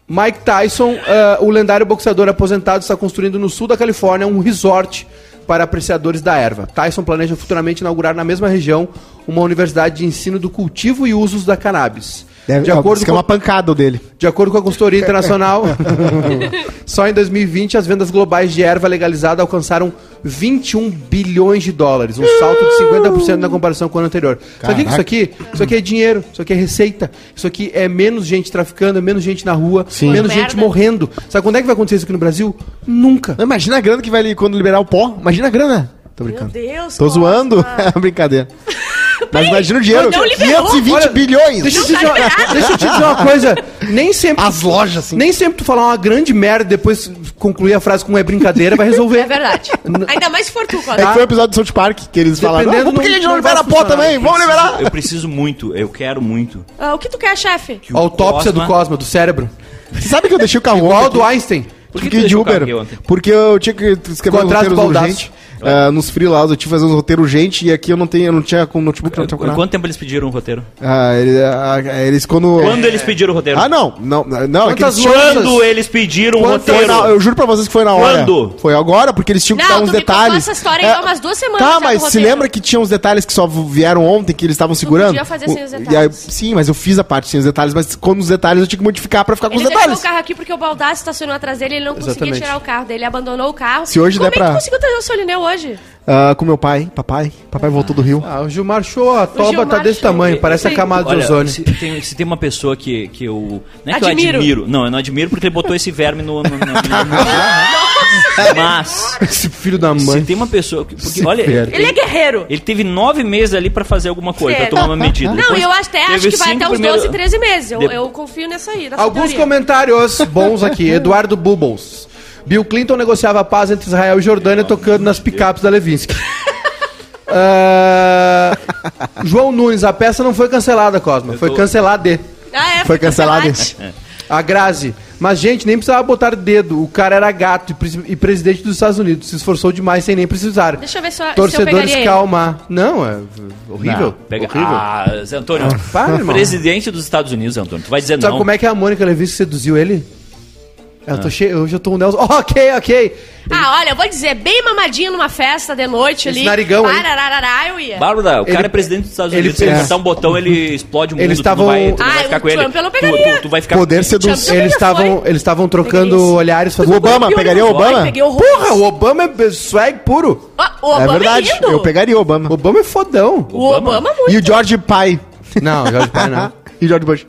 Speaker 1: Mike Tyson, ah, o lendário boxeador aposentado, está construindo no sul da Califórnia um resort para apreciadores da erva. Tyson planeja futuramente inaugurar na mesma região uma universidade de ensino do cultivo e usos da cannabis.
Speaker 3: Deve,
Speaker 1: de acordo
Speaker 3: que é uma pancada o dele.
Speaker 1: De acordo com a consultoria internacional, só em 2020 as vendas globais de erva legalizada alcançaram 21 bilhões de dólares, um salto de 50% na comparação com o ano anterior. Sabe o que é isso aqui? Isso aqui é dinheiro, isso aqui é receita, isso aqui é menos gente traficando, é menos gente na rua, menos
Speaker 4: Merda.
Speaker 1: gente morrendo. Sabe quando é que vai acontecer isso aqui no Brasil? Nunca.
Speaker 3: Não, Imagina a grana que vai ali quando liberar o pó. Imagina a grana. Tô
Speaker 4: Meu
Speaker 3: brincando.
Speaker 4: Deus.
Speaker 3: Tô
Speaker 4: Costa.
Speaker 3: zoando? Brincadeira. Mas imagina o dinheiro.
Speaker 4: Não liberou.
Speaker 3: 520
Speaker 1: Olha,
Speaker 3: bilhões.
Speaker 1: Deixa eu, te dizer uma, deixa eu te dizer uma coisa, nem sempre...
Speaker 3: As lojas, assim.
Speaker 1: Nem sempre tu falar uma grande merda e depois concluir a frase com é brincadeira vai resolver.
Speaker 4: É verdade. Ainda mais se for tu,
Speaker 3: É
Speaker 4: Costa.
Speaker 2: Tá.
Speaker 3: que foi o episódio do South Park que eles falaram.
Speaker 1: Dependendo,
Speaker 3: "Ah, por que a gente
Speaker 1: não-
Speaker 3: não
Speaker 1: não
Speaker 3: libera
Speaker 1: vai
Speaker 3: a pó
Speaker 1: funcionar,
Speaker 3: também? Vamos liberar!
Speaker 2: Eu preciso muito, eu quero muito.
Speaker 4: Ah, o que tu quer, chefe?
Speaker 2: que
Speaker 1: A Autópsia
Speaker 2: Cosma-
Speaker 1: do Cosma, do cérebro.
Speaker 3: Você sabe que eu deixei o carro
Speaker 1: Igual
Speaker 3: ontem
Speaker 1: ao do
Speaker 3: aqui?
Speaker 1: Einstein.
Speaker 2: Por que tu
Speaker 3: Fiquei de
Speaker 2: deixou o carro
Speaker 3: Uber.
Speaker 2: aqui ontem?
Speaker 3: Porque eu tinha que escrever uns
Speaker 1: Contrato
Speaker 3: roteiros
Speaker 1: baldaço.
Speaker 3: urgentes. ah, nos freelaus, eu tive que fazer uns roteiros urgentes e aqui eu não, tenho, eu não tinha com notebook, não tinha com
Speaker 2: Em
Speaker 3: nada.
Speaker 2: quanto tempo eles pediram o roteiro?
Speaker 3: Ah, ele- ah, eles quando...
Speaker 2: Quando eles pediram o roteiro?
Speaker 3: Ah, não. Não, não é que
Speaker 1: Quantas
Speaker 3: eles tinham-
Speaker 2: Quando eles pediram o
Speaker 3: Foi
Speaker 2: roteiro?
Speaker 3: na- eu juro pra vocês que foi na hora.
Speaker 2: Quando?
Speaker 3: Foi agora, porque eles tinham que
Speaker 4: Não,
Speaker 3: dar
Speaker 4: tu
Speaker 3: uns
Speaker 4: me contou
Speaker 3: detalhes.
Speaker 4: essa história aí há umas duas semanas já
Speaker 3: Tá,
Speaker 4: do
Speaker 3: mas se
Speaker 4: roteiro.
Speaker 3: lembra que tinha uns detalhes que só vieram ontem, que eles estavam segurando?
Speaker 4: podia fazer sem os
Speaker 3: O- e
Speaker 4: detalhes.
Speaker 3: aí- sim, mas eu fiz a parte sem os detalhes, mas quando os detalhes eu tinha que modificar pra ficar com
Speaker 4: Ele
Speaker 3: os
Speaker 4: deixou
Speaker 3: detalhes.
Speaker 4: o carro aqui porque o Baldassi estacionou atrás dele ele não conseguia
Speaker 1: Exatamente.
Speaker 4: tirar o carro dele. Ele abandonou o carro.
Speaker 3: Se hoje der
Speaker 4: Como é que
Speaker 3: pra-
Speaker 4: tu conseguiu trazer o Solineu hoje?
Speaker 3: Ah, com meu pai, papai. Papai voltou do Rio.
Speaker 1: Ah, o Gilmar Show, a toba
Speaker 4: Gilmar
Speaker 1: tá desse
Speaker 4: Show.
Speaker 1: tamanho, parece a camada de
Speaker 2: Olha,
Speaker 1: ozônio.
Speaker 2: se tem, se tem uma pessoa que, que eu. Não é que
Speaker 4: Admiro.
Speaker 2: eu admiro. Não, eu não admiro porque ele botou esse verme no. no, no, no, Mas,
Speaker 1: Esse filho da
Speaker 2: se tem uma pessoa. que- Porque, olha,
Speaker 1: ferra.
Speaker 4: Ele é guerreiro.
Speaker 2: ele teve nove meses ali pra fazer alguma coisa, pra
Speaker 4: Sério?
Speaker 2: tomar uma medida.
Speaker 4: Não,
Speaker 2: Depois
Speaker 4: eu até acho
Speaker 2: teve
Speaker 4: que vai
Speaker 2: cinco
Speaker 4: até uns
Speaker 2: primeiros-
Speaker 4: 12, 13 meses. Eu,
Speaker 2: De-
Speaker 4: eu confio nessa aí. nessa
Speaker 1: Alguns
Speaker 4: teoria.
Speaker 1: comentários bons aqui. Eduardo Bubbles. Bill Clinton negociava a paz entre Israel e Jordânia tocando nas picapes da Levinsky. Ah, João Nunes, a peça não foi cancelada, Cosma. Foi
Speaker 2: tô-
Speaker 1: cancelada.
Speaker 4: Ah, é,
Speaker 3: Foi cancelado isso.
Speaker 1: A Grazi. Mas, gente, nem precisava botar dedo. O cara era gato e, pres- e presidente dos Estados Unidos. Se esforçou demais sem nem precisar.
Speaker 4: Deixa eu ver se eu, se eu
Speaker 1: Torcedores,
Speaker 4: pegaria ele.
Speaker 1: calma. Não, é horrível.
Speaker 2: Pega...
Speaker 1: horrível.
Speaker 2: Ah, Zé Antônio.
Speaker 1: para, irmão.
Speaker 2: presidente dos Estados Unidos, Zé Antônio. Tu vai dizer
Speaker 1: Sabe
Speaker 2: não.
Speaker 1: como é que a Mônica Levinsky seduziu ele? Eu tô cheio, hoje eu tô um Nelson. Ok, ok.
Speaker 4: Ah, olha, eu vou dizer, bem mamadinha numa festa de noite
Speaker 1: Esse
Speaker 4: ali.
Speaker 1: narigão aí.
Speaker 4: Arararará, eu ia.
Speaker 2: Bárbara, o cara
Speaker 1: Ele-
Speaker 2: é presidente dos Estados
Speaker 1: ele
Speaker 2: Unidos. Se ele
Speaker 1: pensa-
Speaker 2: apertar um botão, ele explode o mundo.
Speaker 1: Eles
Speaker 2: tu
Speaker 1: estavam-
Speaker 2: não vai, tu não
Speaker 4: Ah,
Speaker 2: vai ficar
Speaker 4: o
Speaker 2: com ele.
Speaker 4: Trump eu não
Speaker 2: Tu-
Speaker 4: pegaria.
Speaker 2: Tu, tu vai ficar...
Speaker 3: Poder seduz.
Speaker 4: Trump-
Speaker 1: Eles estavam,
Speaker 4: foi.
Speaker 1: eles estavam trocando
Speaker 4: Delícia.
Speaker 1: olhares.
Speaker 3: O
Speaker 1: Fazendo...
Speaker 3: Obama,
Speaker 4: Pior
Speaker 3: pegaria
Speaker 4: não
Speaker 3: o
Speaker 4: foi,
Speaker 3: Obama?
Speaker 4: Peguei horror.
Speaker 1: Porra, o Obama é swag puro.
Speaker 4: Ah, O
Speaker 3: É
Speaker 4: Obama é,
Speaker 3: verdade,
Speaker 4: lindo.
Speaker 3: eu pegaria o Obama.
Speaker 1: O Obama é fodão.
Speaker 4: O Obama, é
Speaker 2: Obama
Speaker 4: muito.
Speaker 3: E o George Pai.
Speaker 1: Não, George Pai não.
Speaker 3: E George Bush.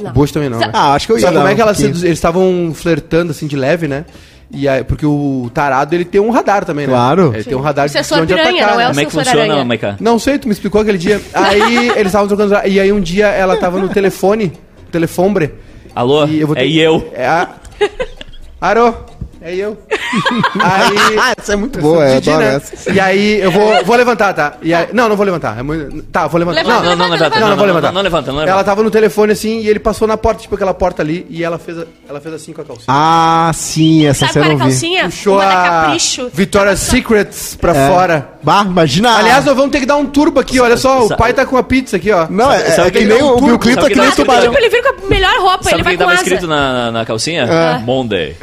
Speaker 1: O Bush também não. né?
Speaker 3: Ah, acho que eu ia
Speaker 1: Sabe
Speaker 3: dar
Speaker 1: como é que
Speaker 3: um
Speaker 1: ela
Speaker 3: pouquinho.
Speaker 1: seduz- eles estavam flertando assim de leve, né? E aí, porque o tarado ele tem um radar também, né?
Speaker 3: Claro.
Speaker 1: Ele tem um radar
Speaker 4: O sensor piranha, não é o
Speaker 1: né?
Speaker 2: Como é que
Speaker 4: Sensor
Speaker 2: funciona,
Speaker 4: aranha.
Speaker 2: Maica?
Speaker 1: Não sei, tu me explicou aquele dia. Aí eles estavam trocando. radar, E aí um dia ela tava no telefone, telefombre.
Speaker 2: Alô?
Speaker 1: E eu vou ter-
Speaker 2: É e eu.
Speaker 1: É a. Arô, é eu. aí.
Speaker 3: Ah, essa é muito boa, é,
Speaker 1: Didi,
Speaker 3: adoro
Speaker 1: né?
Speaker 3: essa.
Speaker 1: E aí eu vou, vou levantar, tá? E aí- não, não vou levantar. É muito- Tá, vou levantar.
Speaker 4: Levanta,
Speaker 1: não, não,
Speaker 4: levanta.
Speaker 1: não, não, vou levantar.
Speaker 2: Não levanta, não
Speaker 1: Ela
Speaker 2: levanta.
Speaker 1: tava no telefone assim e ele passou na porta, tipo aquela porta ali, e ela fez, a- ela fez assim com a calcinha.
Speaker 3: Ah, sim, essa
Speaker 4: Sabe
Speaker 3: cena eu
Speaker 4: qual é a
Speaker 3: não vi.
Speaker 4: calcinha?
Speaker 1: Puxou
Speaker 4: Uma da
Speaker 1: a
Speaker 4: Capricho.
Speaker 1: Victoria's Secrets pra
Speaker 3: É.
Speaker 1: fora.
Speaker 3: Bah, imagina.
Speaker 1: Aliás, nós vamos ter que dar um turbo aqui, olha só. O
Speaker 2: Sabe-
Speaker 1: pai tá com a pizza aqui, ó.
Speaker 3: não, é,
Speaker 2: sabe
Speaker 3: é que
Speaker 2: que
Speaker 3: nem
Speaker 2: não,
Speaker 3: o
Speaker 2: turco,
Speaker 3: Bill Clinton
Speaker 2: sabe
Speaker 3: que
Speaker 2: que
Speaker 3: nem
Speaker 2: não,
Speaker 3: o
Speaker 4: Claro,
Speaker 3: tubarão.
Speaker 4: tipo, ele vira com a melhor
Speaker 2: Sabe
Speaker 4: roupa,
Speaker 2: tá
Speaker 4: ele
Speaker 2: o que
Speaker 4: vai
Speaker 2: que
Speaker 4: com
Speaker 2: tava
Speaker 4: asa.
Speaker 2: escrito na, na, na calcinha?
Speaker 1: É.
Speaker 2: Monday.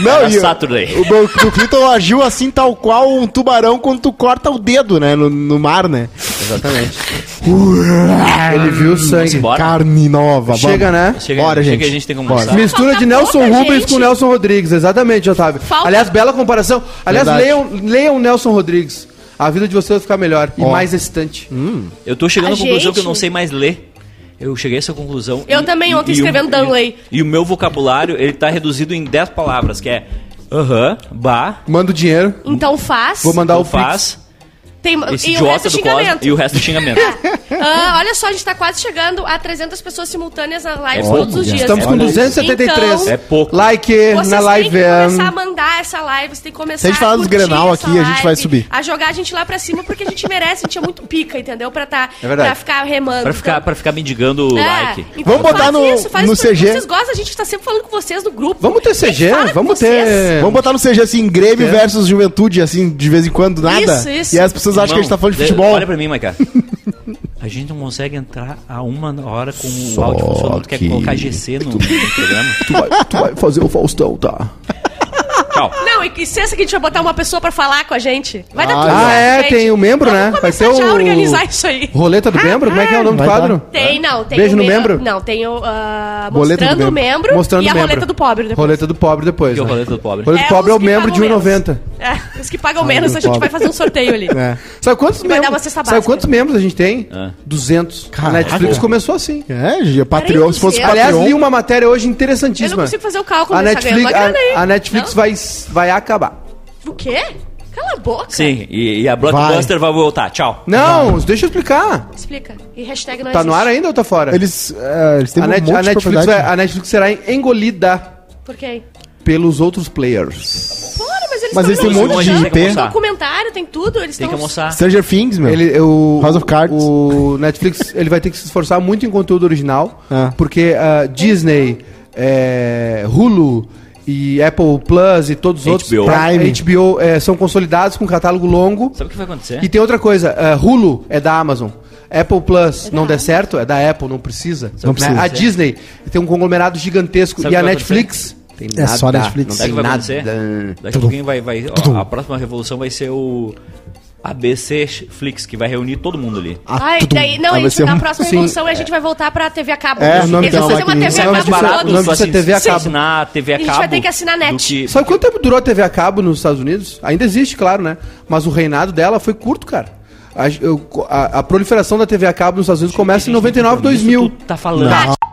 Speaker 3: Não,
Speaker 2: Era
Speaker 3: e o-
Speaker 2: É Saturday.
Speaker 3: O Bill, Bill Clinton agiu assim, tal qual um tubarão quando tu corta o dedo, né? No, no mar, né?
Speaker 2: Exatamente.
Speaker 1: Ele viu o sangue.
Speaker 2: Bora.
Speaker 3: Carne nova, vamos.
Speaker 1: Chega, né?
Speaker 2: Chega,
Speaker 3: Bora,
Speaker 2: chega
Speaker 3: gente.
Speaker 2: que a gente tem como
Speaker 3: Bora.
Speaker 2: almoçar.
Speaker 1: Mistura
Speaker 4: Falta
Speaker 1: de Nelson
Speaker 4: pouca
Speaker 1: Rubens
Speaker 4: gente.
Speaker 1: com Nelson Rodrigues, exatamente, Otávio.
Speaker 4: Falta-
Speaker 1: Aliás, bela comparação. Aliás,
Speaker 3: Verdade.
Speaker 1: leiam, leiam Nelson Rodrigues. A vida de vocês vai ficar melhor e
Speaker 3: Ó.
Speaker 1: mais excitante.
Speaker 2: Eu tô chegando
Speaker 4: A
Speaker 2: à conclusão
Speaker 4: gente-
Speaker 2: que eu não sei mais ler. Eu cheguei a essa conclusão.
Speaker 4: Eu também, ontem,
Speaker 2: o-
Speaker 4: escrevendo Dunley.
Speaker 2: E, o meu vocabulário, ele tá reduzido em 10 palavras, que é aham, bah,
Speaker 1: Manda o dinheiro.
Speaker 4: Então faz.
Speaker 1: Vou mandar
Speaker 2: tu
Speaker 1: o Pix.
Speaker 2: faz,
Speaker 4: Tem,
Speaker 2: esse
Speaker 4: e o resto
Speaker 2: idiota
Speaker 4: é
Speaker 2: do Cosmo
Speaker 4: xingamento.
Speaker 2: e o resto é xingamento.
Speaker 4: Ah, olha só, a gente tá quase chegando a 300 pessoas simultâneas na live
Speaker 2: É
Speaker 4: todos
Speaker 2: pouco,
Speaker 4: os dias.
Speaker 1: Estamos com
Speaker 2: pouco.
Speaker 1: 273.
Speaker 4: Então,
Speaker 2: É pouco.
Speaker 1: Like
Speaker 4: Vocês
Speaker 1: na live. é-
Speaker 4: têm que começar
Speaker 1: ahn,
Speaker 4: a mandar essa live, vocês têm que começar
Speaker 3: Se a gente falar dos
Speaker 4: curtir
Speaker 3: Grenal
Speaker 4: essa
Speaker 3: aqui, a gente vai subir.
Speaker 4: A jogar a gente lá pra cima, porque a gente merece, a gente é muito pica, entendeu? Pra, tá,
Speaker 1: É verdade.
Speaker 4: pra ficar remando.
Speaker 2: pra, ficar, pra ficar mendigando o
Speaker 4: Então, é,
Speaker 2: like.
Speaker 4: então
Speaker 3: Vamos botar
Speaker 4: faz
Speaker 3: no-
Speaker 4: faz
Speaker 3: no
Speaker 4: isso pra-
Speaker 3: CG.
Speaker 4: Vocês gostam, a gente tá sempre falando com vocês no grupo.
Speaker 1: Vamos ter CG,
Speaker 4: Fala com
Speaker 1: vamos
Speaker 4: vocês.
Speaker 1: ter.
Speaker 3: Vamos botar no CG assim, Grêmio
Speaker 1: É.
Speaker 3: versus Juventude, assim, de vez em quando, nada.
Speaker 4: Isso, isso.
Speaker 3: E as pessoas acham que a gente tá falando de
Speaker 2: Irmão,
Speaker 3: futebol.
Speaker 2: Olha pra mim, Maica. A gente não consegue entrar a uma hora com o áudio funcionando. Tu quer colocar GC no, no programa?
Speaker 1: Tu vai, tu vai fazer o Faustão, tá?
Speaker 2: Calma.
Speaker 4: Não, e que sensa que a gente vai botar uma pessoa pra falar com a gente. Vai dar tudo
Speaker 1: Ah,
Speaker 4: certo,
Speaker 1: é,
Speaker 4: gente.
Speaker 1: tem o membro,
Speaker 4: Vamos
Speaker 1: né? Vai
Speaker 4: começar
Speaker 1: ter
Speaker 4: já a
Speaker 1: o-
Speaker 4: organizar isso aí.
Speaker 1: Roleta do membro? Como é que é o nome do
Speaker 3: Vai dar.
Speaker 1: quadro?
Speaker 4: Tem, não. Tem
Speaker 1: Beijo
Speaker 4: o
Speaker 1: no
Speaker 4: mem-
Speaker 1: membro?
Speaker 4: Não, tem o... ah,
Speaker 3: Boleto do
Speaker 4: mostrando
Speaker 3: membro.
Speaker 4: o membro,
Speaker 1: Mostrando
Speaker 4: e a
Speaker 1: o membro.
Speaker 4: roleta do pobre. Depois.
Speaker 1: Roleta do pobre depois.
Speaker 2: Que é o
Speaker 1: né?
Speaker 2: roleta do pobre?
Speaker 1: Roleta do pobre é o
Speaker 4: os que
Speaker 1: membro de
Speaker 4: pagam menos.
Speaker 1: 1,90.
Speaker 4: É, os que pagam menos, a gente
Speaker 3: pobre.
Speaker 4: vai fazer um sorteio ali.
Speaker 3: É.
Speaker 1: Sabe quantos
Speaker 4: Vai dar uma
Speaker 1: membros?
Speaker 4: cesta
Speaker 1: Sabe
Speaker 4: básica.
Speaker 1: quantos membros a gente tem?
Speaker 2: Ah.
Speaker 1: 200. A
Speaker 3: Caraca.
Speaker 1: Netflix começou assim.
Speaker 3: É, gente, é Patreon, se fosse
Speaker 4: Eu-
Speaker 1: Aliás, um-
Speaker 3: Patreon.
Speaker 1: li uma matéria hoje
Speaker 4: Eu não
Speaker 1: interessantíssima.
Speaker 4: consigo fazer o cálculo
Speaker 1: A
Speaker 4: dessa grana.
Speaker 1: Netflix,
Speaker 4: Uma grana aí.
Speaker 1: a, a Netflix
Speaker 4: Não?
Speaker 1: vai, vai acabar.
Speaker 4: O quê? Cala a boca.
Speaker 2: Sim, e, e a Blockbuster vai. voltar. Tchau.
Speaker 1: Não, deixa eu explicar.
Speaker 4: Explica. E hashtag não
Speaker 1: Tá no
Speaker 4: existe.
Speaker 1: ar ainda ou tá fora?
Speaker 3: Eles, é, eles têm
Speaker 1: a,
Speaker 3: um
Speaker 1: Net-
Speaker 3: monte
Speaker 1: a
Speaker 3: de
Speaker 1: Netflix
Speaker 3: propriedade.
Speaker 1: vai- a Netflix será engolida
Speaker 4: Por quê?
Speaker 1: pelos outros players.
Speaker 4: Bora, mas eles
Speaker 3: Mas eles
Speaker 4: tão
Speaker 3: têm um
Speaker 4: lançando
Speaker 3: monte de
Speaker 4: já,
Speaker 2: Tem que
Speaker 3: IP.
Speaker 2: almoçar.
Speaker 4: documentário, tem tudo. Eles
Speaker 2: Tem que
Speaker 4: tão-
Speaker 2: almoçar.
Speaker 3: Stranger Things, meu.
Speaker 1: Ele, o,
Speaker 3: House of Cards.
Speaker 1: O Netflix ele vai ter que se esforçar muito em conteúdo original,
Speaker 3: Ah.
Speaker 1: porque ah, Disney, eh, Hulu e Apple Plus e todos os outros
Speaker 2: HBO.
Speaker 1: Prime, HBO eh, são consolidados com um catálogo longo.
Speaker 2: Sabe o que vai acontecer?
Speaker 1: E tem outra coisa, eh, Hulu é da Amazon. Apple Plus não der certo, é da Apple, não precisa.
Speaker 2: Não
Speaker 1: Né?
Speaker 2: precisa.
Speaker 1: A Disney tem um conglomerado gigantesco
Speaker 2: Sabe
Speaker 1: e
Speaker 2: o
Speaker 1: a
Speaker 2: que vai
Speaker 1: Netflix tem
Speaker 3: É só Netflix.
Speaker 1: Não
Speaker 2: Sabe
Speaker 1: tem
Speaker 2: o que vai
Speaker 1: nada.
Speaker 2: acontecer? Daqui a pouquinho vai. vai ó, a próxima revolução vai ser o ABC Flix, que vai reunir todo mundo ali.
Speaker 3: Ah,
Speaker 4: Ai,
Speaker 3: tudum.
Speaker 4: daí, não,
Speaker 3: Ah,
Speaker 4: a
Speaker 3: vai
Speaker 4: gente
Speaker 3: ser
Speaker 4: dá a
Speaker 3: um-
Speaker 4: próxima
Speaker 1: sim.
Speaker 4: evolução e a gente vai voltar pra TV a cabo.
Speaker 3: É, o nome
Speaker 4: Eles vão
Speaker 3: dela
Speaker 4: fazer uma
Speaker 3: aqui.
Speaker 4: TV
Speaker 1: O
Speaker 4: a
Speaker 1: nome
Speaker 4: cabo
Speaker 1: disso é-
Speaker 4: pra
Speaker 1: o nome
Speaker 4: todos.
Speaker 1: disso é
Speaker 2: assin-
Speaker 1: TV a
Speaker 2: se
Speaker 1: cabo.
Speaker 2: assinar a TV a
Speaker 4: A gente
Speaker 2: cabo.
Speaker 4: vai ter que assinar net.
Speaker 2: do que-
Speaker 1: Sabe quanto tempo durou a TV a cabo nos Estados Unidos? Ainda existe, claro, né? Mas o reinado dela foi curto, cara. A, eu- a- a proliferação da TV a cabo nos Estados Unidos começa em 99,
Speaker 2: Isso
Speaker 1: 2000.
Speaker 2: tu tá falando.
Speaker 4: Tá,